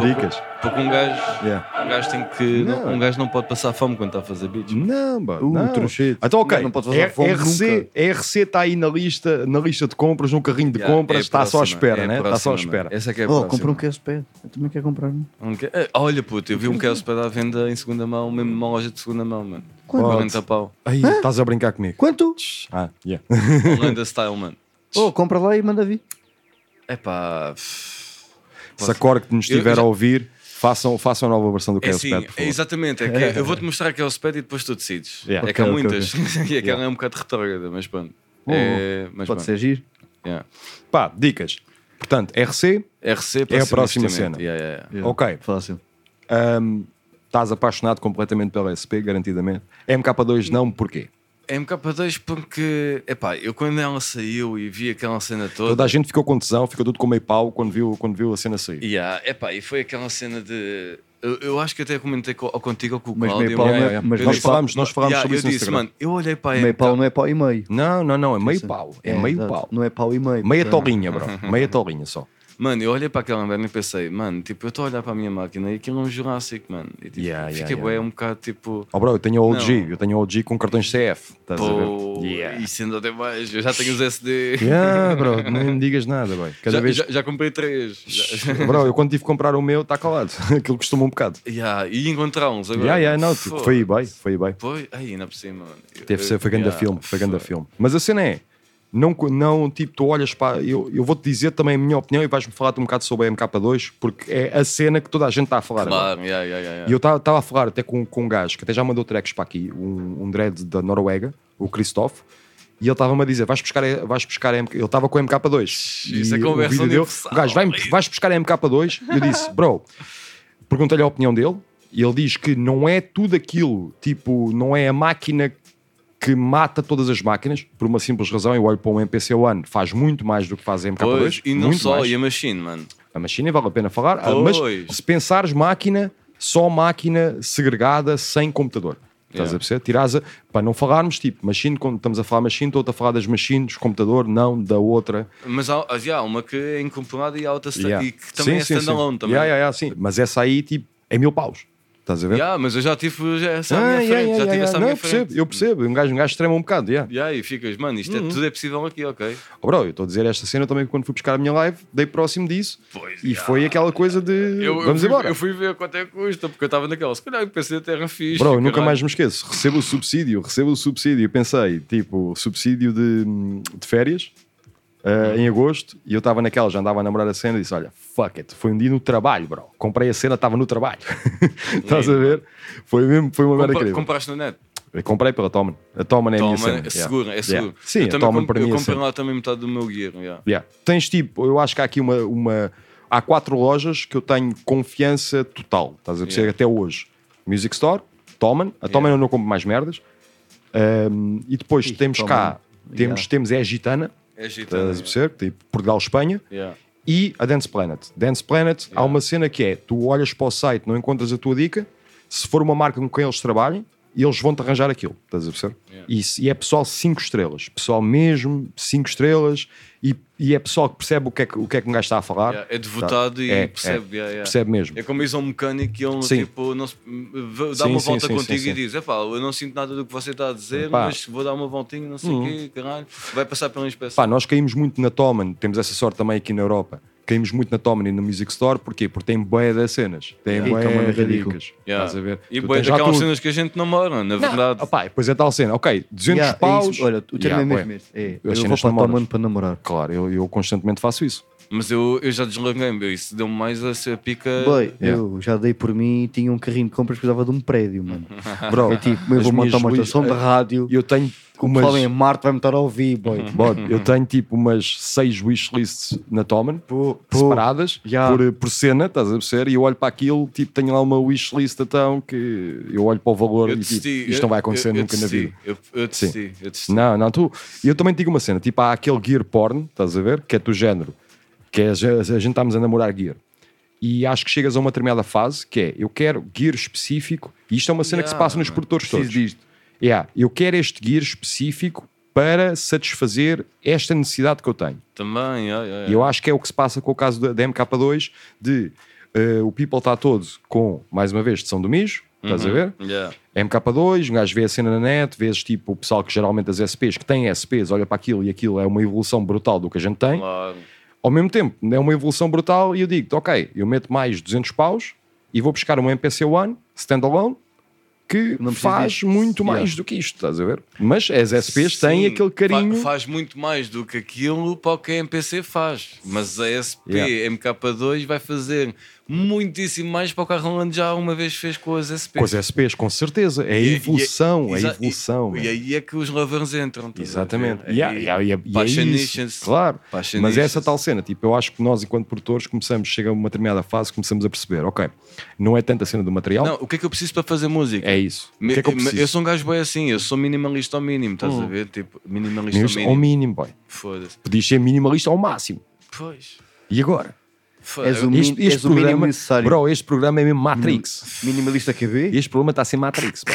Dicas. Porque um gajo, Yeah. um gajo tem que. Não. Um gajo não pode passar fome quando está a fazer beats. Não, mano. Uh, não. trouxete. Então, ok. Não, não pode fazer fome RC, RC está tá aí na lista, na lista de compras, num carrinho de Yeah, compras, é a está só à próxima, espera, é a né? Está só à próxima, mano. espera. Essa é que é a Oh, próxima. compra um QSP. Eu também quero comprar um. Um que- eh, Olha, puto, eu vi um caso para dar venda em segunda mão, mesmo numa loja de segunda mão, mano. Quanto? 40 pau. Aí, estás a brincar comigo. Quanto? Ah, yeah. Holanda Style, mano. Oh, compra lá e manda vir. É pá. Se a Cor que nos Eu- eu estiver já- a ouvir, façam, façam a nova versão do É Chaos assim, Pad, por é favor. exatamente. É que eu vou-te mostrar aquele sped e depois tu decides. Yeah. É que há Ok, ok, muitas. ok. e aquela Yeah. é um bocado retrógrada, mas pronto. Oh, É, pode mas pronto. ser giro. Yeah. Pá, dicas. Portanto, RC, RC é a próximo próxima investimento. cena. Yeah, yeah, yeah. Ok. é Um, Fácil. estás apaixonado completamente pela SP, garantidamente. MK2 não, porquê? MK2 porque, epá, eu quando ela saiu e vi aquela cena toda. Toda a gente ficou com tesão, ficou tudo com meio pau quando viu, quando viu a cena sair. Yeah, epá, e foi aquela cena de. Eu, eu acho que até comentei co- contigo ou com o Mas Cláudio. meio pau mano. não é- mas Eu nós disse- falámos- nós falámos Yeah, sobre isso Eu no disse, Instagram. mano, eu olhei para a meio MK. pau não é pau e meio. Não, não, não, é meio pau. então. É meio exato. pau. Não é pau e meio. Meia portanto. tolinha, bro. Meia tolinha só. Mano, eu olhei para aquela merda e pensei, mano, tipo, eu estou a olhar para a minha máquina e aquilo é um Jurassic, mano. E tipo, Yeah, yeah, fiquei yeah, bué yeah. um bocado tipo. Oh, bro, eu tenho Não. OG, eu tenho OG com cartões CF. Estás a Pô, ver? Yeah. isso ainda tem mais, eu já tenho os SD. Yeah, bro, nem me digas nada, bro. Cada já, vez. já, já comprei três. Já- Bro, eu quando tive que comprar o meu, está calado. Aquilo custou-me um bocado. Yeah, e encontrar uns agora. Yeah, yeah, não, tipo, Foda. foi bem, foi bem. Foi, aí, ainda por cima, mano. Eu- Teve ser, eu- foi grande yeah. filme, foi grande filme. Mas a cena é, não, co- não tipo, tu olhas para. Eu, eu vou-te dizer também a minha opinião e vais-me falar-te um bocado sobre a MK2, porque é a cena que toda a gente está a falar. agora. Claro, yeah, yeah, yeah, yeah. E eu estava a falar até com, com um gajo que até já mandou tracks para aqui, um, um dread da Noruega, o Christoph, e ele estava-me a dizer: vais buscar, a- vais buscar a MK. Ele estava com a MK2. Isso E é conversa o vídeo dele, universal, o gajo, vai, vais buscar a MK2. E eu disse: bro, perguntei-lhe a opinião dele, e ele diz que não é tudo aquilo, tipo, não é a máquina que mata todas as máquinas, por uma simples razão. Eu olho para um MPC One, faz muito mais do que faz a MK2. Pois, e não muito só, mais. e a Machine, mano. A machine vale a pena falar, ah, mas Pois. se pensares máquina, só máquina segregada sem computador. Estás Yeah. a perceber? Tirás a, para não falarmos, tipo, machine, quando estamos a falar machine, estou a falar das machines, computador, não da outra. Mas há, há já, uma que é incorporada e há outra sta- Yeah. e que também Sim, sim, é sim. standalone também. Yeah, yeah, yeah, sim. Mas essa aí, tipo, é mil paus. Estás a ver? Yeah, mas eu já tive já essa à minha Ah, frente. yeah, yeah, já tive yeah, essa à não, minha eu percebo, frente. eu percebo. Um gajo, um gajo trema um bocado, yeah. Yeah, e ficas, mano, isto é, tudo é possível aqui, ok. Oh, bro, eu estou a dizer esta cena também quando fui buscar a minha live, dei próximo disso. Pois, e foi aquela coisa de Eu, eu vamos fui, embora. Eu fui ver quanto é que custa, porque eu estava naquela. Se calhar o PC até era fixe. Bro, eu nunca caralho. mais me esqueço. Recebo o subsídio, recebo o subsídio. Pensei, tipo, subsídio de, de férias Uhum. eh, em agosto. E eu estava naquela, já andava a namorar a cena. E disse: Olha, fuck it. Foi um dia no trabalho, bro. Comprei a cena, estava no trabalho. Estás a ver? Foi mesmo, foi uma merda Compra, incrível. compraste na net. Eu comprei pela Toman. A Toman é a minha Toma, cena. é yeah. seguro, é Yeah. seguro. Sim, eu a também Toman comp- para mim eu é comprei sempre. lá também metade do meu gear. yeah. Yeah. Tens tipo, eu acho que há aqui uma, uma. Há quatro lojas que eu tenho confiança total, estás a perceber? Yeah. Até hoje: Music Store, Toman. A Toman eu não compro mais merdas. Ahm, e depois temos cá, temos, Yeah. temos é a Gitana, É agitado. estás a perceber? Tipo Portugal-Espanha. yeah. E a Dance Planet. Dance Planet, há uma cena que é: tu olhas para o site, não encontras a tua dica. Se for uma marca com quem eles trabalhem, eles vão-te arranjar aquilo, estás a perceber? E, se- e é pessoal 5 estrelas, pessoal mesmo 5 estrelas, e, e é pessoal que percebe o que é que, o que, é que um gajo está a falar. Yeah, É devotado Tá? e É, percebe. é. yeah, yeah. Percebe mesmo. É como isso a um mecânico e ele Sim. tipo, não se- v- dá Sim, uma sim, volta sim, contigo sim, e sim. diz: é pá, eu não sinto nada do que você está a dizer, Pá. mas vou dar uma voltinha, não sei o Uhum. quê, caralho. Vai passar pela inspeção. Pá, nós caímos muito na Toman, temos essa sorte também aqui na Europa, caímos muito na Tomany no Music Store, porquê? Porque tem bué das cenas, tem Yeah. bué Rica, mano, é de ridículo. ricas. Yeah. Estás a ver? E Tu bué tens já daquelas tudo. cenas que a gente não mora, na verdade. Opa, e depois é tal cena, ok, 200 Yeah, é paus. isso. Olha, o tema é bué. mesmo esse. É, As eu cenas vou para namoras. Tomany para namorar. Claro, eu, eu constantemente faço isso. Mas eu, eu já deslarguei-me, meu, isso deu-me mais a ser pica. É. Boy, eu já dei por mim e tinha um carrinho de compras que precisava de um prédio, mano. Bro, é tipo, eu as vou montar minhas uma luzes- estação de eh, rádio. Eu tenho O umas- Uhum. pessoal em Marte vai-me estar a ouvir, boy. Bode, eu tenho tipo umas seis wishlists na Toman, separadas, por, por cena, estás a perceber? E eu olho para aquilo, tipo, tenho lá uma wishlist então que eu olho para o valor Eu e tipo, desisti, isto eu- não vai acontecer eu- eu nunca desisti, na vida. eu- eu Sim. desisti, eu desisti. Não, não, tu. E eu também te digo uma cena, tipo, há aquele gear porn, estás a ver? Que é do género, que é a gente estamos a namorar gear. E acho que chegas a uma determinada fase que é eu quero gear específico, e isto é uma cena que se Yeah, passa nos mano. produtores Preciso todos. Yeah, eu quero este gear específico para satisfazer esta necessidade que eu tenho. Também, yeah, yeah, E yeah. eu acho que é o que se passa com o caso da, da MK2 de eh, o people está todo com, mais uma vez, de São do Mijo, estás a Uhum. ver? Yeah. MK2, um gajo vê a cena na net, vês tipo o pessoal que geralmente as SPs, que tem SPs, olha para aquilo e aquilo é uma evolução brutal do que a gente tem. Ao mesmo tempo, é uma evolução brutal e eu digo ok, eu meto mais 200 paus e vou buscar um MPC One standalone que faz disso. muito Yeah. mais do que isto, estás a ver? Mas as SPs têm aquele carinho. Fa- faz muito mais do que aquilo para o que a MPC faz. Mas a SP Yeah. MK2 vai fazer muitíssimo mais para o que a Roland já uma vez fez com as SPs. Com as SPs, com certeza. É a E- e- evolução, é a exa- e- evolução. man. E, aí é que os lovers entram. estás a Exatamente. ver? E há- e há- e há- e é Passionations. isso, claro. Mas Passionations. é essa tal cena. Tipo, eu acho que nós, enquanto produtores, começamos, chega a uma determinada fase, começamos a perceber, ok, não é tanta cena do material. Não, o que é que eu preciso para fazer música? É isso. O Me- que é que eu me- preciso? sou um gajo bem assim, eu sou minimalista ao mínimo, estás Hum. a ver? Tipo, minimalista Minimalista ao ao mínimo. mínimo, boy. Foda-se. Podias ser minimalista ao máximo. Pois. E agora? Foda- És o min- és o mínimo programa, necessário. é Hum. Bro, este programa é mesmo Matrix. Minimalista QB? Este programa está a ser Matrix, bro.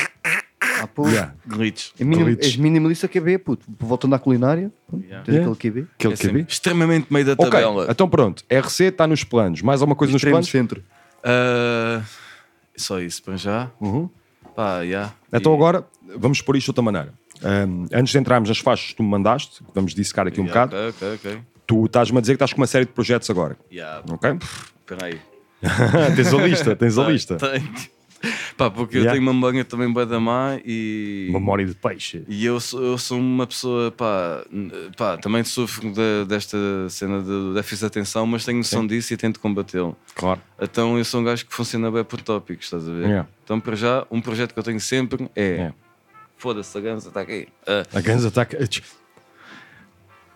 Ah, pô. Yeah. Glitch. É minim, Glitch. és minimalista QB, puto. Voltando à culinária, pronto, Yeah. tens Yeah. aquele QB. Aquele É que eu vi. sempre extremamente meio da Ok, tabela. então pronto. RC está nos planos. Mais alguma coisa Extremo nos planos? centro. Ah, só isso para já. Pá, já. Uhum. Então agora vamos pôr isto de outra maneira. Ahm, antes de entrarmos nas faixas que tu me mandaste, que vamos dissecar aqui um Yeah, bocado, Ok, ok, ok. tu estás-me a dizer que estás com uma série de projetos agora. Yeah. Ok? Espera aí. tens a lista, tens a Tenho, lista. tenho. Pá, porque Yeah. eu tenho uma memória também bué da má e... Memória de peixe. E eu sou, eu sou uma pessoa, pá, n- pá também sofro da- desta cena do déficit de atenção, mas tenho noção Sim. disso e tento combatê-lo. Claro. Então eu sou um gajo que funciona bem por tópicos, estás a ver? Yeah. Então, para já, um projeto que eu tenho sempre é. Foda-se, a ganza está aqui. Ah, A Ganza tá está. Tá Tape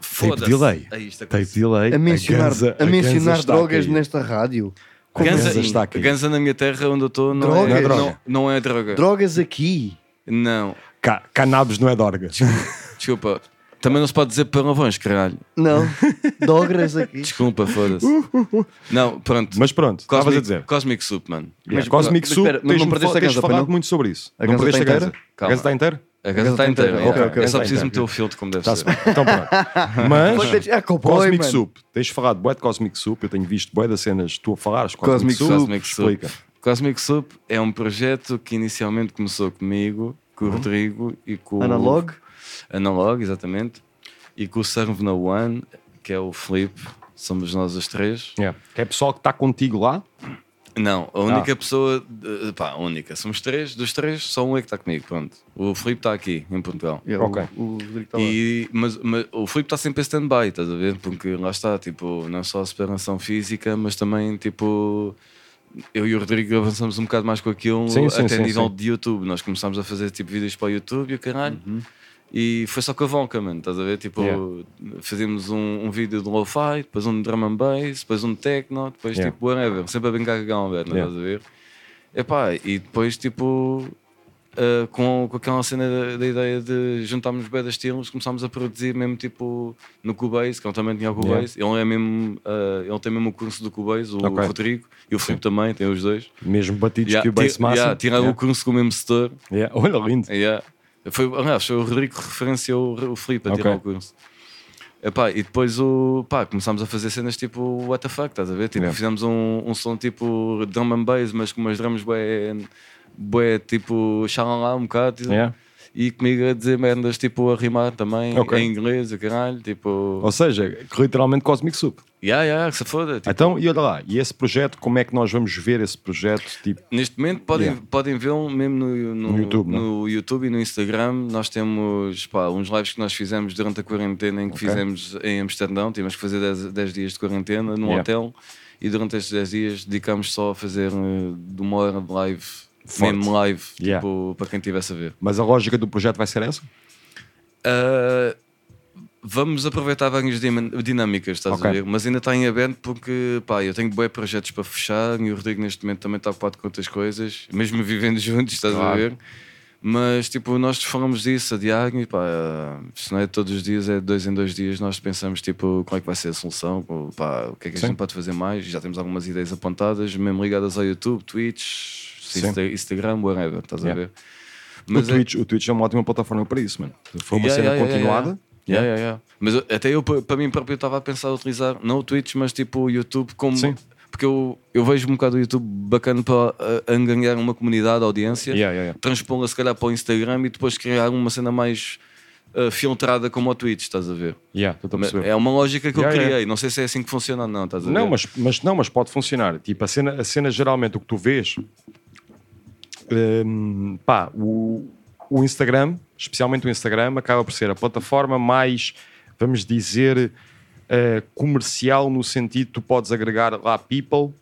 Foda-se. delay. Aí isto Tape delay. A mencionar, Ganza- a Ganza mencionar está drogas a cair. nesta rádio. Como Ganza, assim? está aqui. ganza na minha terra onde eu estou não, Drogas? é, Não é droga. não, não é droga. Drogas aqui. Não. Ca- cannabis não é dorgas. Desculpa. Também não se pode dizer palavrões, caralho. Não. Drogas aqui. Desculpa, foda-se. Não, pronto. Mas pronto, estavas Cosmic, a dizer. Cosmic Soup, mano. Yeah. Cosmic Soup, tens-me fa- tens falado muito sobre isso. A não Ganza perdeste a está Ganza? inteira? A Ganza está inteira? A ganza está inteira. Ok, yeah. ok, Eu está só preciso inteira. meter o filtro como deve Tá-se ser. bem. Então pronto. Mas É cowboy, Cosmic mano. Soup, tens falado bué de Cosmic Soup, eu tenho visto bué das cenas que tu a falares. Cosmic, Soup. Cosmic Soup. Explica. Cosmic Soup é um projeto que inicialmente começou comigo, com o Rodrigo e com o- Analog? Analog, exatamente. E com o Serve No One, que é o Felipe. Somos nós os três. Yeah. É pessoal que está contigo lá? Não, a única pessoa. eh, Pá, única. Somos três. Dos três, só um é que está comigo. Pronto. O Felipe está aqui, em Portugal. Yeah, Ok. o, o Rodrigo está tá lá. E, mas, mas o Filipe está sempre a stand-by, estás a ver? Porque lá está, tipo, não só a superação física, mas também, tipo, eu e o Rodrigo avançamos um bocado mais com aquilo Sim, sim, até sim, nível sim. de YouTube. Nós começámos a fazer, tipo, vídeos para o YouTube e o caralho. E foi só com a Vonka, mano, estás a ver? Tipo, Uhum. Yeah. fazíamos um, um vídeo de lo-fi, depois um de drum and bass, depois um de techno, depois, Yeah. tipo, whatever. Sempre a brincar com a Gambert, Yeah. estás a ver? Epá, e depois, tipo, Uh, com, com aquela cena da, da ideia de juntarmos bem das estilos, começámos a produzir mesmo tipo no Cubase, que ele também tinha o Cubase, ele, é mesmo, uh, ele tem mesmo o curso do Cubase, o Ok. Rodrigo e o Filipe também, tem os dois. Mesmo batidos Yeah, que o base ti- máximo. yeah, tiraram o curso com o mesmo setor. Yeah. É, Olha, lindo. Yeah. Foi, aliás, foi o Rodrigo que referenciou o, o Filipe a Ok. tirar o curso. Epá, e depois o, pá, começámos a fazer cenas tipo what the fuck, estás a ver? Tipo, Yeah. Fizemos um, um som tipo drum and bass, mas com umas drums bué, bué tipo xalala um bocado. Yeah. e comigo a dizer merdas tipo a rimar também Ok. em inglês, o caralho, tipo. Ou seja, literalmente Cosmic Soup. Yeah, yeah, que se foda. tipo, Então, e olha lá, e esse projeto, como é que nós vamos ver esse projeto? Tipo, Neste momento podem, Yeah. podem vê-lo mesmo no, no, No YouTube, não é? no YouTube e no Instagram. Nós temos pá, uns lives que nós fizemos durante a quarentena em que Ok. fizemos em Amsterdão. Tivemos que fazer 10, 10 dias de quarentena num Yeah. hotel e durante estes 10 dias dedicámos só a fazer eh, de uma hora de live, Forte. mesmo live, Yeah. tipo, para quem estivesse a ver. mas a lógica do projeto vai ser essa? Uh, vamos aproveitar várias dinam- dinâmicas, estás Ok. a ver? Mas ainda está em aberto porque pá, eu tenho bué projetos para fechar e o Rodrigo neste momento também está ocupado com outras coisas, mesmo vivendo juntos, estás a Claro. ver? Mas tipo, nós falamos disso a diário e pá, se não é todos os dias, é de dois em dois dias, nós pensamos tipo, qual é que vai ser a solução, pá, o que é que a Sim. gente pode fazer mais? Já temos algumas ideias apontadas, mesmo ligadas ao YouTube, Twitch, Sim. Insta- Instagram, whatever, estás Yeah. a ver? o, é- Twitch, o Twitch é uma ótima plataforma para isso, mano. Foi uma Yeah, cena yeah, yeah, continuada. Yeah, yeah, yeah. Mas eu- até eu, pa- para mim próprio, eu estava a pensar em utilizar, não o Twitch, mas tipo o YouTube como. Sim. Porque eu, eu vejo um bocado o YouTube bacana para ah, angariar uma comunidade, audiência, Yeah, yeah, yeah. transpô-la se calhar para o Instagram e depois criar uma cena mais ah, filtrada como o Twitch, estás a ver? Yeah, estou a Mas perceber. É uma lógica que eu Yeah, criei, yeah. não sei se é assim que funciona ou não, estás a ver? Não, mas, mas, não, mas pode funcionar. Tipo, a cena, a cena geralmente o que tu vês, hum, pá, o, o Instagram, especialmente o Instagram, acaba por ser a plataforma mais, vamos dizer, eh, comercial no sentido que tu podes agregar lá people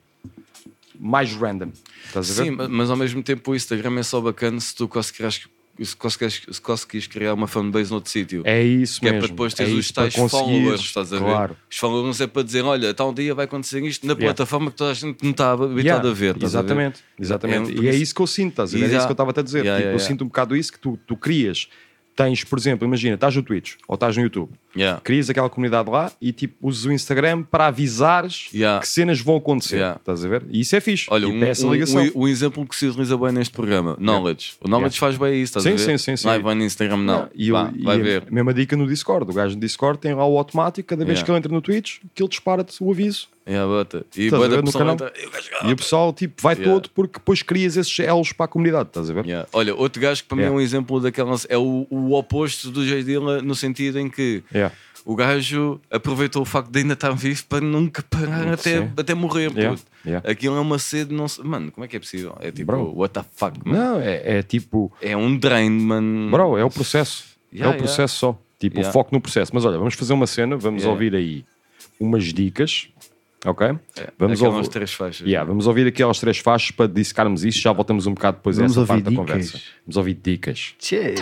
mais random. Estás a ver? Sim, ma- mas ao mesmo tempo o Instagram é só bacana se tu conseguires, se conseguires, se conseguires criar uma fanbase noutro sítio. É isso Que é mesmo. para depois teres É os isso, para tais followers, conseguires, estás a ver? claro. Os followers é para dizer, olha, tal dia vai acontecer isto na Yeah. plataforma que toda a gente não está habituado Yeah, a ver. estás a ver? exatamente, exatamente. É, e é por isso que eu sinto, estás a ver? E É já- isso que eu estava a dizer. Yeah, Tipo, yeah, eu yeah. sinto um bocado isso que tu, tu crias. Tens, por exemplo, imagina, estás no Twitch ou estás no YouTube, Yeah. crias aquela comunidade lá e tipo usas o Instagram para avisares Yeah. que cenas vão acontecer. Yeah. Estás a ver? E isso é fixe. Olha, Tipo, um, é essa um- ligação. um- um exemplo que se utiliza bem neste programa, Knowledge. O Knowledge Yeah. faz bem isso, estás Sim, a sim, ver? sim, sim. Não, vai no Instagram, não. E, eu- Vá, e vai a ver. mesma dica no Discord. O gajo no Discord tem lá o automático, cada vez Yeah. que ele entra no Twitch, que ele dispara-te o aviso. Yeah, bota. E Estás a bota ver no canal? pessoalmente- E o pessoal tipo, vai Yeah. todo porque depois crias esses elos para a comunidade, estás a ver? Yeah. Olha, outro gajo que para mim é Yeah. um exemplo daquela. É o, o oposto do Jay Dilla no sentido em que Yeah. o gajo aproveitou o facto de ainda estar vivo para nunca parar até, Sim. até morrer. Yeah, puto. yeah. Aquilo é uma sede, não se... Mano, como é que é possível? É tipo, Bro. what the fuck, mano? Não, é, é tipo. É um drain, mano. Bro, é o processo. Yeah, é o processo só. Tipo, Yeah. o foco no processo. Mas olha, vamos fazer uma cena, vamos Yeah. ouvir aí umas dicas. Ok? vamos, aquelas ouvir, é três faixas. yeah, vamos ouvir aqui aos três faixas para dissecarmos isso. Já voltamos um bocado depois Vamos a essa parte ouvir da dicas. conversa. Vamos ouvir dicas. Tchê.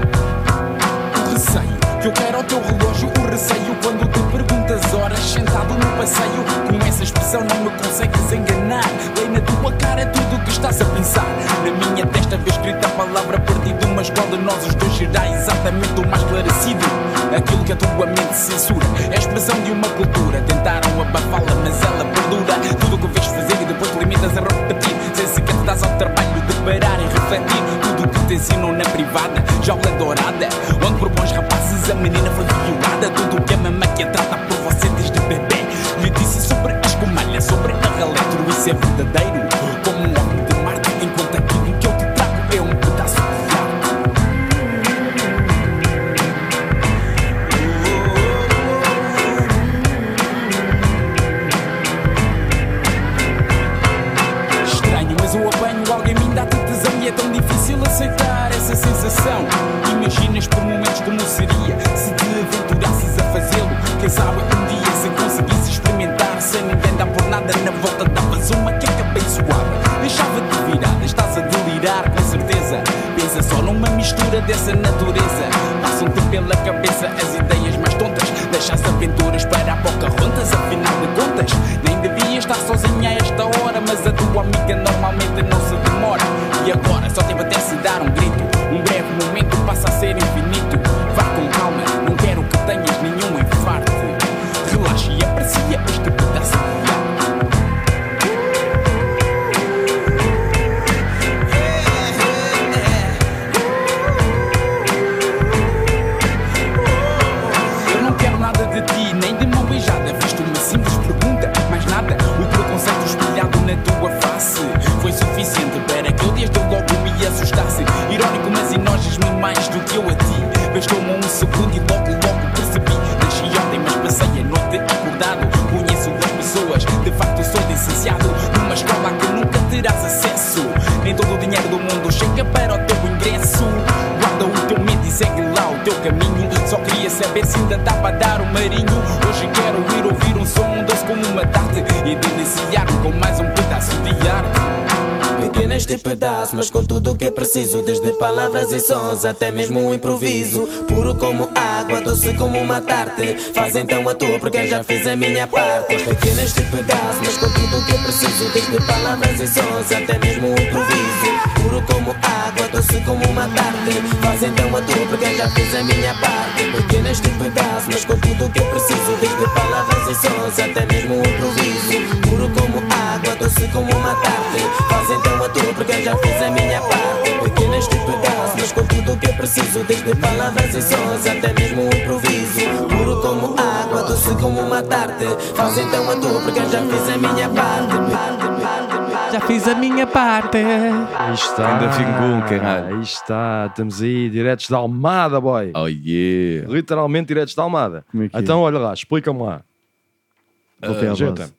o receio que eu quero ao teu relógio. O receio quando te perguntas horas sentado no passeio. Com essa expressão não me consegues enganar. Leio na tua cara tudo o que estás a pensar. Na minha testa vê escrita a palavra perdido, mas qual de nós os dois será exatamente o mais esclarecido? Aquilo que a tua mente censura é a expressão de uma cultura. Tentaram abafá-la, mas ela perdura. Tudo o que vês fazer e depois te limitas a repetir. Sem sequer te dás ao trabalho de parar e refletir. Tudo o que te ensinam na privada, jaula dourada. Onde por bons rapazes a menina foi violada. Tudo o que a mamãe que a trata por você desde bebê. Lhe disse sobre a escumalha, sobre a reletro. Isso é verdadeiro, como um homem de Marte. Enquanto aquilo que eu te trago é um pedaço de fiado. Estranho, mas eu apanho algo em mim dá-te tesão e é tão difícil aceitar essa sensação. Imaginas por momentos como seria se te aventurasses a fazê-lo. Quem sabe um dia se conseguisses experimentar sem ninguém dar por nada na volta davas uma queca abençoada. Deixava-te virada, estás a delirar com certeza. Pensa só numa mistura dessa natureza. Passam-te pela cabeça as ideias mais tontas. Deixas aventuras para a Pocahontas, afinal de contas. Nem devia estar sozinha a esta hora, mas a tua amiga normalmente não se demora. E agora só te apetece dar um grito. Um breve momento passa a ser infinito. Vá com calma, não quero que tenhas nenhum infarto. Relaxa e aprecia este pedaço de ar. assustar-se Irónico, mas enojas-me mais do que eu a ti Bastou-me um segundo e logo, logo percebi Nasci ontem, mas passei a noite acordado Conheço as pessoas, de facto sou licenciado Numa escola que nunca terás acesso Nem todo o dinheiro do mundo chega para o teu ingresso Guarda o teu medo e segue lá o teu caminho Só queria saber se ainda dá para dar o marinho Hoje quero ir ouvir um som doce como uma tarde E deliciar-me com mais um pedaço de arte Pequeno este pedaço, mas com tudo o que é preciso Desde palavras e sons até mesmo um improviso Puro como água, doce como uma tarte Faz então a tua porque eu já fiz a minha parte Pequeno este pedaço, mas com tudo o que é preciso Desde palavras e sons até mesmo um improviso Puro como água, doce como uma tarte Faz então a tua porque eu já fiz a minha parte Pequeno este pedaço, mas com tudo o que é preciso Desde palavras e sons até mesmo um improviso Puro como água, doce como uma tarte Faz então a tua porque eu já fiz a minha parte Pequeno este pedaço, mas com tudo o que é preciso Desde palavras e sons até mesmo um improviso Puro como água, doce como uma tarte Faz então a tua porque eu já fiz a minha parte Já fiz a minha parte. Aí está. Ainda um, vingou, caralho. Ah, Aí está. Estamos aí, diretos da Almada, boy. Oh yeah. Literalmente diretos da Almada. é Então, olha lá, explica-me lá. Ah, Voltei à Jeta. base.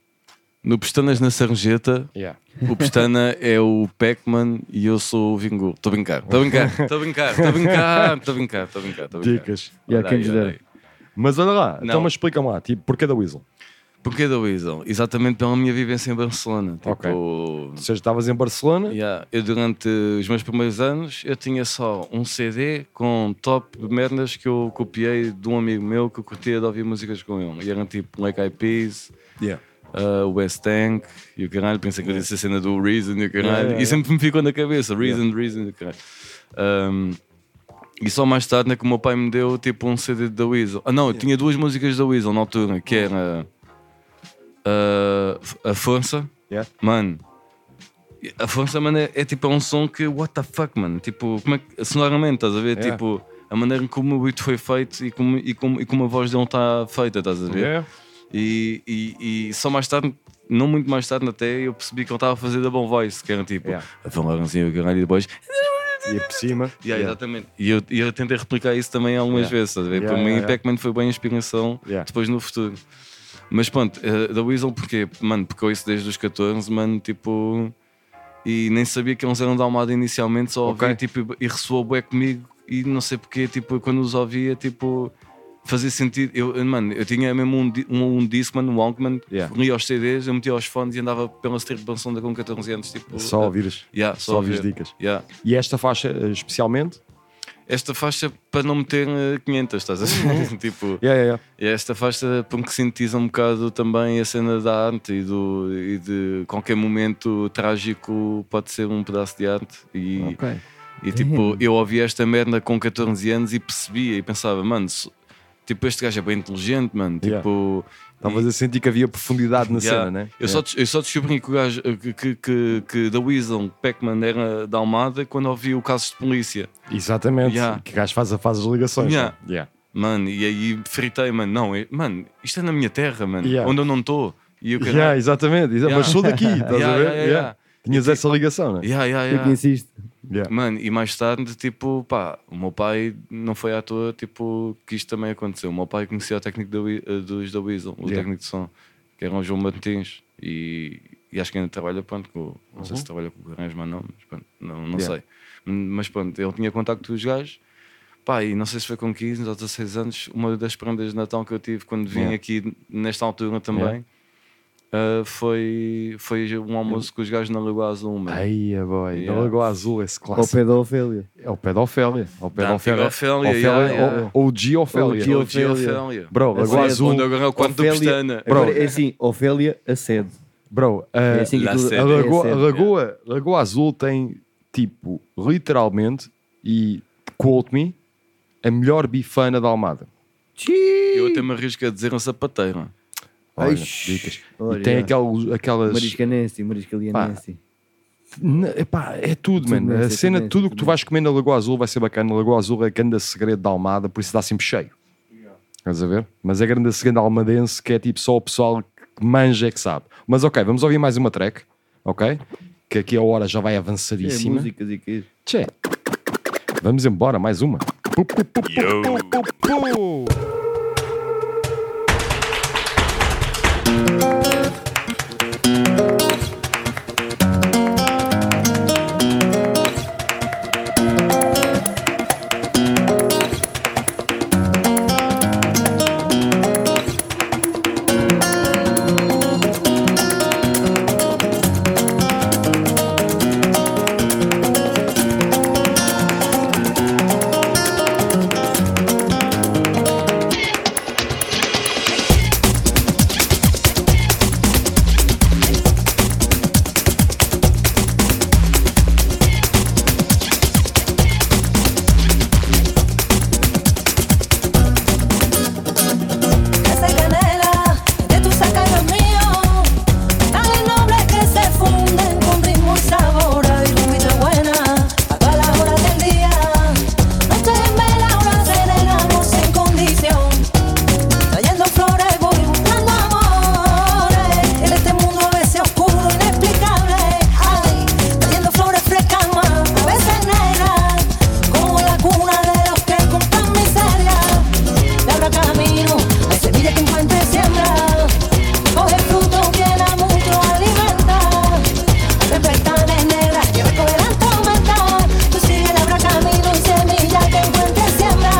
No Pestanas na Sarjeta, Yeah. o Pestana é o Pac-Man e eu sou o Vingu. Estou a brincar, estou a brincar, estou a brincar, estou a brincar, estou a brincar, estou a brincar. estou a brincar. Dicas. é. é Olha aí, olha aí. Mas olha lá, Não. então mas explica-me lá, tipo, porquê da Weasel? Porquê da Weasel? Exatamente pela minha vivência em Barcelona. Tipo, Ou seja, estavas em Barcelona? Yeah, Eu durante os meus primeiros anos eu tinha só um CD com um top de merdas que eu copiei de um amigo meu que eu curtia de ouvir músicas com ele. E eram tipo Black Eyed Peas, Yeah. uh, West Tank e o caralho. Pensei que eu disse a cena do Reason e o caralho. Yeah, yeah, e sempre yeah. me ficou na cabeça, Reason, Yeah. Reason e o caralho. Um, e só mais tarde né, que o meu pai me deu tipo um CD da Weasel. Ah não, eu tinha duas músicas da Weasel na altura, que era uh, A Força. Yeah. Mano, a força, mano, é, é tipo é um som que, what the fuck, mano? Tipo, como é que, sonoramente, estás a ver? Yeah. Tipo, a maneira como o beat foi feito e como, e como, e como a voz dele está feita, estás a ver? Yeah. E, e, e só mais tarde, não muito mais tarde até, eu percebi que ele estava a fazer double voice, que era tipo, Yeah. a falar assim, o caralho, e depois. E por cima. Yeah, Exatamente. E eu, e eu tentei replicar isso também algumas Yeah. vezes, estás a ver? Yeah, Para mim, yeah, yeah. Pac-Man foi bem a inspiração Yeah. depois no futuro. Mas pronto, eh, da Weasel, porque, mano, porque eu ouço desde os 14, mano, tipo. E nem sabia que eles eram da Almada inicialmente, só ouvi Ok. tipo, e ressoou bué comigo e não sei porque, tipo, quando os ouvia, tipo. Fazia sentido, eu, eu, mano, eu tinha mesmo um, di- um, um Discman, um Walkman, Yeah. lia aos CDs, eu metia aos fones e andava pela strip de Bansonda com 14 anos, tipo. é Só eh, ouvires. Yeah, só ouvires dicas. Yeah. E esta faixa eh, especialmente? esta faixa para não meter eh, 500, estás a ver? tipo, Uhum. Yeah, yeah, yeah. e esta faixa porque sintetiza um bocado também a cena da arte e, do, e de qualquer momento trágico pode ser um pedaço de arte. E, Ok. e tipo, Uhum. Damn. eu ouvi esta merda com 14 anos e percebia e pensava, mano, so- tipo, este gajo é bem inteligente, mano. Yeah. Tipo, Estavas a sentir que havia profundidade na Yeah. cena, né? Eu, só, des- eu só descobri que, o gajo, que, que, que, que da Weasel Pac-Man era da Almada quando ouvi o caso de polícia. Exatamente. Yeah. Que gajo faz, a- faz as ligações. Yeah. né? Yeah. Mano, e aí fritei, mano. Não, eu- mano, isto é na minha terra, mano. Yeah. Onde eu não estou. E eu caralho. Yeah, exatamente, exa- mas sou daqui, estás a ver? yeah, tipo, Yeah. Tinhas essa ligação, né? Yeah, yeah, yeah. Yeah. Mano, e mais tarde, tipo, pá, o meu pai não foi à toa, tipo, que isto também aconteceu. O meu pai conhecia o técnico da Wea- eh, dos da Weasel, o Yeah. técnico de som, que era o João Martins. E, e acho que ainda trabalha, pronto, com, não sei se Uhum. trabalha com o Guarães, mas não, mas pronto, não, não Yeah. sei. Hum, Mas pronto, ele tinha contacto com os gajos. Pá, e não sei se foi com 15 ou 16 anos, uma das prendas de Natal que eu tive quando vim Yeah. aqui nesta altura também. Yeah. ah, foi, foi um almoço com os gajos na Lagoa Azul, mano. Aí, é boy, Yeah. da Lagoa Azul, esse Ao clássico. pé da Ofélia. É o pé da Ofélia. É o pé da Ofélia. antiga Ofélia, yeah, yeah. Ou o G Ofélia. OG Ofélia. Bro, A Lagoa sede. Azul. Onde agora é o quarto do Ofélia- Pestana. agora Bro. É assim, Ofélia, a sede. Bro, eh, a, É assim que a aquilo- Lagoa, a é a Lagoa, sede. Lagoa Azul tem, tipo, literalmente, e quote me, a melhor bifana da Almada. Eu até me arrisco a dizer um sapateiro. Olha, Ai, dicas. olha. e tem aquelas. aquelas Marisca Nessi, Marisca Lianensi. Na- epá, é tudo, Tudo mano. nessa, a tudo cena, nessa, tudo o que tu vais comer na Lagoa Azul vai ser bacana. A Lagoa Azul é grande segredo da Almada, por isso está sempre cheio. Estás a ver? Mas é grande segredo almadense que é tipo só o pessoal que manja é que sabe. Mas ok, vamos ouvir mais uma track, ok? que aqui a hora já vai É, avançadíssima. músicas e que Tchê. Vamos embora, mais uma. Pu, pu, pu, pu, pu, pu, pu. Esa canela de tu sacado mío, tan noble que se funden con ritmo y sabor. Ay, rumbita buena, a todas las horas del día. Noche en vela, horas en el amor sin condición. Trayendo flores, voy buscando amores. En este mundo a veces oscuro, inexplicable. Ay, trayendo flores frescas, más, a veces negras. Como la cuna de los que compran miseria. Le abra camino a semilla que encuentre y siembra. Coge fruto que da mucho alimenta. Abre ventanas negras que recogerán tormenta. Tú sigue, le abra camino y semilla que encuentre y siembra.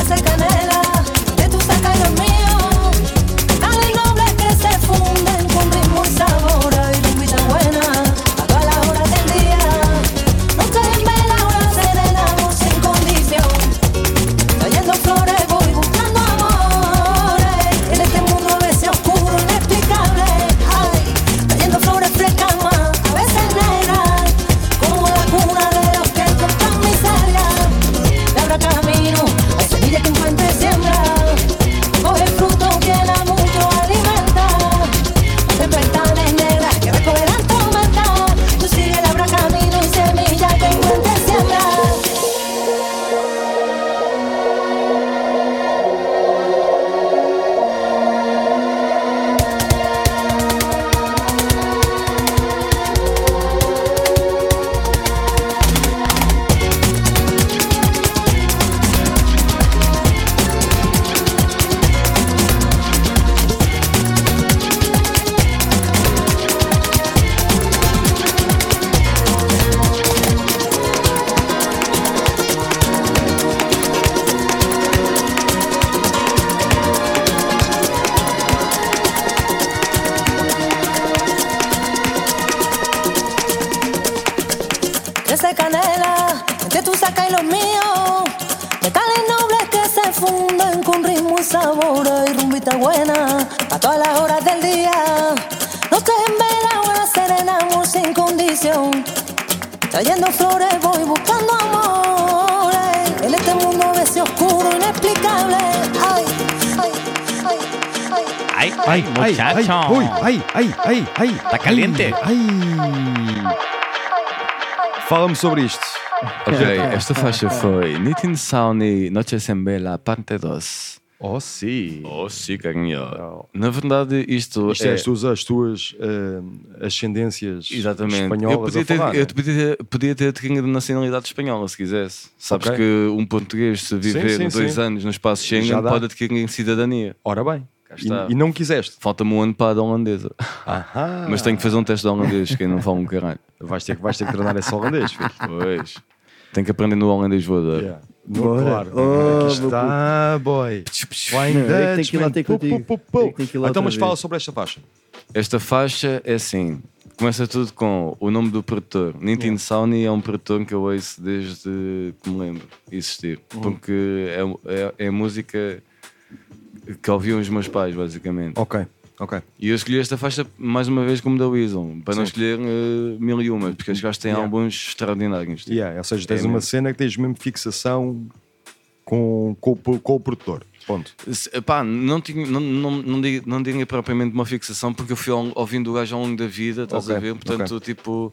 Esa canela de tus acaños míos, tan nobles que se funden con ritmo y sabor. Ay, rumbita buena, a todas las horas del día. Noche en vela, horas en el amor sin condición. Trayendo flores, voy buscando amores. En este mundo a veces oscuro, inexplicable. Ay, trayendo flores frescas más, a veces negras. Como la cuna de los que compran miseria. Le abra camino a semilla que encuentre siembra. Coge fruto que da mucho alimenta. Hace ventanas negras que recogerán tormenta. Tú sigue, le abra camino y semilla que encuentre siembra. Crece canela entre tu saca y los míos. Metales nobles que se funden con ritmo y sabor. Y rumbita buena a todas las horas del día. Noches en vela, horas serena, amor sin condición. Trayendo flores, voy buscando amores. En este mundo a veces oscuro, inexplicable. Ay, ay, ay, ay. Ay, ay, muchacho. Ai, ai, ai, ai, ai. Tá caliente. Ai. Fala-me sobre isto. Ok, esta faixa foi Nitin Sauni, Noche Sem Bela, parte 2. Oh, sim. Oh, sim, ganhou. Na verdade, isto, Isto é as tuas, as tuas eh, ascendências Exatamente. espanholas eu podia a ter, falar, eu né? podia ter, podia ter adquirido nacionalidade espanhola se quisesse. Sabes Ok. que um português, se viver sim, dois sim. anos no espaço Schengen, Já dá. pode adquirir cidadania. é? Ora bem. Cá E- está. e não quiseste? Falta-me um ano para a holandesa. Mas tenho que fazer um teste de holandês, que eu não falo um caralho. Vais ter, que- vais ter que treinar esse holandês, filho. Pois. Tenho que aprender no holandês É. voador. No, Bora. Claro. Oh, né? Aqui está, boy. Flying Não, é que tem que ir lá Dutchman. ter Pu, pu, contigo. pu, pu. É que tem que ir lá outra Então, mas fala vez. sobre esta faixa. Esta faixa é assim. Começa tudo com o nome do produtor. Nintendo Sony é um produtor que eu ouço desde que me lembro de existir. Uhum. Porque é, é, é música que ouviam os meus pais, basicamente. Ok, ok. E eu escolhi esta faixa mais uma vez como da Weasel, para não Sim. escolher eh, mil e uma, porque os gajos têm Yeah. álbuns extraordinários. tipo. Yeah, ou seja, tens É uma mesmo. cena que tens mesmo fixação com, com, o- com o produtor. Ponto. Se- Pá, não, tinha, não, não, não, diria, não diria propriamente uma fixação, porque eu fui ao- ouvindo o gajo ao longo da vida, estás Ok, a ver? Portanto, tipo,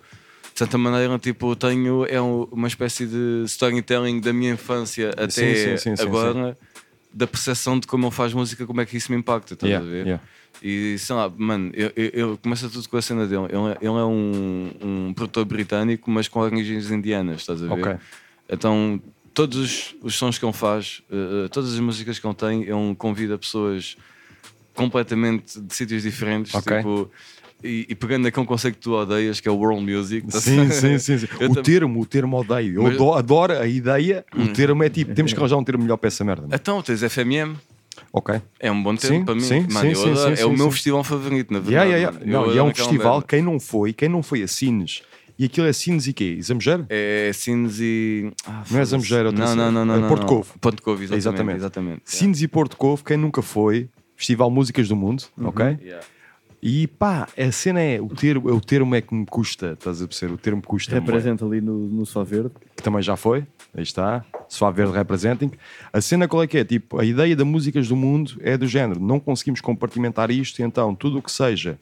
de certa maneira, tipo, eu tenho é um- uma espécie de storytelling da minha infância até sim, sim, sim, agora, da percepção de como ele faz música, como é que isso me impacta, estás Yeah, a ver? yeah. E sei lá, mano, eu, eu, eu- começa tudo com a cena dele. Ele é, ele é um, um produtor britânico, mas com origens indianas, estás a ver? Ok. Então, todos os, os sons que ele faz, eh, eh, todas as músicas que ele tem, ele convida pessoas completamente de sítios diferentes. Ok. Tipo, e, e pegando aquele conceito que tu odeias, que é o world music. Sim, sim, sim. sim. Eu o tam- termo, o termo odeio. Eu Mas- ado- adoro a ideia. O Hum. termo é tipo, temos que arranjar um termo melhor para essa merda. Então, tens FMM. Ok. É um bom tempo Sim, para mim. sim, Mano, sim, eu sim, adoro. sim, é o sim, meu sim. festival favorito, na Yeah, verdade. yeah, yeah. mano. Eu Não, e é adoro um aquela festival, merda. quem não foi, quem não foi a Sines, e aquilo é Sines e quê? Zambujeiro? É Sines e. Ah, não é foda-se. Zambujeiro, outra Não, cidade. não, não, não. É não, Porto não. Covo. É, Porto Covo, exatamente. exatamente. Sines e Porto Covo, quem nunca foi, Festival Músicas do Mundo, ok? Uhum. Yeah. E pá, a cena é, o termo, é o termo é que me custa, estás a perceber? O termo custa Representa ali no, no Só Verde. que também já foi, aí está, Suá Verde Representing. A cena qual é que é? Tipo, a ideia da Músicas do Mundo é do género, não conseguimos compartimentar isto, então tudo o que seja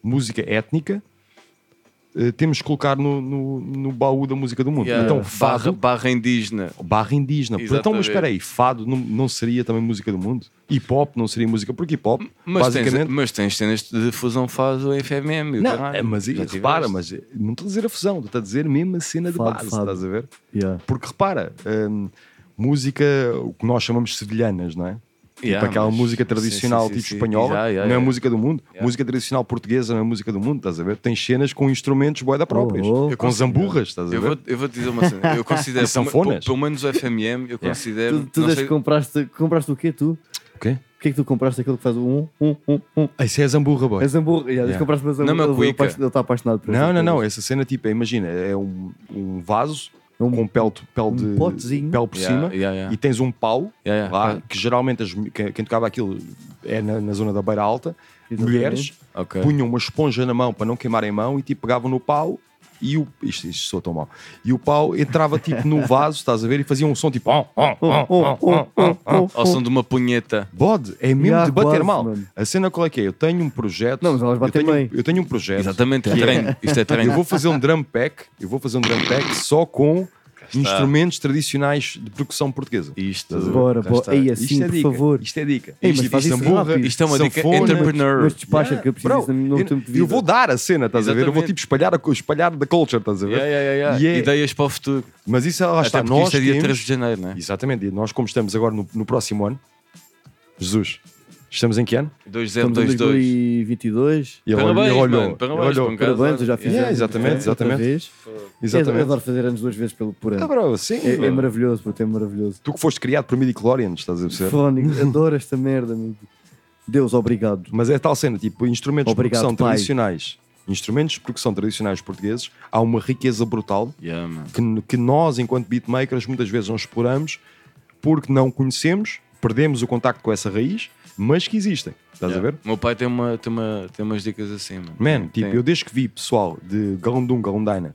música étnica, eh, temos que colocar no, no, no baú da música do mundo. Yeah. Então, barra, fado, barra indígena. barra indígena. Então, mas Exatamente. espera aí, fado não, não seria também música do mundo? Hip hop não seria música, porque hip hop, Mas tens, basicamente. mas tens cenas de fusão faz o FMM. e o Não, caralho. é, mas Já repara, tiveste. mas não estou a dizer a fusão, estou a dizer mesmo a cena de Fado, base, fado. estás a ver? Yeah. Porque repara, hum, música, o que nós chamamos de sevilhanas, não é? Yeah, tipo aquela mas- música sim, tradicional sim, sim, tipo sim. espanhola, Yeah, yeah, não é yeah. música do mundo, música tradicional portuguesa não é música do mundo, estás a ver? Tem cenas com instrumentos boeda próprios, Eu com considero- zamburras, estás a ver? Eu vou, eu vou te dizer uma cena. Eu considero, E sanfonas. pelo menos o FMM, É. eu considero. Tu, tu não das sei- que compraste, compraste o quê, tu? O quê? O que é que tu compraste aquele que faz o um, um, um, um? Ah, Isso é a zamburra, boy. É zamburra. Yeah, Yeah. yeah. compraste uma zamburra. Não, mas Ele- cuica. Ele está apaixonado por Não, essas não, não. coisas. Essa cena, tipo, imagina, é um, um vaso com pele, pele de. potezinho. Pele por Yeah, cima. yeah, yeah. E tens um pau Yeah, yeah. lá, Ah. que geralmente as, mu- que- quem tocava aquilo é na, na zona da beira alta. Exatamente. Mulheres Ok. punham uma esponja na mão para não queimarem a mão e tipo pegavam no pau. E o, isto, isto soa tão mal. E o pau entrava tipo no vaso, estás a ver? E fazia um som tipo. "Oh, oh, oh, oh, oh, oh, oh". Ao som de uma punheta. Bode, é mesmo Yeah, de bater quase, mal. mano. A cena qual é que é? Eu tenho um projeto. Não, mas elas batem eu tenho, bem. Eu tenho um projeto. Exatamente, é que treino. Isto é treino. Eu vou fazer um drum pack. Eu vou fazer um drum pack só com instrumentos tradicionais de percussão portuguesa. Isto. Bora, bora. Ei, assim, isto é por dica. favor. Isto é dica. Ei, mas faz isso zamburra, rápido. Isto é uma dica entrepreneur. Mas despacha, que eu preciso Bro, disso no meu eu- tempo de um vida. Eu vou dar a cena, estás a ver? Eu vou Exatamente. tipo espalhar, a co- espalhar the culture, estás a ver? Yeah, yeah, yeah, E yeah. é- Ideias para o futuro. mas isso lá Até está, porque nós isto é dia temos- 13 de janeiro, não é? Exatamente, e nós como estamos agora no, no próximo ano, Jesus, estamos em que ano? 2022. 2022. E ele olhou, Parabéns, ele olhou, mano, ele parabéns, olhou. por um caso, Parabéns, eu já olha. fiz é. Yeah, anos, exatamente, outra exatamente. vez. Eu adoro Exatamente. fazer anos duas vezes pelo, por ano. Ah, bro, sim, é, é mano. maravilhoso, puto, é maravilhoso. Tu que foste criado por midichlorians, estás a perceber? Fónico, adoro esta merda, meu. Deus, obrigado. Mas é tal cena, tipo, instrumentos Obrigado, de percussão pai. tradicionais, instrumentos de percussão tradicionais portugueses, há uma riqueza brutal Yeah, man. que, que nós, enquanto beatmakers, muitas vezes não exploramos porque não conhecemos, perdemos o contacto com essa raiz, mas que existem, estás a ver? Meu pai tem, uma, tem, uma, tem umas dicas assim, mano. Man, tipo, Tem- eu desde que vi pessoal de Galundum, Galundaina,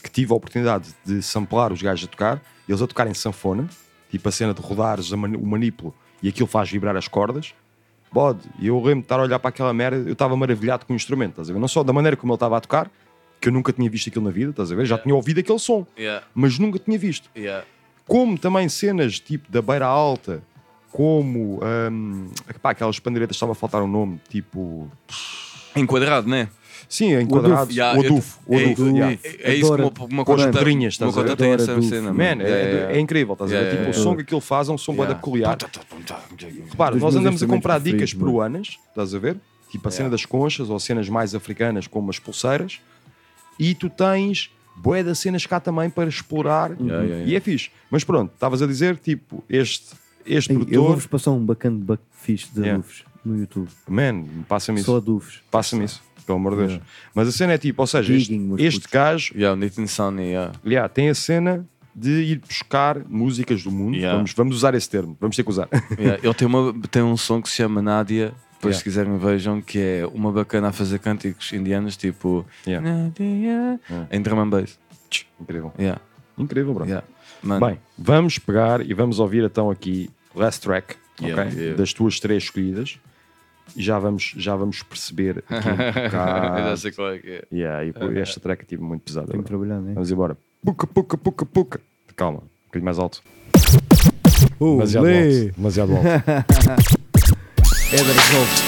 que tive a oportunidade de samplar os gajos a tocar, eles a tocarem sanfona, tipo a cena de rodares a mani- o manipulo e aquilo faz vibrar as cordas. Bode, e eu lembro de estar a olhar para aquela merda, eu estava maravilhado com o instrumento, estás a ver? Não só da maneira como ele estava a tocar, que eu nunca tinha visto aquilo na vida, estás a ver? Já tinha ouvido aquele som, Yeah, mas nunca tinha visto yeah. como também cenas tipo da beira alta, como hum, pá, aquelas pandeiretas, estava a faltar um nome, tipo. Enquadrado, né? Sim, enquadrados. Yeah, o eu- adufo. o é- adufo, é- yeah. é isso que uma- uma Com as conta- pedrinhas, uma estás a ver? conta tem Adoro essa adufo. cena, mano. Man, é, Yeah, é incrível, estás a ver? yeah, Tipo, yeah, o som yeah. que aquilo faz é um som bué Yeah. Tá, da peculiar. Repara, nós andamos Dos meus a instrumentos comprar preferidos, dicas mano. peruanas, estás a ver? Tipo a cena das conchas ou cenas mais africanas, como as pulseiras, e tu tens bué de cenas cá também para explorar, yeah, e é fixe. Mas pronto, estavas a dizer, tipo, este, este Ei, Eu produtor. vou-vos passar um bacana back fixe de Yeah. Lufos. no YouTube. Man, passa-me isso. Só dúvidas. Passa-me isso, pelo amor de Deus. Mas a cena é tipo, ou seja, este, Gigging, meus este gajo Yeah, o Nathan Sunny, yeah. yeah, tem a cena de ir buscar músicas do mundo. Yeah. Vamos, vamos usar esse termo, vamos ter que usar. Yeah, Ele tem, uma, tem um som que se chama Nádia, depois Yeah. se quiserem vejam, que é uma bacana a fazer cânticos indianos, tipo Yeah. Nádia, em drum and bass. Incrível. Yeah. Incrível, bro. Yeah. Mano. Bem, vamos pegar e vamos ouvir então aqui Last Track, Yeah, ok? yeah. das tuas três escolhidas. E já vamos, já vamos perceber aqui um Eu bocado. já sei qual é que é. Yeah, e, pô, esta track é tipo muito pesada. Tenho que bro. trabalhar, né? Vamos embora. Puca, puca, puca, puca. Calma, um bocadinho mais alto. Oh, Demasiado lê. alto. Demasiado alto. É da Resolve.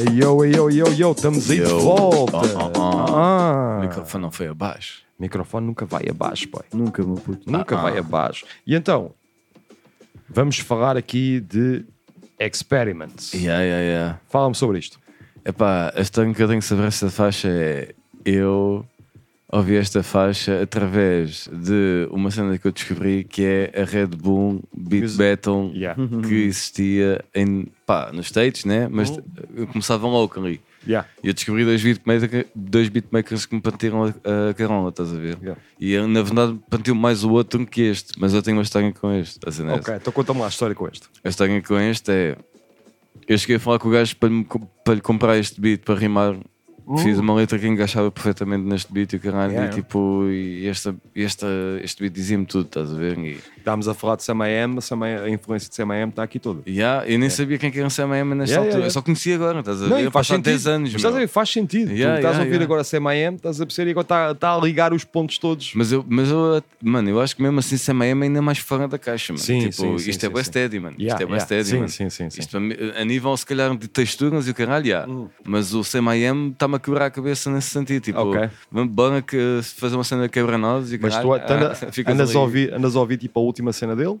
Ei, Yo, ei, yo, yo, yo, estamos aí de Yo. volta. Ah, ah, Ah. O microfone não foi abaixo. O microfone nunca vai abaixo, pai. Nunca, meu puto. Nunca Ah, vai ah. abaixo. E então, vamos falar aqui de experiments. Yeah, yeah, yeah. Fala-me sobre isto. Epá, a história que eu tenho sobre esta faixa é eu ouvi esta faixa através de uma cena que eu descobri que é a Red Bull Beat Battle Yeah. que existia em, pá, nos States, né? mas Uhum. eh, começavam locally. Yeah. E eu descobri dois beatmakers, dois beatmakers que me partiram a, a carola, estás a ver? Yeah. E eu, na verdade partiu mais o outro que este, mas eu tenho uma história com este. a cena é essa. Ok, então conta-me lá a história com este. A história com este é. Eu cheguei a falar com o gajo para, lhe co- para lhe comprar este beat para rimar. Fiz uma letra que encaixava perfeitamente neste beat e o Uh. caralho. Yeah, yeah. e tipo, e esta, esta, este beat dizia-me tudo, estás a ver? E, Estávamos a falar de Sam AM, Sam AM, a influência de Sam AM está aqui toda. yeah, eu nem sabia quem que era um o Sam AM nesta Yeah, altura. yeah, Eu só conheci agora, estás a ver? e Eu passado 10 anos. Mas estás a meu. ver, faz sentido. tu Yeah, estás a yeah, ouvir yeah. agora Sam AM, estás a perceber e agora está, está a ligar os pontos todos. Mas eu, mas eu, mano, eu acho que mesmo assim Sam AM é ainda mais fora da caixa, mano. Sim, tipo, sim, sim, isto sim, é West sim. Eddy, mano. Yeah, isto é West yeah. Eddy, Sim, mano. sim, sim, sim. Hum. Isto para mim, a nível, se calhar, de texturas e o caralho, yeah. mas o Sam AM está-me a quebrar a cabeça nesse sentido. Tipo, Ok. vamos bora que fazer uma cena quebra-nós e o Mas caralho. tu anda- ah, ficas andas, ali. a ouvir, andas a ouvir tipo a última cena dele?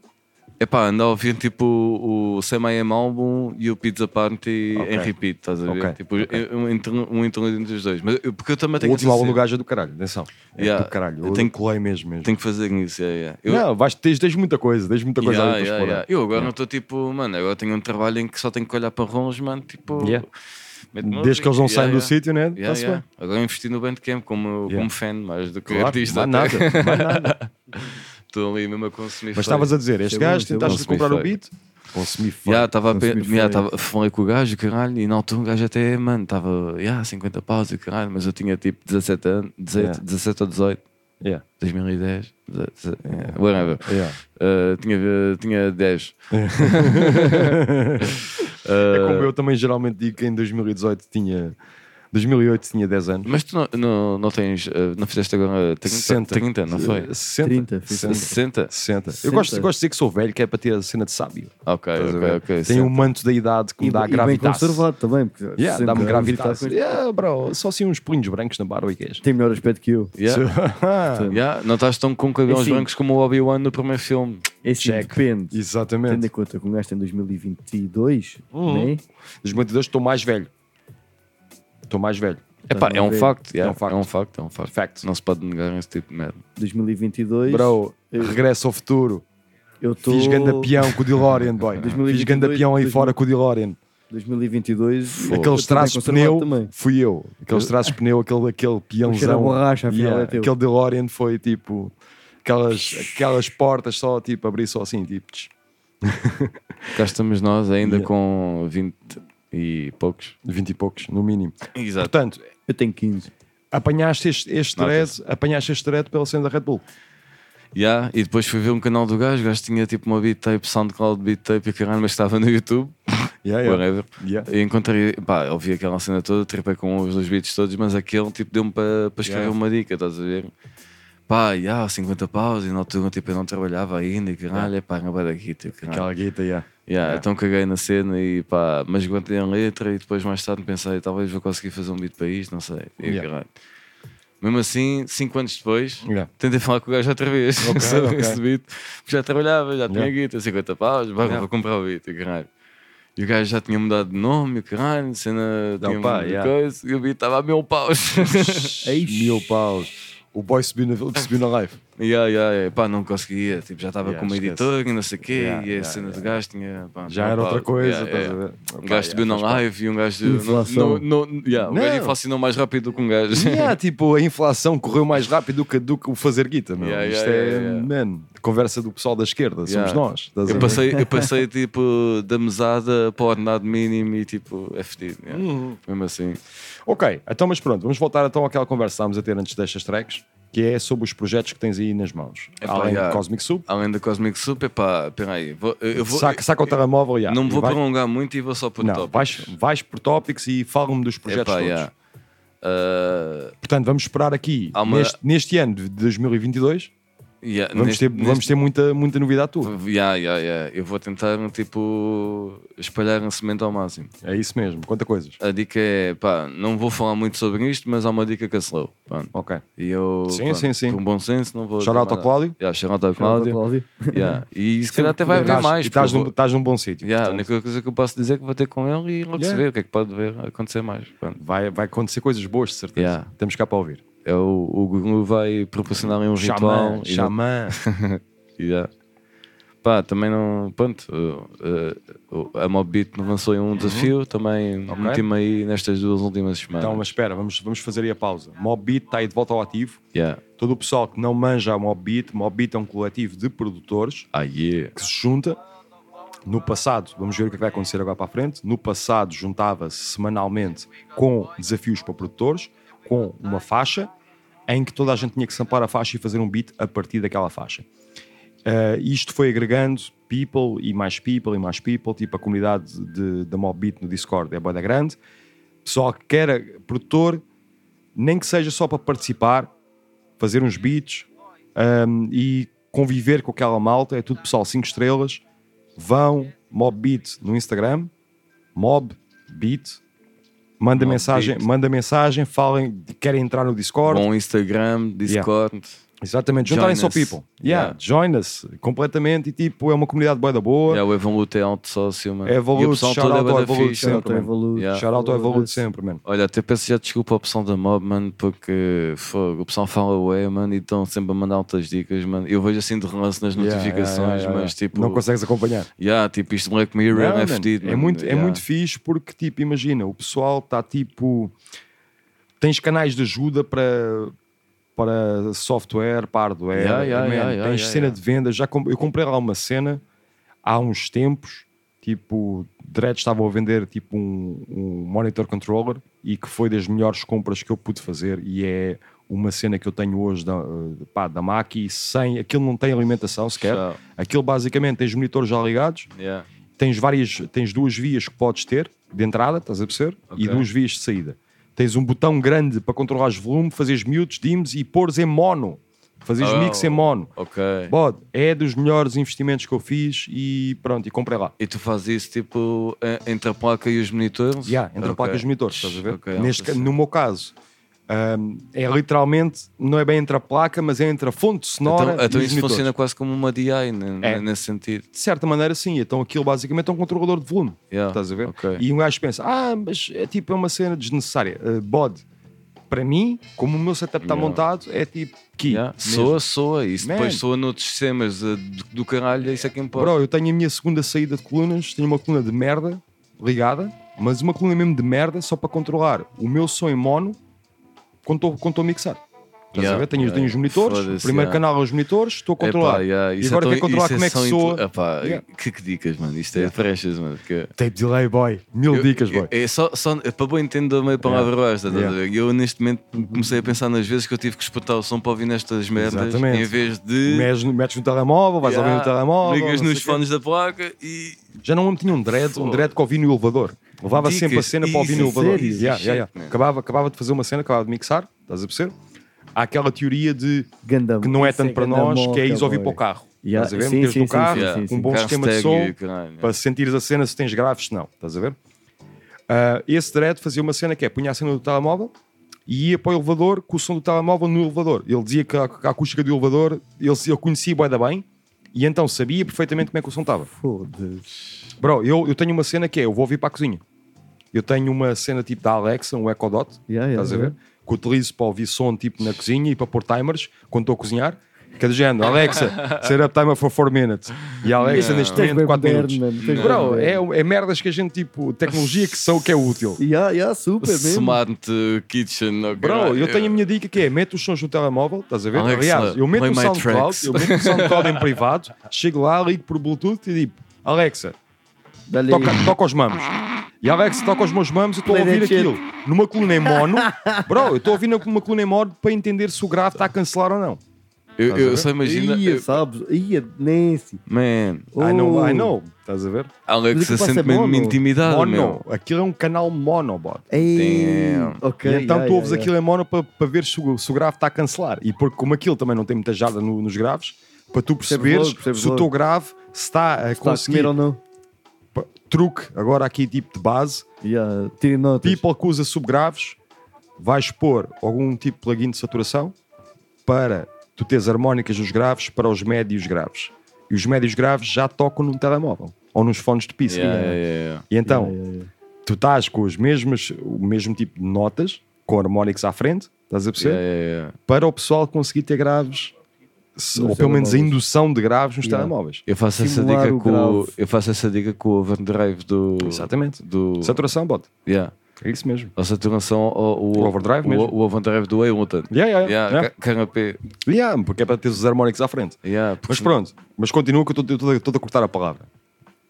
Epá, ando a ouvir tipo o Sam I Am álbum e o Pizza Party Ok. em repeat, estás a ver? Ok, Tipo, eu- um interno- um interlude entre os dois. Mas eu- porque eu também O tenho último essa álbum do cena. gajo é do caralho, atenção. É Yeah. do caralho. Eu Eu tenho- tenho colei mesmo. mesmo. Tenho que fazer isso, yeah, yeah. Eu- Não, vais, tens, tens muita coisa, tens muita coisa Yeah, ali para yeah, explorar. yeah. Eu agora não estou tipo, mano, agora tenho um trabalho em que só tenho que olhar para rolos, mano, tipo. Yeah. mete Desde que eles não música, saem do sítio, né? Yeah, Tá-se yeah. Agora investi no Bandcamp como, como fan, mais do que Claro, artista. mais até. nada, mais nada. Estou ali mesmo a consumir Mas estavas a dizer, este gajo, tentaste comprar o beat, consumi feio. Já, estava a pe- Consumi já, feio. tava- falei com o gajo, caralho, e na altura o gajo até, mano, estava, já, 50 paus e caralho, mas eu tinha tipo 17 anos, 18, Yeah. 17 ou 18. Yeah. 2010, 17, yeah, Yeah. whatever. Yeah. Uh, tinha, tinha 10. É como Uh, eu também geralmente digo que em 2018 tinha. 2008 tinha 10 anos. Mas tu não, não, não tens, uh, não fizeste agora 30, 30 não foi? 60. 60. 60. 60. Eu 60. gosto, gosto de dizer que sou velho, que é para ter a cena de sábio. Ok, Estás a ok, ver? ok, Tenho um 60. manto da idade que me E- dá e bem gravidade. conservado também, porque Yeah, sempre tá? dá-me a gravidade. gravitar com- Yeah, bro, só assim uns pulinhos brancos na barba e que és. Tem melhor aspecto que eu. Yeah. Yeah, Não estás tão com cabelos Assim. brancos como o Obi-Wan no primeiro filme. É assim, depende. Exatamente. Tendo em conta que um gajo em 2022, Uhum. né? 2022 estou mais velho. Estou mais velho. Epá, é um facto, yeah, facto. é um facto, é um facto. Não se pode negar esse tipo de merda. 2022. Bro, eu- regresso ao futuro. Eu É tô- Fiz ganda peão com o DeLorean, boy. 2022, Fiz ganda peão aí 2000. fora com o DeLorean. 2022. eu Aqueles tô traços bem conservado pneu, também. fui eu. Aqueles Eu- traços pneu, aquele, aquele cheiro a peãozão. borracha, afinal, é teu. Aquele DeLorean foi tipo. Aquelas, aquelas portas só tipo abrir só assim, tipo. tch. Cá estamos nós ainda com 20 e poucos. 20 e poucos, no mínimo. Exato. Portanto, eu tenho 15. Apanhaste este, este thread, apanhaste este thread pela cena da Red Bull. Yeah, e depois fui ver um canal do gajo, o gajo tinha tipo uma beat tape, SoundCloud beat tape e caralho, mas estava no YouTube. Yeah, yeah. Whatever. Yeah. E encontrei, pá, ouvi aquela cena toda, tripei com os dois beats todos, mas aquele tipo deu-me para para escrever Yeah. uma dica, estás a ver? Pá, yeah, 50 paus e na altura tipo, eu não trabalhava ainda e caralho, Yeah. é pá, não vai daqui, tipo, caralho. Aquela guita, yeah. Yeah, Então caguei na cena e pá, mas aguentei a letra e depois mais tarde pensei, talvez vou conseguir fazer um beat para isto, não sei. E, Yeah. caralho. Mesmo assim, 5 anos depois, Yeah. tentei falar com o gajo outra vez Ok, sobre ok. esse beat, porque já trabalhava, já tinha Yeah. guita, 50 paus, bora, Yeah. vou comprar o beat, e caralho. E o gajo já tinha mudado de nome, e caralho, cena Não, tinha pá, mudado de yeah. coisa, e o beat estava a mil paus. mil paus. O boy subiu na, subiu na live. Yeah, yeah, yeah. Pá, não conseguia. Tipo, já estava Yeah, com uma esquece. editora e não sei o quê. Yeah, e a yeah, cena yeah. de gajo tinha. pá, Já pá, era pá, outra coisa, yeah, estás a yeah. ver? Um Pá, gajo subiu na yeah, faz live e um gajo. Inflação. No, no, no, yeah, o gajo Não. inflacionou mais rápido do que um gajo. Yeah, tipo, a inflação correu mais rápido que- do que o fazer guita, meu. Yeah, Isto yeah, é, yeah, yeah. man, conversa do pessoal da esquerda, somos Yeah. nós. estás a Eu ver? passei, eu passei tipo da mesada para o ordenado mínimo e tipo, é fedido. yeah. Uhum. Mesmo assim. Ok, então, mas pronto, vamos voltar então àquela conversa que estávamos a ter antes destas tracks, que é sobre os projetos que tens aí nas mãos. Epá, Além yeah. do Cosmic Sub, Além da Cosmic Soup, epá, peraí. Vou, eu eu vou, saca, saca o telemóvel yeah, não me e vou vai- prolongar muito e vou só por Não, top. vais, vais por tópicos e fala-me dos projetos Epá, todos. yeah. Ah, Portanto, vamos esperar aqui, Há uma- neste, neste ano de 2022, yeah, vamos, neste- ter, vamos ter muita, muita novidade tua. Yeah, yeah, yeah. Eu vou tentar, tipo, espalhar a semente ao máximo. É isso mesmo, conta coisas. A dica é, pá, não vou falar muito sobre isto, mas há uma dica que acelou. Ok. E eu, Sim, pronto, sim, sim. por um bom senso, não vou... Shout out ao mais- Cláudio. Yeah, shout out ao Shout out Cláudio. ao Cláudio. Yeah. E se calhar até vai E haver estás- mais. e estás porque num- vou- estás num bom sítio, um Yeah, a portanto. única coisa que eu posso dizer é que vou ter com ele e logo se Yeah. vê o que é que pode ver acontecer mais. Pronto. Vai, vai acontecer coisas boas, de certeza. Yeah. Estamos cá para ouvir. É o, o Guru vai proporcionar um Xamã, ritual. e- xamã. Yeah. Pá, também não. Pronto, uh, uh, a Mobbeat lançou um desafio, também Uhum. Ok. meti-me aí nestas duas últimas semanas. Então, mas espera, vamos, vamos fazer aí a pausa. Mob Beat está aí de volta ao ativo. Yeah. Todo o pessoal que não manja a Mob Beat, Mob Beat é um coletivo de produtores Ah, yeah. que se junta. No passado, vamos ver o que é que vai acontecer agora para a frente. No passado, juntava-se semanalmente com desafios para produtores, com uma faixa, em que toda a gente tinha que sampar a faixa e fazer um beat a partir daquela faixa. Uh, isto foi agregando people e mais people e mais people, tipo a comunidade de- da Mob Beat no Discord é bué da grande. Pessoal que quer eh, produtor, nem que seja só para participar, fazer uns beats um, e conviver com aquela malta, é tudo pessoal 5 estrelas. Vão Mob Beat no Instagram, Mob Beat. Manda Mob mensagem, Beat. manda mensagem, falem, querem entrar no Discord. Bom Instagram, Discord. Exatamente, juntarem Join só us. people. Yeah, join us completamente e tipo, é uma comunidade boa da boa. Yeah, o Evolute é alto sócio, mano. É E o Evolute, pessoal shout todo é out bué ao da Evolute fixe. sempre, man. Yeah. Shout out ao Evolute sempre, mano. Olha, até peço já desculpa ao pessoal da Mob, mano, porque fogo, o pessoal fala ué, mano, e estão sempre a mandar altas dicas, mano. Eu vejo assim de relance nas Yeah, notificações, yeah, yeah, yeah. mas tipo. Não consegues acompanhar. Yeah, tipo, isto Black Mirror Não, é man, fedido, é mano. muito, é Yeah. muito fixe porque, tipo, tá, imagina, o pessoal está tipo. Tens canais de ajuda para para software, para hardware. Yeah, yeah, man, yeah, tens yeah, cena de vendas. Já com- Eu comprei lá uma cena há uns tempos. Tipo, Dread estavam a vender tipo um, um monitor controller e que foi das melhores compras que eu pude fazer. E é uma cena que eu tenho hoje da, eh, pá, da Mac e sem. Aquilo não tem alimentação sequer. Sure. Aquilo basicamente tens monitores já ligados Yeah. tens várias, tens duas vias que podes ter de entrada, estás a perceber? E Ok. duas vias de saída. Tens um botão grande para controlares volume, fazeres miúdos, dims e pôres em mono. Fazeres Oh, mix em mono. Ok. Bode, é dos melhores investimentos que eu fiz e pronto, e comprei lá. E tu fazes isso tipo eh, entre a placa e os monitores? Yeah, entre a Ok. placa e os monitores, estás a ver? Ok, Neste, ca- ok. no meu caso, hum, é literalmente, não é bem entre a placa, mas é entre a fonte sonora Então, e então os isso monitores. funciona quase como uma DI n- É. n- né, nesse sentido. De certa maneira, sim. Então aquilo basicamente é um controlador de volume. Yeah, Estás a ver? ok. E um gajo pensa, ah, mas é tipo, é uma cena desnecessária. Uh, bode, para mim, como o meu setup está Yeah. montado, é tipo que Yeah. Soa, soa. Isso Man. depois soa noutros sistemas eh, do, do caralho, isso é que importa. Bro, eu tenho a minha segunda saída de colunas, tenho uma coluna de merda ligada, mas uma coluna mesmo de merda só para controlar o meu som em mono quando estou- quando estou a mixar. Estás Yeah, a ver? Tenho, yeah, tenho os yeah. monitores, o Foda-se, primeiro yeah. canal aos monitores, estou a controlar. Epá, yeah, e isso é agora tão- quero controlar isso como é que só soa. inte- Epá, Yeah. Que, que dicas, mano. Isto é frechas, mano. Que... Tape delay, boy. Mil Eu- dicas, boy. É só, só é para bom entender meio palavra Yeah. Uhum. basta, tá estás a ver? Eu neste momento comecei a pensar nas vezes que eu tive que espetar o som para ouvir nestas merdas Exatamente. em vez de Metes, no- metes no telemóvel, vais Yeah, ouvir no telemóvel. ligas não sei nos quê. fones da placa e Já não me tinha um dread, um Foda. dread que ouvi no elevador. Levava Dicas, sempre a cena para ouvir isso, no elevador. sério, isso, é Yeah, shit, yeah, yeah. man. Acabava, acabava de fazer uma cena, acabava de mixar, estás a perceber? Há aquela teoria de que não é isso tanto é para ganda nós, que moca, é isso ouvir boy. para o carro. Yeah, Estás a ver? sim, Meteres sim, no sim, carro, sim, sim, um bom sim. sistema de Hashtag, som, caralho. É. para sentires a cena se tens graves, se não, estás a ver? Ah, esse dread fazia uma cena que é punha a cena do telemóvel e ia para o elevador com o som do telemóvel no elevador. Ele dizia que a, a acústica do elevador ele, ele conhecia bué da bem e então sabia perfeitamente como é que o som estava. Foda-se. Bro, eu, eu tenho uma cena que é: eu vou ouvir para a cozinha. Eu tenho uma cena tipo da Alexa, um Echo Dot, estás a ver? yeah. Que utilizo para ouvir som tipo na cozinha e para pôr timers quando estou a cozinhar. Que é do género, Alexa, set up timer for 4 minutes. E a Alexa é Não. neste Tens momento bem 4 moderno, É, minutos. mano, tens Bro, bem é, é merdas que a gente, tipo, tecnologia que são que é útil. Yeah, yeah, super mesmo. Smart Kitchen. oh, é Bro, caralho. eu tenho a minha dica que é: mete os sons no telemóvel, estás a ver? Alexa, Aliás, eu meto play um my SoundCloud, tracks. eu meto um SoundCloud em privado, chego lá, ligo por Bluetooth e digo: Alexa, toca, toca os mamos. E a Alexa toca os meus mamos e estou a Play ouvir that shit. aquilo numa coluna em mono. Bro, eu estou a ouvir numa coluna em mono para entender se o grave está a cancelar ou não. Eu, Estás a eu ver? só imagino. Ia, eu- Sabes? Ia, Nancy. Man, I know, I Oh. know. Estás a ver? Alexa sente-me uma é intimidade, Mono. Ah, meu. Aquilo é um canal mono, bot. Ei, ok. E então yeah, tu ouves yeah, aquilo em mono para, para ver se o, se o grave está a cancelar. E porque como aquilo também não tem muita jarda no- nos graves, para tu Percebes perceberes logo, percebes se o logo. teu grave se está está a a conseguir. comer ou não. P- Truque, agora aqui tipo de base. Yeah, tirem notas. People que usa subgraves, vais pôr algum tipo de plugin de saturação para tu teres harmónicas dos graves para os médios graves. E os médios graves já tocam num telemóvel ou nos fones de pista. Yeah, yeah, yeah. E então, tu estás com as mesmas, o mesmo tipo de notas, com harmónicos à frente, estás a perceber? Yeah, yeah, yeah. Para o pessoal conseguir ter graves, se- Nos ou pelo menos a telemóveis. indução de graves nos telemóveis. Eu faço, essa Simular dica o com, o- grave. eu faço essa dica com o overdrive do. Exatamente. Do, Saturação, bota. Yeah. É isso mesmo. A saturação, o, o, O overdrive o, mesmo. o overdrive do Ableton. Yeah, yeah, yeah. ca- Canapé. Yeah, porque é para ter os harmónicos à frente. Mas pronto, mas continua que eu estou- eu estou a cortar a palavra.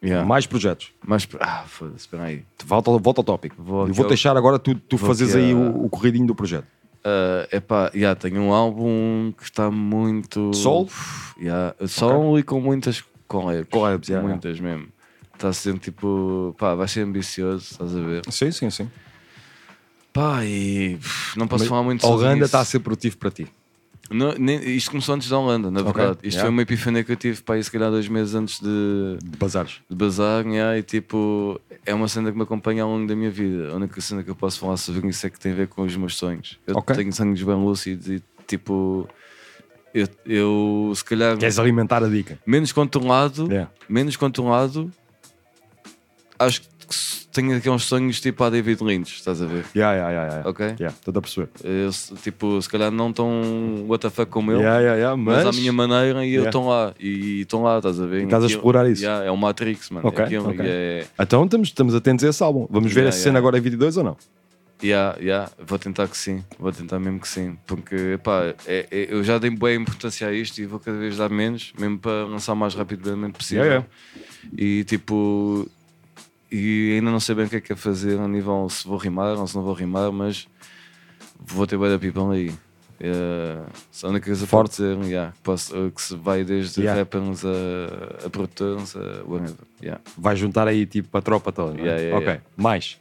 Yeah. Mais projetos. Mais. pro- Ah, foda-se, espera aí. Volta, ao- volta ao tópico. eu vou ao- deixar agora tu, tu vou fazes aqui aí a- o, o corridinho do projeto. Ah, epá, yeah, tenho um álbum que está muito. Sol? Yeah, Sol e com muitas collabs. Collabs, yeah, Muitas mesmo. Está sendo tipo. Pá, vai ser ambicioso, estás a ver? Sim, sim, sim. Pá, e. pff, Não posso Mas falar muito a sobre Holanda tá isso. está a ser produtivo para ti. Não, nem- isto começou antes da Holanda, na Ok, verdade. Isto yeah. foi uma epifania que eu tive para aí, se calhar, dois meses antes de. De bazares. De bazar, yeah, e tipo, é uma cena que me acompanha ao longo da minha vida. A única cena que eu posso falar sobre isso é que tem a ver com os meus sonhos. Eu Ok. tenho sonhos bem lúcidos e tipo. Eu, eu, se calhar. Queres alimentar a dica? Menos controlado, Yeah. menos controlado, acho que s- tenho aqui uns sonhos tipo a David Lynch, estás a ver? Yeah, yeah, yeah, yeah. Ok? Yeah, estou a perceber. Eu, s- tipo, se calhar não tão what the fuck como eu, Yeah, yeah, yeah, mas... mas- à minha maneira e eu Yeah. estão lá. E estão lá, estás a ver? E estás a Aquilo- explorar isso. Yeah, é o Matrix, mano. Ok, Aquilo, ok. e é- Então estamos, estamos atentos a esse álbum. Vamos ver Yeah, essa cena yeah. agora em 22 ou não? Yeah, yeah, vou tentar que sim, vou tentar mesmo que sim, porque pá, é- é- eu já dei boa importância a isto e vou cada vez dar menos, mesmo para lançar o mais rapidamente possível. Yeah, E tipo, e ainda não sei bem o que é que é fazer a nível se vou rimar ou se não vou rimar, mas vou ter boa da pipão aí. É, só a única coisa que posso dizer, yeah, que posso- que se vai desde Yeah. rappers a, a produtores, a whatever. Yeah. Vai juntar aí tipo a tropa toda. não é? Yeah, yeah, ok, yeah. mais.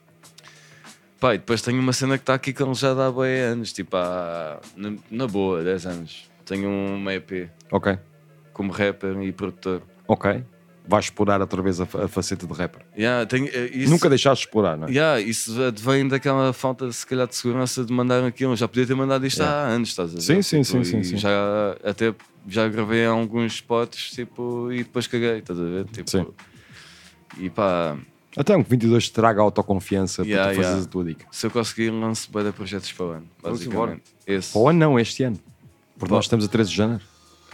Pá, e depois tenho uma cena que está aqui calejada há bem anos, tipo há, na, na boa, 10 anos. Tenho uma EP Ok, como rapper e produtor. ok. Vais explorar outra vez a, fa- a faceta de rapper. Yeah, tenho, eh, isso, Nunca deixaste de explorar, não é? Yeah, isso advém daquela falta, se calhar, de segurança de mandar aquilo. Já podia ter mandado isto há anos, estás a ver? Sim, Tipo, sim, sim, sim, e sim. Já, até já gravei alguns spots tipo, e depois caguei, estás a ver? Tipo, Sim. E pá, Até um que 22 te traga autoconfiança yeah, para tu fazeres yeah. a tua dica. se eu conseguir, lanço bué de projetos para o ano, Vamos embora. basicamente. Esse. Ou não, este ano. Porque Bom. nós estamos a 13 de janeiro.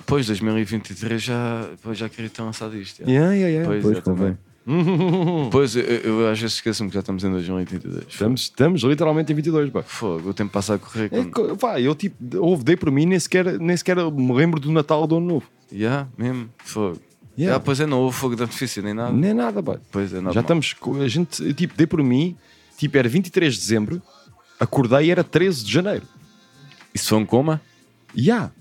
Pois, 2023 já, pois, já queria ter lançado isto. já. Yeah, yeah, yeah. É, Pois, eu também. Pois, eu, eu às vezes esqueço-me que já estamos em 2022. Estamos, estamos literalmente em 22, pá. Fogo, o tempo passa a correr. É, quando- co- pá, eu tipo, houve, dei por mim, nem sequer, nem sequer me lembro do Natal do Ano Novo. Yeah, mesmo, fogo. Yeah. Ah, pois é, não houve fogo de artifício nem nada. Nem nada, pá. Pois é, normal. Já estamos, co- a gente, tipo, dei por mim, tipo, era 23 de dezembro, acordei e era 13 de janeiro. Isso foi um coma? Já. Yeah.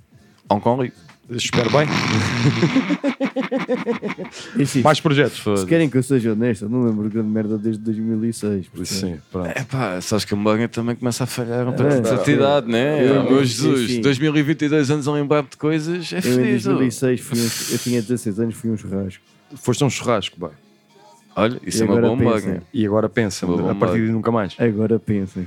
Hong Kong? Espero bem. Tipo, Enfim, Mais projetos. Se querem que eu seja honesto, eu não lembro grande merda desde 2006. portanto. Sim, pronto. É pá, sabes que a memória também começa a falhar um É, pouco de pá. certidade, né? Eu- Ah, meu sim, Jesus, sim. 2022 anos a lembrar-me de coisas, é eu em fedido. 2006 fui um- eu tinha 16 anos, fui um churrasco. Foste um churrasco, bem. Olha, isso E é uma agora boa pensem. né? memória. E agora pensa, Uma boa a partir memória. de nunca mais. Agora pensem.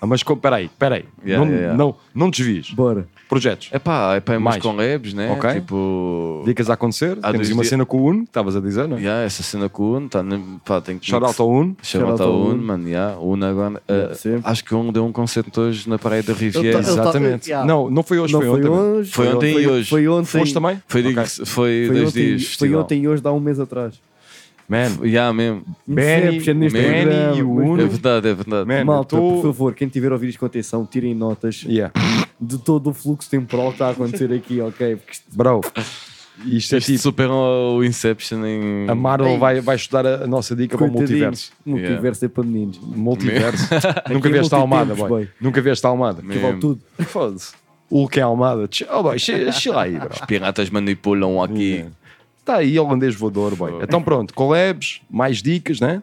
Ah, mas co- peraí, peraí. Yeah, não, yeah, yeah. não, não desvies. Bora. Projetos. É pá, é pá, Mais. mas com lebs, né? Ok. Tipo. Dicas a acontecer. Há Temos dois uma dias- cena com o Uno, que estavas a dizer, não é? Yeah, essa cena com o Uno, tá, na- pá, tem que. Shout out ao Uno. Shout out ao Uno, mano. Yeah. Uno agora. ah, acho que o Uno deu um concerto hoje na Praia da Riviera. Ele tá- ele tá- Exatamente. yeah. Não, não foi hoje, Não foi foi ontem. hoje, Foi foi ontem ontem, e hoje. foi ontem. Foste também? Foi, digo- foi Foi dois ontem, dias. Foi ontem e hoje, dá um mês atrás. Man. Yeah, mesmo. é Benny, Sempre neste Benny programa, e o mas- Uno. É verdade, é verdade. Malta, por favor, quem tiver a ouvir isto com atenção, tirem notas de todo o fluxo temporal que está a acontecer aqui, ok? Porque isto- Bro, isto é tipo. Superam o Inception em. A Marvel vai, vai estudar a, a nossa dica É para o multiverso. Coitadinhos. Multiverso é para meninos. Multiverso. Aqui Nunca é vieste a Almada, multitempos, boy. boy. Nunca vieste a Almada. Que vale é tudo. Foda-se. O Hulk é Almada. Ch- Oh, boy, chi- chila aí, bro. Os piratas manipulam aqui. Está aí holandês voador, boy. Então pronto, collabs, mais dicas, né?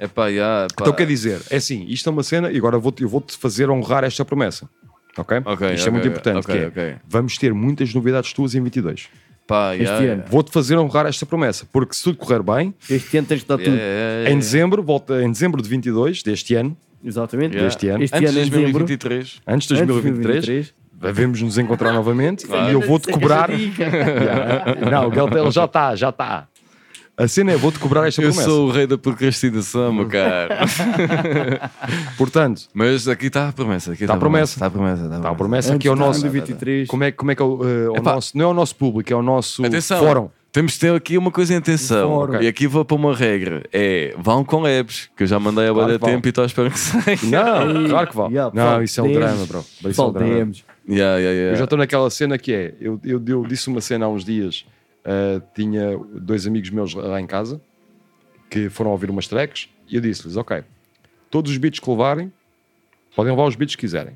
É pá, yeah, pá. Então quer dizer, é assim, isto é uma cena e agora eu vou-te eu vou-te fazer honrar esta promessa. Ok? Ok, isto ok, é muito ok, importante. ok, que é, ok. Vamos ter muitas novidades tuas em 22. Pá, Este yeah, ano. yeah. Vou-te fazer honrar esta promessa, porque se tudo correr bem. Este ano tens de dar tudo. Yeah, yeah, yeah. Em dezembro, volta, em dezembro de 22, deste ano. Exatamente. Yeah. Deste ano. Este Antes ano, em de 2023. Antes de Antes de 2023. 2023. Devemos nos encontrar novamente Claro. e eu vou-te Essa cobrar. dica. Yeah. Não, o Galtel já está, já está. A cena é: vou-te cobrar esta Eu promessa. sou o rei da procrastinação, meu caro. Portanto. Mas aqui está a promessa. Aqui Está Tá a promessa. Está a promessa. Está Tá, a promessa aqui é o nosso. Como é, como é que é o, eh, o Epá. nosso. Não é o nosso público, é o nosso Atenção. fórum. Temos de ter aqui uma coisa em atenção. Fórum. E aqui vou para uma regra: é vão com apps, que eu já mandei a Claro que boa vão. tempo e estou à espera que saia. Não, claro que vale. não, isso é um drama, bro. Isso é um drama. Yeah, yeah, yeah. Eu já estou naquela cena que é. Eu, eu, eu disse uma cena há uns dias. ah, tinha dois amigos meus lá em casa que foram ouvir umas tracks e eu disse-lhes: Ok, todos os beats que levarem, podem levar os beats que quiserem.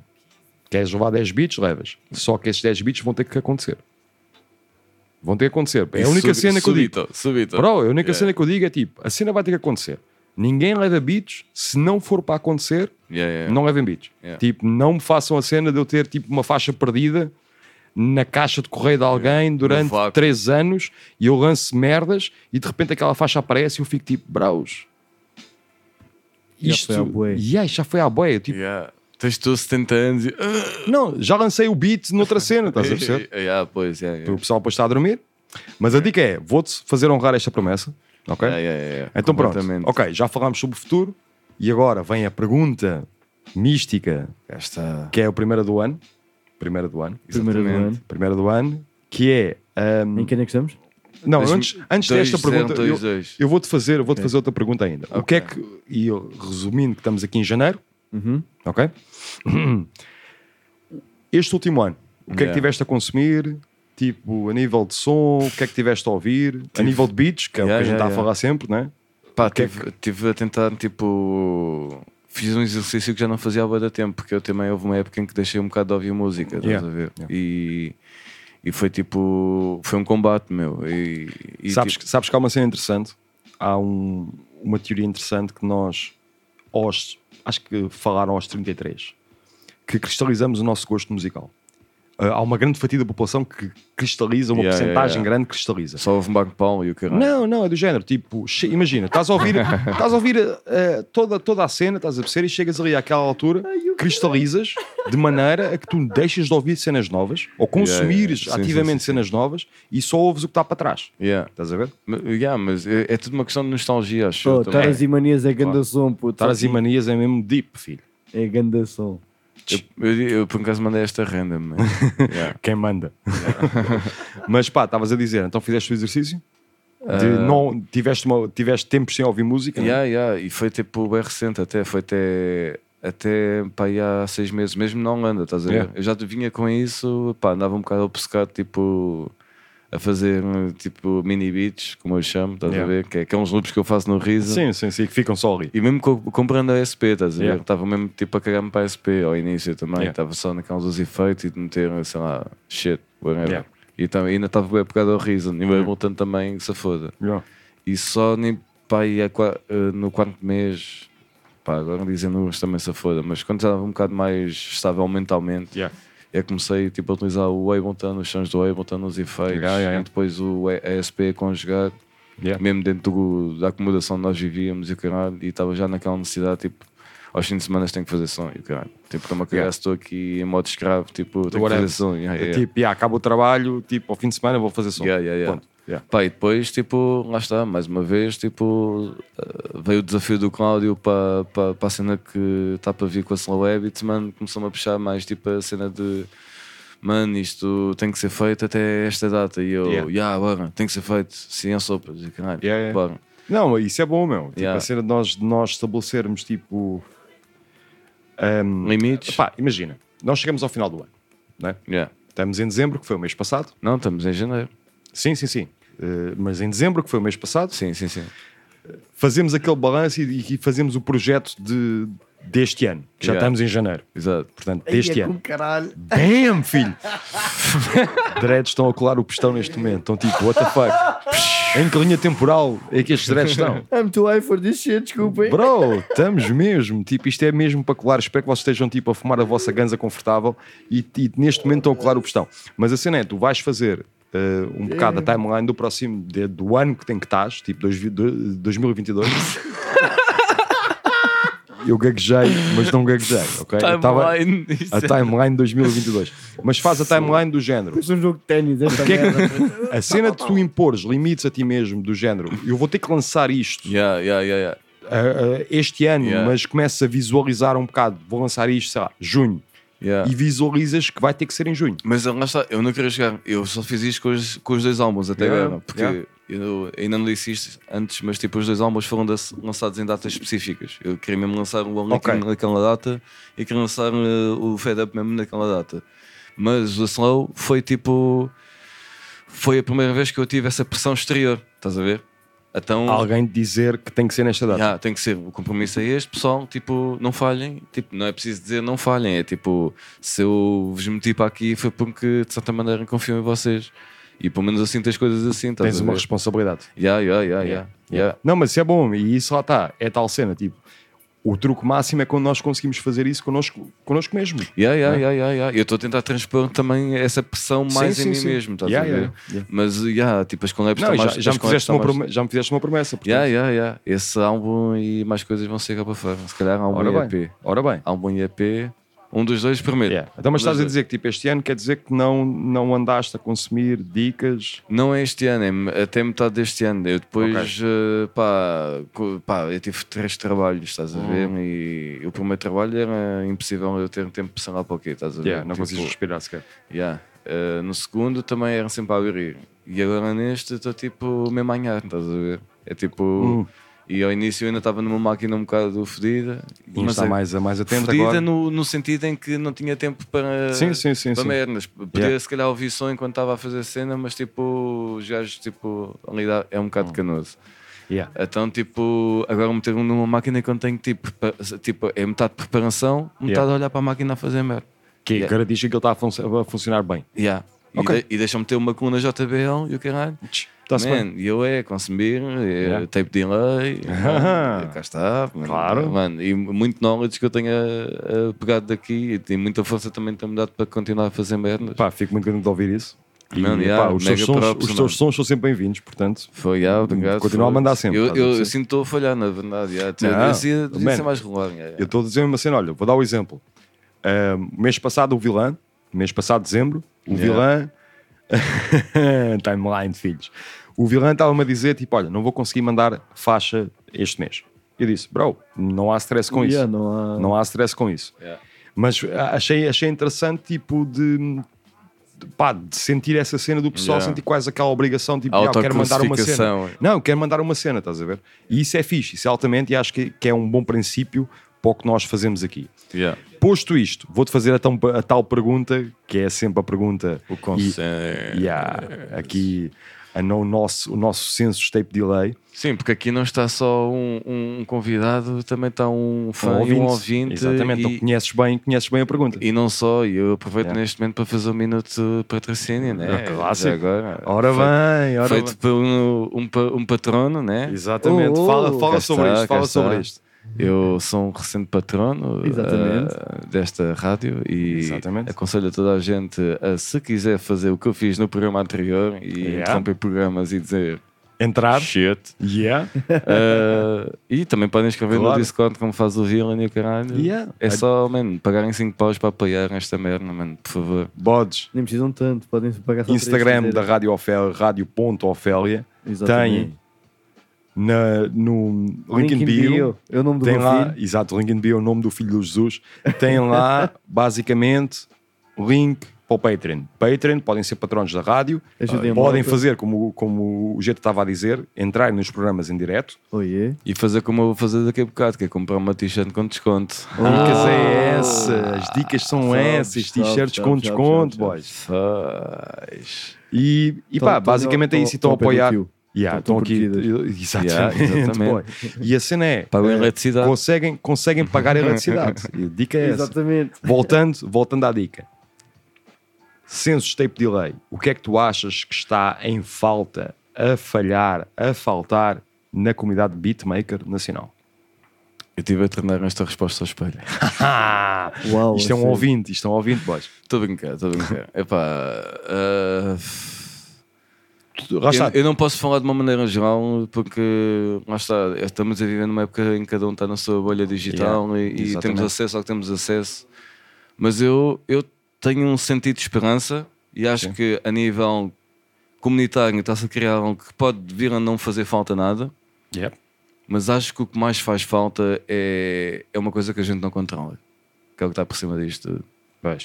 Queres levar 10 beats, levas. Só que esses 10 beats vão ter que acontecer. Vão ter que acontecer. É a Isso, única subi- cena que eu digo. subito, subito. Bro, a única Yeah. cena que eu digo é tipo: a cena vai ter que acontecer. Ninguém leva beats, se não for para acontecer, Yeah, yeah. não levem beats. Yeah. Tipo, não me façam a cena de eu ter tipo uma faixa perdida na caixa de correio de alguém durante três anos e eu lanço merdas e de repente aquela faixa aparece e eu fico tipo, braus. Já Isto, foi à bué. Yeah, já foi à boia. Tipo, Yeah. Tens tu 70 anos e. Não, já lancei o beat noutra cena, estás a perceber? Tipo, yeah, pois, yeah, yeah. O pessoal depois está a dormir. Mas a dica é: vou-te fazer honrar esta promessa. Ok? Então pronto. completamente. Ok, já falámos sobre o futuro. E agora vem a pergunta mística. Esta... Que é a primeira do ano. Primeira do ano. Primeira do Exatamente. ano. Primeira do ano. Que é. ahm, Em quem é que estamos? Não, Dois- antes, antes dois, desta pergunta, zero, dois, eu, dois. eu vou-te fazer, vou -te Ok. fazer outra pergunta ainda. O que é que, e eu, resumindo que estamos aqui em janeiro, Uhum. Ok? Este último ano, o que é Yeah. que tiveste a consumir? Tipo, a nível de som, o que é que tiveste a ouvir? A Tive- nível de beats, que é o que Yeah, a gente está yeah, a yeah. falar sempre, não é? Pá, O que é estive a tentar, tipo. Fiz um exercício que já não fazia há bué da tempo, porque eu também houve uma época em que deixei um bocado de ouvir música, estás Yeah, a ver? E, e foi tipo. Foi um combate, meu. E, e sabes, tipo, que- sabes que há uma cena interessante. Há um- uma teoria interessante que nós, aos, acho que falaram aos 33, que cristalizamos o nosso gosto musical. Ah, há uma grande fatia da população que cristaliza, uma Yeah, yeah, porcentagem yeah. grande cristaliza. Só houve um banco de pau e o caralho. Não, não, é do género. Tipo, che- imagina, estás a ouvir, estás a ouvir eh, toda, toda a cena, estás a perceber, e chegas ali àquela altura, cristalizas de maneira a que tu deixas de ouvir cenas novas ou Yeah, yeah, consumires sim, sim, ativamente cenas novas e só ouves o que está para trás. Yeah. Estás a ver? Yeah, mas é, é tudo uma questão de nostalgia, acho Oh, eu. também. Taras e Manias é ganda som, puto. Taras e Manias é mesmo deep, filho. É ganda som. Eu, eu, eu, por acaso mandei esta renda, mas. Yeah. Quem manda? Mas pá, estavas a dizer, então fizeste o exercício? Eh, De Ah. não, tiveste, uma, tiveste tempo sem ouvir música? não é? Yeah, yeah. E foi tipo bem recente, até foi até, até pá, aí há seis meses, mesmo na Holanda, estás a ver? Yeah. Eu já vinha com isso, pá, andava um bocado obcecado, tipo, a fazer tipo mini beats, como eu chamo, estás Yeah. a ver? Que é, que é uns loops que eu faço no riso. Sim, sim, sim, que ficam só ali. E mesmo co- comprando a SP, estás a ver? Yeah. Estava mesmo tipo a cagar-me para a SP ao início também. Yeah. Estava só naqueles dos efeitos e de meter, sei lá, shit, whatever. Yeah. E tam- ainda estava bem pegado ao Reason e o Ableton também se foda. E só nem, pá, e a qua- eh, no quarto mês, pá, agora dizem números também se foda, mas quando estava um bocado mais estável mentalmente, é que comecei tipo, a utilizar o Ableton, os sons do Ableton, os efeitos, Yeah, yeah, yeah. e depois o E- ESP conjugado, Yeah. mesmo dentro do- da acomodação onde nós vivíamos e o caralho, e estava já naquela necessidade, tipo, aos fins de semana tenho que fazer som e o caralho. Tipo, estou-me a cagar Yeah. se estou aqui em modo escravo, tipo, tenho que Whatever. fazer som. Yeah, É yeah, Tipo, yeah, acaba o trabalho, tipo, ao fim de semana vou fazer som. Yeah, yeah, yeah. Ponto. Yeah. Pá, e depois, tipo, lá está, mais uma vez, tipo, eh, veio o desafio do Cláudio para pa, pa a cena que está para vir com a Slow Habits, mano, começou-me a puxar mais, tipo, a cena de, mano, isto tem que ser feito até esta data, e eu, Yeah. yeah, bora, tem que ser feito, sim, é sopas, e caralho, Yeah, yeah. bora. Não, isso é bom, meu. Tipo, Yeah. a cena de nós, de nós estabelecermos, tipo... ehm, Limites. Pá, imagina, nós chegamos ao final do ano, não é? Yeah. Estamos em dezembro, que foi o mês passado. Não, estamos em janeiro. Sim, sim, sim. Eh, mas em dezembro, que foi o mês passado. Sim, sim, sim. Fazemos aquele balanço e, e fazemos o projeto de, deste ano, que já Yeah. estamos em janeiro. Exato. Portanto, é deste ano. caralho. Damn, filho! dreads estão a colar o pistão neste momento. Estão tipo, what the fuck? em que linha temporal é que estes dreads estão? I'm too high for this shit, desculpem. Bro, estamos mesmo. Tipo, isto é mesmo para colar. Espero que vocês estejam tipo, a fumar a vossa ganza confortável e, e neste momento estão a colar o pistão. Mas a cena é: tu vais fazer eh, um bocado a timeline do próximo, de- do ano que tem que estás, tipo dois vi- do- 2022. Eu gaguejei, mas não gaguejei, ok? Eu tava- Timeline, isso a é- timeline de 2022. Mas faz a timeline do género. Isso é um jogo de ténis, esta O que é que- merda. a cena de tu impores limites a ti mesmo, do género, eu vou ter que lançar isto Yeah, yeah, yeah, yeah. uh, uh, este ano, Yeah. mas começa a visualizar um bocado, vou lançar isto, sei lá, junho. Yeah. E visualizas que vai ter que ser em junho. Mas lá está, eu não queria chegar. Eu só fiz isto com os, com os dois álbuns até Yeah, agora. Porque yeah. eu ainda não disse isto antes, mas tipo, os dois álbuns foram das- lançados em datas específicas. Eu queria mesmo lançar o álbum Ok. naquela data e queria lançar eh, o Fed Up mesmo naquela data. Mas o Slow foi tipo. Foi a primeira vez que eu tive essa pressão exterior, estás a ver? Então, Alguém dizer que tem que ser nesta data. Yeah, tem que ser. O compromisso é este, pessoal. Tipo, não falhem. Tipo, não é preciso dizer não falhem. É tipo, se eu vos meti para aqui foi porque de certa maneira confio em vocês. E pelo menos assim as coisas assim. estás Tens a uma ver? responsabilidade. Yeah, yeah, yeah, yeah. yeah. Não, mas isso é bom, e isso lá está, é tal cena, tipo, o truque máximo é quando nós conseguimos fazer isso connosco, connosco mesmo. Yeah, yeah, Não é? yeah, yeah, yeah. Eu estou a tentar transpor também essa pressão Sim, mais sim, em mim sim. mesmo, estás Yeah, a ver? yeah, yeah. Mas, yeah, tipo, as collabs Não, estão e já, mais- já as me collabs fizeste estão uma mais- prome- já me fizeste uma promessa. portanto. Yeah, yeah, yeah. Esse álbum e mais coisas vão ser cá para fora. Se calhar álbum Ora e bem, EP. Ora bem. Álbum e EP. Um dos dois primeiro. Então, mas Um estás dos a dois. dizer que tipo, este ano quer dizer que não, não andaste a consumir dicas. Não é este ano, é me- até metade deste ano. Eu depois, Ok. eh, pá, co- pá, eu tive três trabalhos, estás a ver? Hum. E o primeiro trabalho era impossível eu ter um tempo sei lá para o quê, estás a ver? Tipo, Yeah, não consegues respirar sequer. Yeah. Eh, no segundo também Uh. era sempre a abrir. E agora neste estou tipo mesmo a anhar, estás a ver? É tipo. E ao início eu ainda estava numa máquina um bocado fodida. é E está tá mais- mais atento Fodida agora. no, no sentido em que não tinha tempo para, Sim, sim, sim, para sim. merdas. Podia Yeah. se calhar ouvir som enquanto estava a fazer cena, mas tipo, os gajos tipo, ali dá- é um bocado Hum. canoso. Yeah. Então, tipo, agora meter-me numa máquina que eu tenho tipo, pa- tipo, é metade de preparação, metade Yeah. a olhar para a máquina a fazer merda. Que Yeah. garantir que ele está a, func- a funcionar bem. Yeah. Ok. E, de, e deixam-me ter uma coluna JBL e o caralho. tá-se Man, E eu é consumir, é Yeah. tape delay, Ah. mano, cá está. mano. Claro. Mano, e muito knowledge que eu tenho a, a pegado daqui e tenho muita força também ter-me dado para continuar a fazer merdas. Pá, fico muito contente de ouvir isso. E, Mano, pá, yeah, os, teus mega sons, props, os teus mano. sons são sempre bem-vindos, portanto. Foi, yeah, obrigado. Continua a foi. mandar sempre. Eu, estás a eu, eu perceber? sinto que estou a falhar, na verdade. Yeah. Tu- Não, eu devia- devia man. ser mais regular. yeah, yeah. Eu estou a dizer uma cena, olha, vou dar o exemplo. Ah, mês passado o vilã, mês passado dezembro, o Yeah. vilã. Timeline, filhos. O vilã estava-me a dizer, tipo, olha, não vou conseguir mandar faixa este mês. Eu disse, bro, não há stress com Yeah, isso. não há- não há stress com isso. É. Mas achei, achei interessante, tipo, de, de, pá, de sentir essa cena do pessoal, Yeah. sentir quase aquela obrigação, tipo, ah, eu quero mandar uma Autoclassificação, cena. é. Não, eu quero mandar uma cena, estás a ver? E isso é fixe, isso é altamente, e acho que, que é um bom princípio para o que nós fazemos aqui. Yeah. Posto isto, vou-te fazer a, tão- a tal pergunta, que é sempre a pergunta. O consenso. aqui, a não- o nosso, o nosso census tape delay. Sim, porque aqui não está só um, um convidado, também está um fã e um ouvinte. Exatamente, e- então conheces bem, conheces bem a pergunta. E não só, e eu aproveito Yeah. neste momento para fazer um minuto de patrocínio, É né? clássico. Já Agora, Ora Feito- bem, ora Feito bem. por um, um, pa- um patrono, né? Exatamente. Oh, oh. Uh, Fala- fala Cá sobre isto, cá fala sobre isto. Eu sou um recente patrono Exatamente. ah, desta rádio e aconselho a toda a gente a, se quiser fazer o que eu fiz no programa anterior e Yeah. interromper programas e dizer. Entrar. Shit. Yeah. Ah, e também podem escrever no Claro. Discord como faz o Villain e o caralho. Yeah. É só, mano, pagarem 5 paus para apoiar esta merda, mano, por favor. Bodes. Nem precisam tanto, podem pagar só três, Instagram quer da dizer. Rádio Ofélia, rádio.ofélia, Exatamente. tem na, no Link in LinkedIn Bio, bio, é o nome do tem meu lá, filho. Exato, LinkedIn Bio é o nome do filho do Jesus. Tem lá, basicamente, link para o Patreon. Patreon, podem ser patronos da rádio, Ajudem a podem malta. fazer, como, como o Jeto estava a dizer, entrar nos programas em direto. E fazer como eu vou fazer daqui a bocado, que é comprar uma t-shirt com desconto. Dicas Ah. é essa, as dicas são Sabes, essas, sabes, t-shirts com sabes, desconto, boys. E, e pá, Tão- tão- basicamente é isso, e estão tão- a tão apoiar. pelo tio. Yeah, Tão- estão tão aqui. curtidas. Exatamente. Yeah, exatamente. boy. E a cena é. Pagam eh, eletricidade. Conseguem, conseguem pagar a eletricidade. E a dica é essa. Exatamente. Voltando, voltando à dica. Census tape delay. O que é que tu achas que está em falta, a falhar, a faltar na comunidade beatmaker nacional? Eu estive a treinar esta resposta ao espelho. Uau, isto é um sério? ouvinte, isto é um ouvinte, boys. Estou a brincar, estou a brincar. Epá, ah, lá está. eu, eu não posso falar de uma maneira geral porque lá está, estamos a viver numa época em que cada um está na sua bolha digital Yeah, e- e, temos exatamente. acesso ao que temos acesso. Mas eu, eu tenho um sentido de esperança e acho que a nível comunitário está-se a criar algo que pode vir a não fazer falta nada. Mas acho que o que mais faz falta é, é uma coisa que a gente não controla. Que é o que está por cima disto tudo.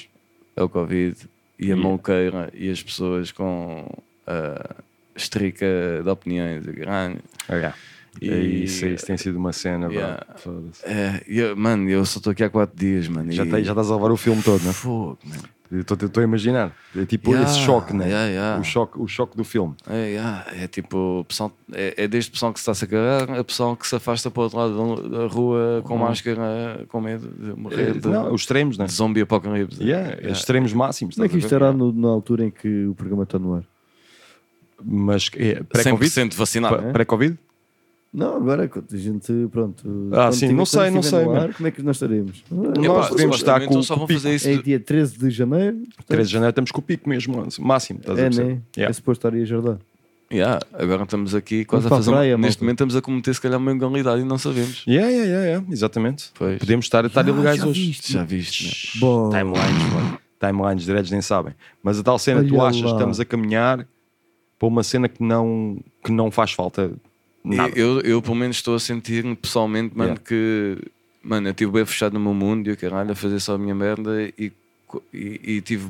É o Covid e a Yeah. maluqueira e as pessoas com a estrica de opiniões. e caralho. Yeah. E- E... É Isso, isso tem sido uma cena, bro. Yeah. Foda-se. É, e eu- mano, eu só estou aqui há quatro dias, mano. Já, e- tá- já estás a levar o filme todo, né? Fogo, mano. Estou a imaginar. É tipo Yeah, esse choque, né? yeah, yeah. O, choque, o choque do filme. É, yeah, é tipo, o pessoal, é, é desde o pessoal que se está a cagar a pessoal que se afasta para o outro lado da da rua com Uhum. máscara, com medo de morrer. Eh, de- não, os extremos, né? de zombie apocalipse. Yeah, Yeah. Extremos máximos. Como é que estás isto a ver? era no- na altura em que o programa está no ar? Mas é, pré-Covid? 100% vacinado. Pré- Pré-Covid? Não, agora quando a gente, pronto. Ah, quando sim, tiver- não sei, quando não estiver sei, no ar, mano. Como é que nós estaremos? Epá, Nós podemos estar supostamente com eles só vão o pico. fazer isso né? É de- dia 13 de janeiro. 13 de janeiro estamos com o pico mesmo, mano, máximo. Estás a É, perceber? né? É suposto estar aí a Jordão. Yeah, agora estamos aqui quase a para a fazer. um- praia, neste malta. momento estamos a cometer se calhar uma ilegalidade e não sabemos. Yeah, yeah, yeah, yeah, exatamente. Podemos estar, estar Yeah, ilegais já hoje. viste, já viste, né? Shhh, Timelines, mano. Timelines, direitos nem sabem. Mas a tal cena, tu Olha achas que lá. estamos a caminhar para uma cena que não, que não faz falta nada. Eu, eu pelo menos estou a sentir pessoalmente, mano, Yeah. que mano, eu estive bem fechado no meu mundo e o caralho a fazer só a minha merda e, co- e, e tive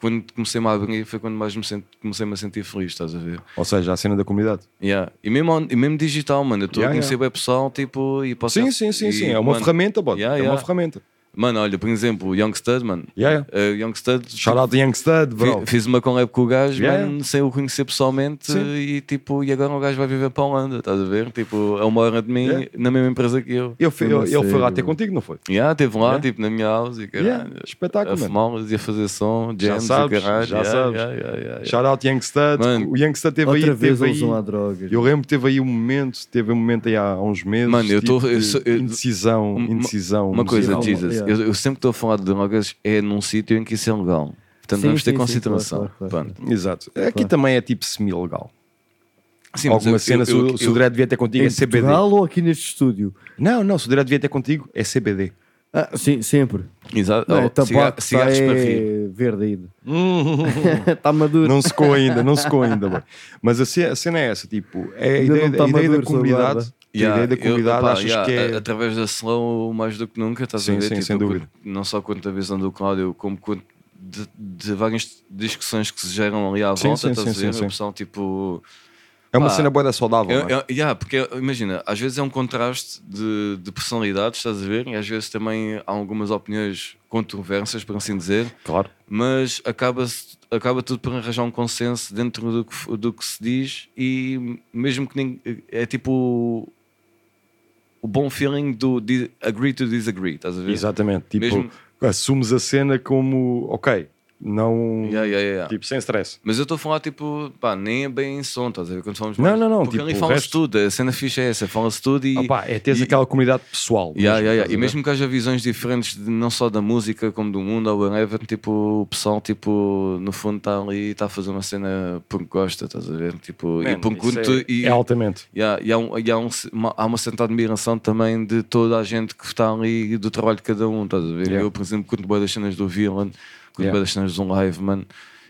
quando comecei-me a abrir foi quando mais me sent- comecei-me a sentir feliz, estás a ver? Ou seja, a cena da comunidade. Yeah. E, mesmo, on- e mesmo digital, mano, eu estou Yeah, a conhecer bem pessoal, tipo, e posso Sim, sim, sim, sim, é uma ferramenta, bode, é uma ferramenta. Mano, olha, por exemplo, o Young Stud, mano. Yeah, Eh, Young Stud. Shout out to Young Stud, bro. Fi- Fiz uma collab com o gajo, Yeah. mano, sem o conhecer pessoalmente Sim. e tipo, e agora o gajo vai viver para a Holanda, estás a ver? Tipo, é uma hora de mim Yeah. na mesma empresa que eu. assim. Eu fui- eu- ele foi lá ter contigo, não foi? Yeah, esteve lá, Yeah. tipo, na minha house e caralho. Tá Yeah, espetáculo, A mano. fumá-las e a fazer som, Já jams e sabes, caralho. já yeah, sabes. yeah, yeah, yeah, yeah. Shout out Youngstud. Mano, O Youngstud teve aí. outra vez um teve eles aí- vão à droga. Eu lembro que teve aí um momento, teve um momento aí há uns meses. Mano, eu tipo, estou. de indecisão, indecisão. Uma coisa, musical, Jesus, mano. eu, eu sempre que estou a falar de drogas é num sítio em que isso é legal. Portanto, Sim, vamos ter sim, sim, consideração. claro, claro, Pronto. Exato. Aqui também é tipo semi-legal. Sim, mas Alguma eu- cena, eu- se o- eu- se o Dredd devia ter contigo Em é CBD. Portugal ou aqui neste estúdio? Não, não, se o Dredd devia ter contigo é CBD. Ah, sim, sempre. Exato. Não, Oh, é tabaco, ciga- cigarros tá, para é rir. verde ainda. Está Tá maduro. Não secou ainda, não secou ainda. bro. Mas a ce- a cena é essa, tipo, é a Ainda ideia, não tá a ideia da maduro, comunidade. sou que a ideia da Yeah, eu- comunidade pá, é achas yeah, que a- é. Através da slow, mais do que nunca, estás Sim, a ver? sim, sem com- dúvida. Não só quanto a visão do Cláudio, como quanto de, de várias discussões que se geram ali à Sim, volta, sim, estás sim, a ver? sim, sim. O pessoal, tipo. É uma cena bué da saudável, É, não é? é- yeah, porque imagina, às vezes é um contraste de, de personalidades, estás a ver? E às vezes também há algumas opiniões controversas, por assim dizer. Claro. Mas acaba, acaba tudo por arranjar um consenso dentro do que, f- do que se diz e mesmo que ninguém. É tipo o bom feeling do di- agree to disagree, estás a ver? Exatamente. Tipo, Mesmo- assumes a cena como, ok, não. Yeah, yeah, yeah. Tipo, sem stress. Mas eu estou a falar, tipo, pá, nem é bem em som, estás a ver? Quando falamos Não, não, não, Porque tipo, ali o fala-se resto- tudo, a cena ficha é essa, fala-se tudo e. Opa, é teres e- aquela comunidade pessoal. Yeah, yeah, yeah. estás a E ver? mesmo que haja visões diferentes, de- não só da música como do mundo ou whatever, tipo, o pessoal, tipo, no fundo está ali e está a fazer uma cena porque gosta, estás a ver? Tipo, e Man, por isso conta- é- e- é altamente. Yeah, e há, um- e há um- uma, há uma certa admiração também de toda a gente que está ali e do trabalho de cada um, estás a ver? Yeah. Eu, por exemplo, curto bem das cenas do Villain, curto Yeah. bem das cenas de um live, mano.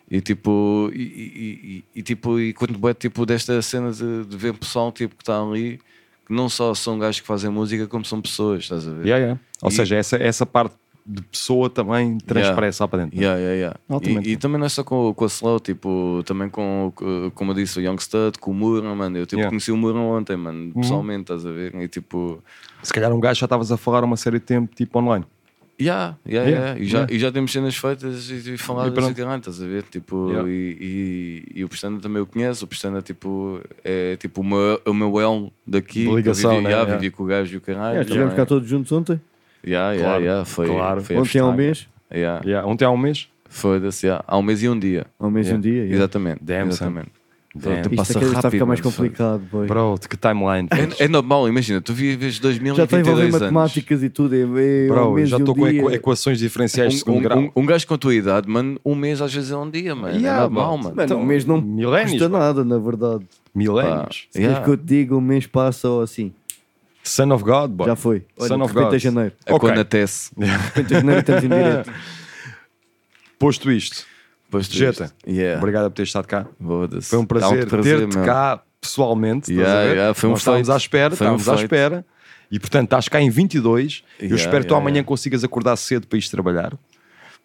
E tipo, e, e- e- e, tipo, e curto bem tipo, desta cena de, de ver pessoal tipo, que está ali, que não só são gajos que fazem música, como são pessoas, estás a ver? Yeah, yeah. Ou E- seja, essa, essa parte de pessoa também transparece Yeah. lá para dentro. é? Yeah, yeah, yeah. Altamente. E, e também não é só com, com a Slow, tipo, também com, com- como eu disse, o Young Stud, com o Muran, mano. Eu tipo, Yeah. conheci o Muran ontem, mano, Uhum. pessoalmente, estás a ver? E tipo, Se calhar um gajo já estavas a falar uma série de tempo, tipo online. Yeah, yeah, Yeah, yeah. E, já, yeah. e já temos cenas feitas e, e E faladas pronto. e caralho, estás a ver? Tipo, Yeah. e, e, e o Pestana também o conhece, o Pestana tipo, é tipo o meu, o meu elmo daqui. De que eu ligação, vivi, né? yeah, Yeah. vivi com o gajo e o caralho. É, estivemos também. cá todos juntos ontem. Yeah, yeah, Claro, yeah, foi, claro. foi Ontem há um abstract. mês? Yeah. Yeah, Ontem há um mês? Foda-se, yeah. há um mês e um dia. Há um mês e É. um dia, yeah. Exatamente. Damn, son. exatamente. Damn. Pronto, Isto é que está a ficar mais mano, foda-se. complicado, boy. Tipo, Bro, de que timeline? É, é normal, imagina, tu vives Já está a envolver 2022 anos. matemáticas e tudo. É, é Bro, um eu mês já e um estou com dia. equa- equações diferenciais de um, segundo grau. um, um gajo com a tua idade, mano, um mês às vezes é um dia, mano. é Yeah, normal, bro. mano. Mano, Então, um mês não custa nada, na verdade. Milénios. Se queres que eu te diga, um mês passa ou assim. Son of God, boy. Já foi. Olha, Son de of repente God. é janeiro. É quando acontece. De repente é janeiro e estamos em direto. Posto isto, Posto Jeta, isto. Yeah. obrigado por ter estado cá. Foda-se. Foi um prazer, Dá um prazer, ter-te meu. cá pessoalmente. estás Yeah, a ver? yeah, foi um Nós estávamos feito. à espera, Foi um estávamos à feito. espera. E portanto, estás cá em 22. eu Yeah, espero que tu yeah, amanhã yeah. consigas acordar cedo para ir trabalhar.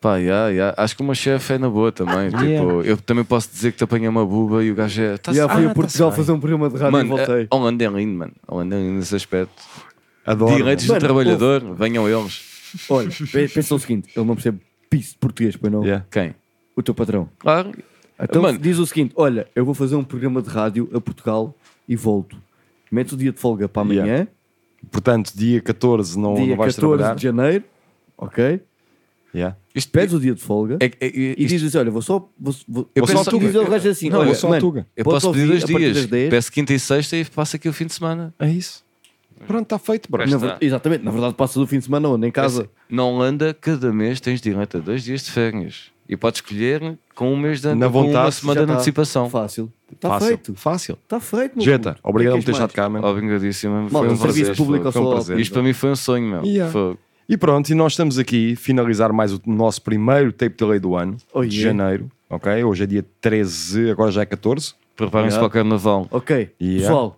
Pá, yeah, yeah. Acho que uma chefe é na boa também. tipo, yeah. eu também posso dizer que te apanhei uma buba e o gajo é. Já fui a Portugal fazer um programa de rádio e Mano, voltei. a- Holanda é lindo, mano. Holanda é lindo nesse aspecto. Adoro, Direitos mano. do Mano, trabalhador, venham eles. Olha, pe- pensa o seguinte: ele não percebe piso de português, pois não? Quem? O teu patrão. Claro. Então Mano. diz o seguinte: olha, eu vou fazer um programa de rádio a Portugal e volto. Mete o dia de folga para amanhã, Yeah. Portanto, dia 14 não, dia não vais 14 trabalhar. de janeiro, ok? Yeah. Isto pedes o dia de folga e dizes: olha, vou só. Vou, vou, É Eu vou peço só ao Tuga. diz ele gajo assim: Não, olha, eu sou mano, Tuga. Eu podes posso pedir dois ouvir a partir dias. das 10. Peço quinta e sexta e passo aqui o fim de semana. É isso. Pronto, está feito, bro. Na ver- exatamente, na verdade passa do fim de semana onde? Em casa. assim, Na Holanda, cada mês tens direito a dois dias de férias. E podes escolher com um mês de Na com uma vontade, semana já de tá. antecipação. Fácil. Está Fácil, feito. tá Fácil. Está feito, meu Jeta, puto. obrigado O que por é ter que és estado cá, mano. Obrigadíssimo. Malta, Foi um serviço prazer. público ao foi um sol. prazer. Isto para mim foi um sonho, meu. Yeah. Fogo. E pronto, e nós estamos aqui a finalizar mais o nosso primeiro tape delay do ano, Oh, de yeah. janeiro, ok? Hoje é dia 13, agora já é 14. Preparem-se Yeah. para o carnaval. Ok, Yeah. pessoal,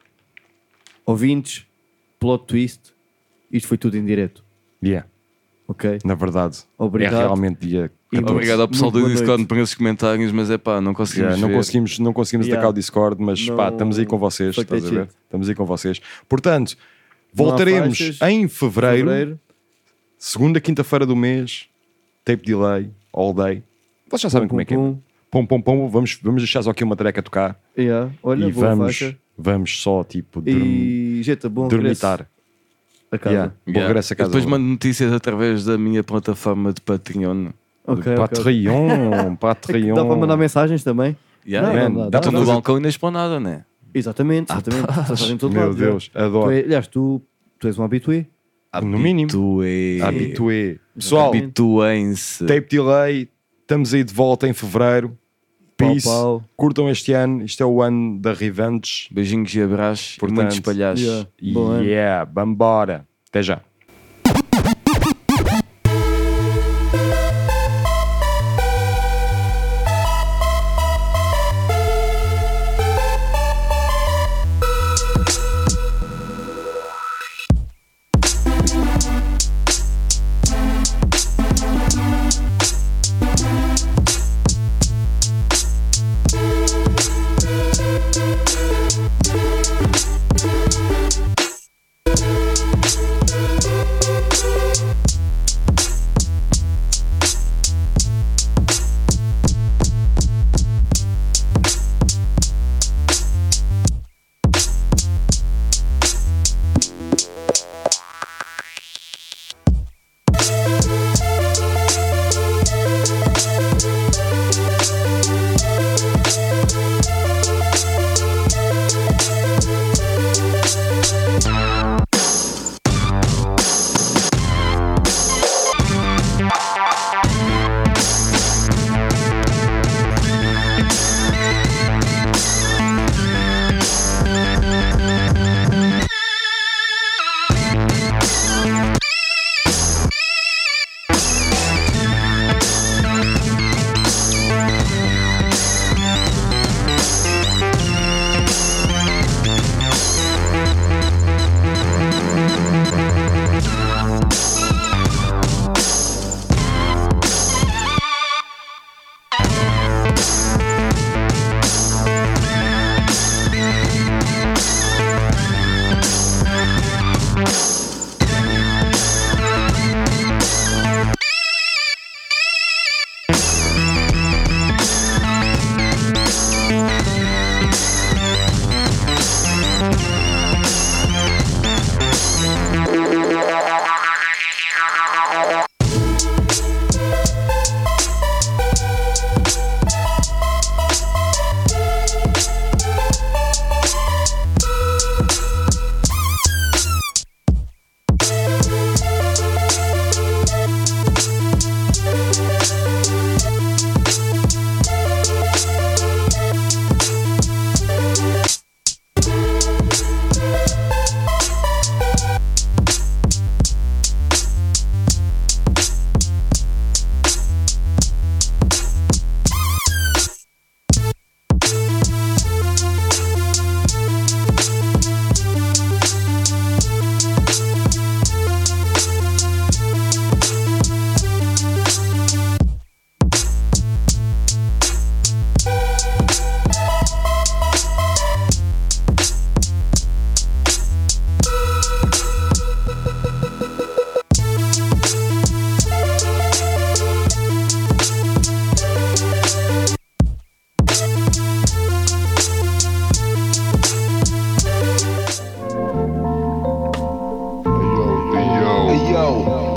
ouvintes, plot twist, isto foi tudo em direto. Yeah. Ok. Na verdade. Obrigado. É realmente dia. E 14. Obrigado ao pessoal do Discord por esses comentários, mas é pá, não conseguimos. Yeah, não ver. conseguimos, não conseguimos Yeah. atacar o Discord, mas Não- pá, estamos aí com vocês. Fuck Estás a that ver? shit. Estamos aí com vocês. Portanto, Não há voltaremos faixas. em fevereiro, Fevereiro. segunda, quinta-feira do mês, tape delay, all day. Vocês já sabem Pum, como é que é. pum, Pum, pum, pum, vamos, vamos deixar só aqui uma treca tocar Yeah. Olha, e boa vamos, faixa. vamos só tipo dormir. E, gente, bom dormitar. regresso A casa. Yeah. Bom Yeah. regresso a casa. Eu Depois mando notícias através da minha plataforma de Patreon. Ok, ok. É que Patreon, Patreon. Dá para mandar mensagens também? é Yeah, yeah. Estão no balcão e na esplanada, não é? Ah, Exatamente, exatamente. pá. Estás em todo Meu lado, já. Deus, adoro. Tu é- aliás, tu, tu és um habitué. No mínimo. Habitué. Habitué. Pessoal, habituem-se. Tape Delay, estamos aí de volta em fevereiro. Peace. pau. Curtam este ano, isto é o ano da Revenge. Beijinhos e abraços, e muitos palhaços. Yeah, Yeah. Bom ano. vambora. Até já.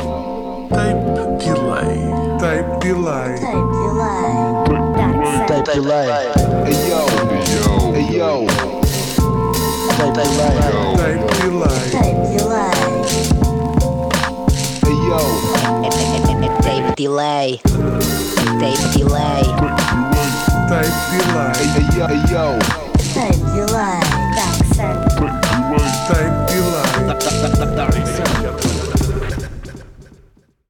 Tape delay. Tape delay. Tape delay. Hey yo. Tape delay. Tape delay. Tape delay. Tape delay. Tape delay. Tape delay.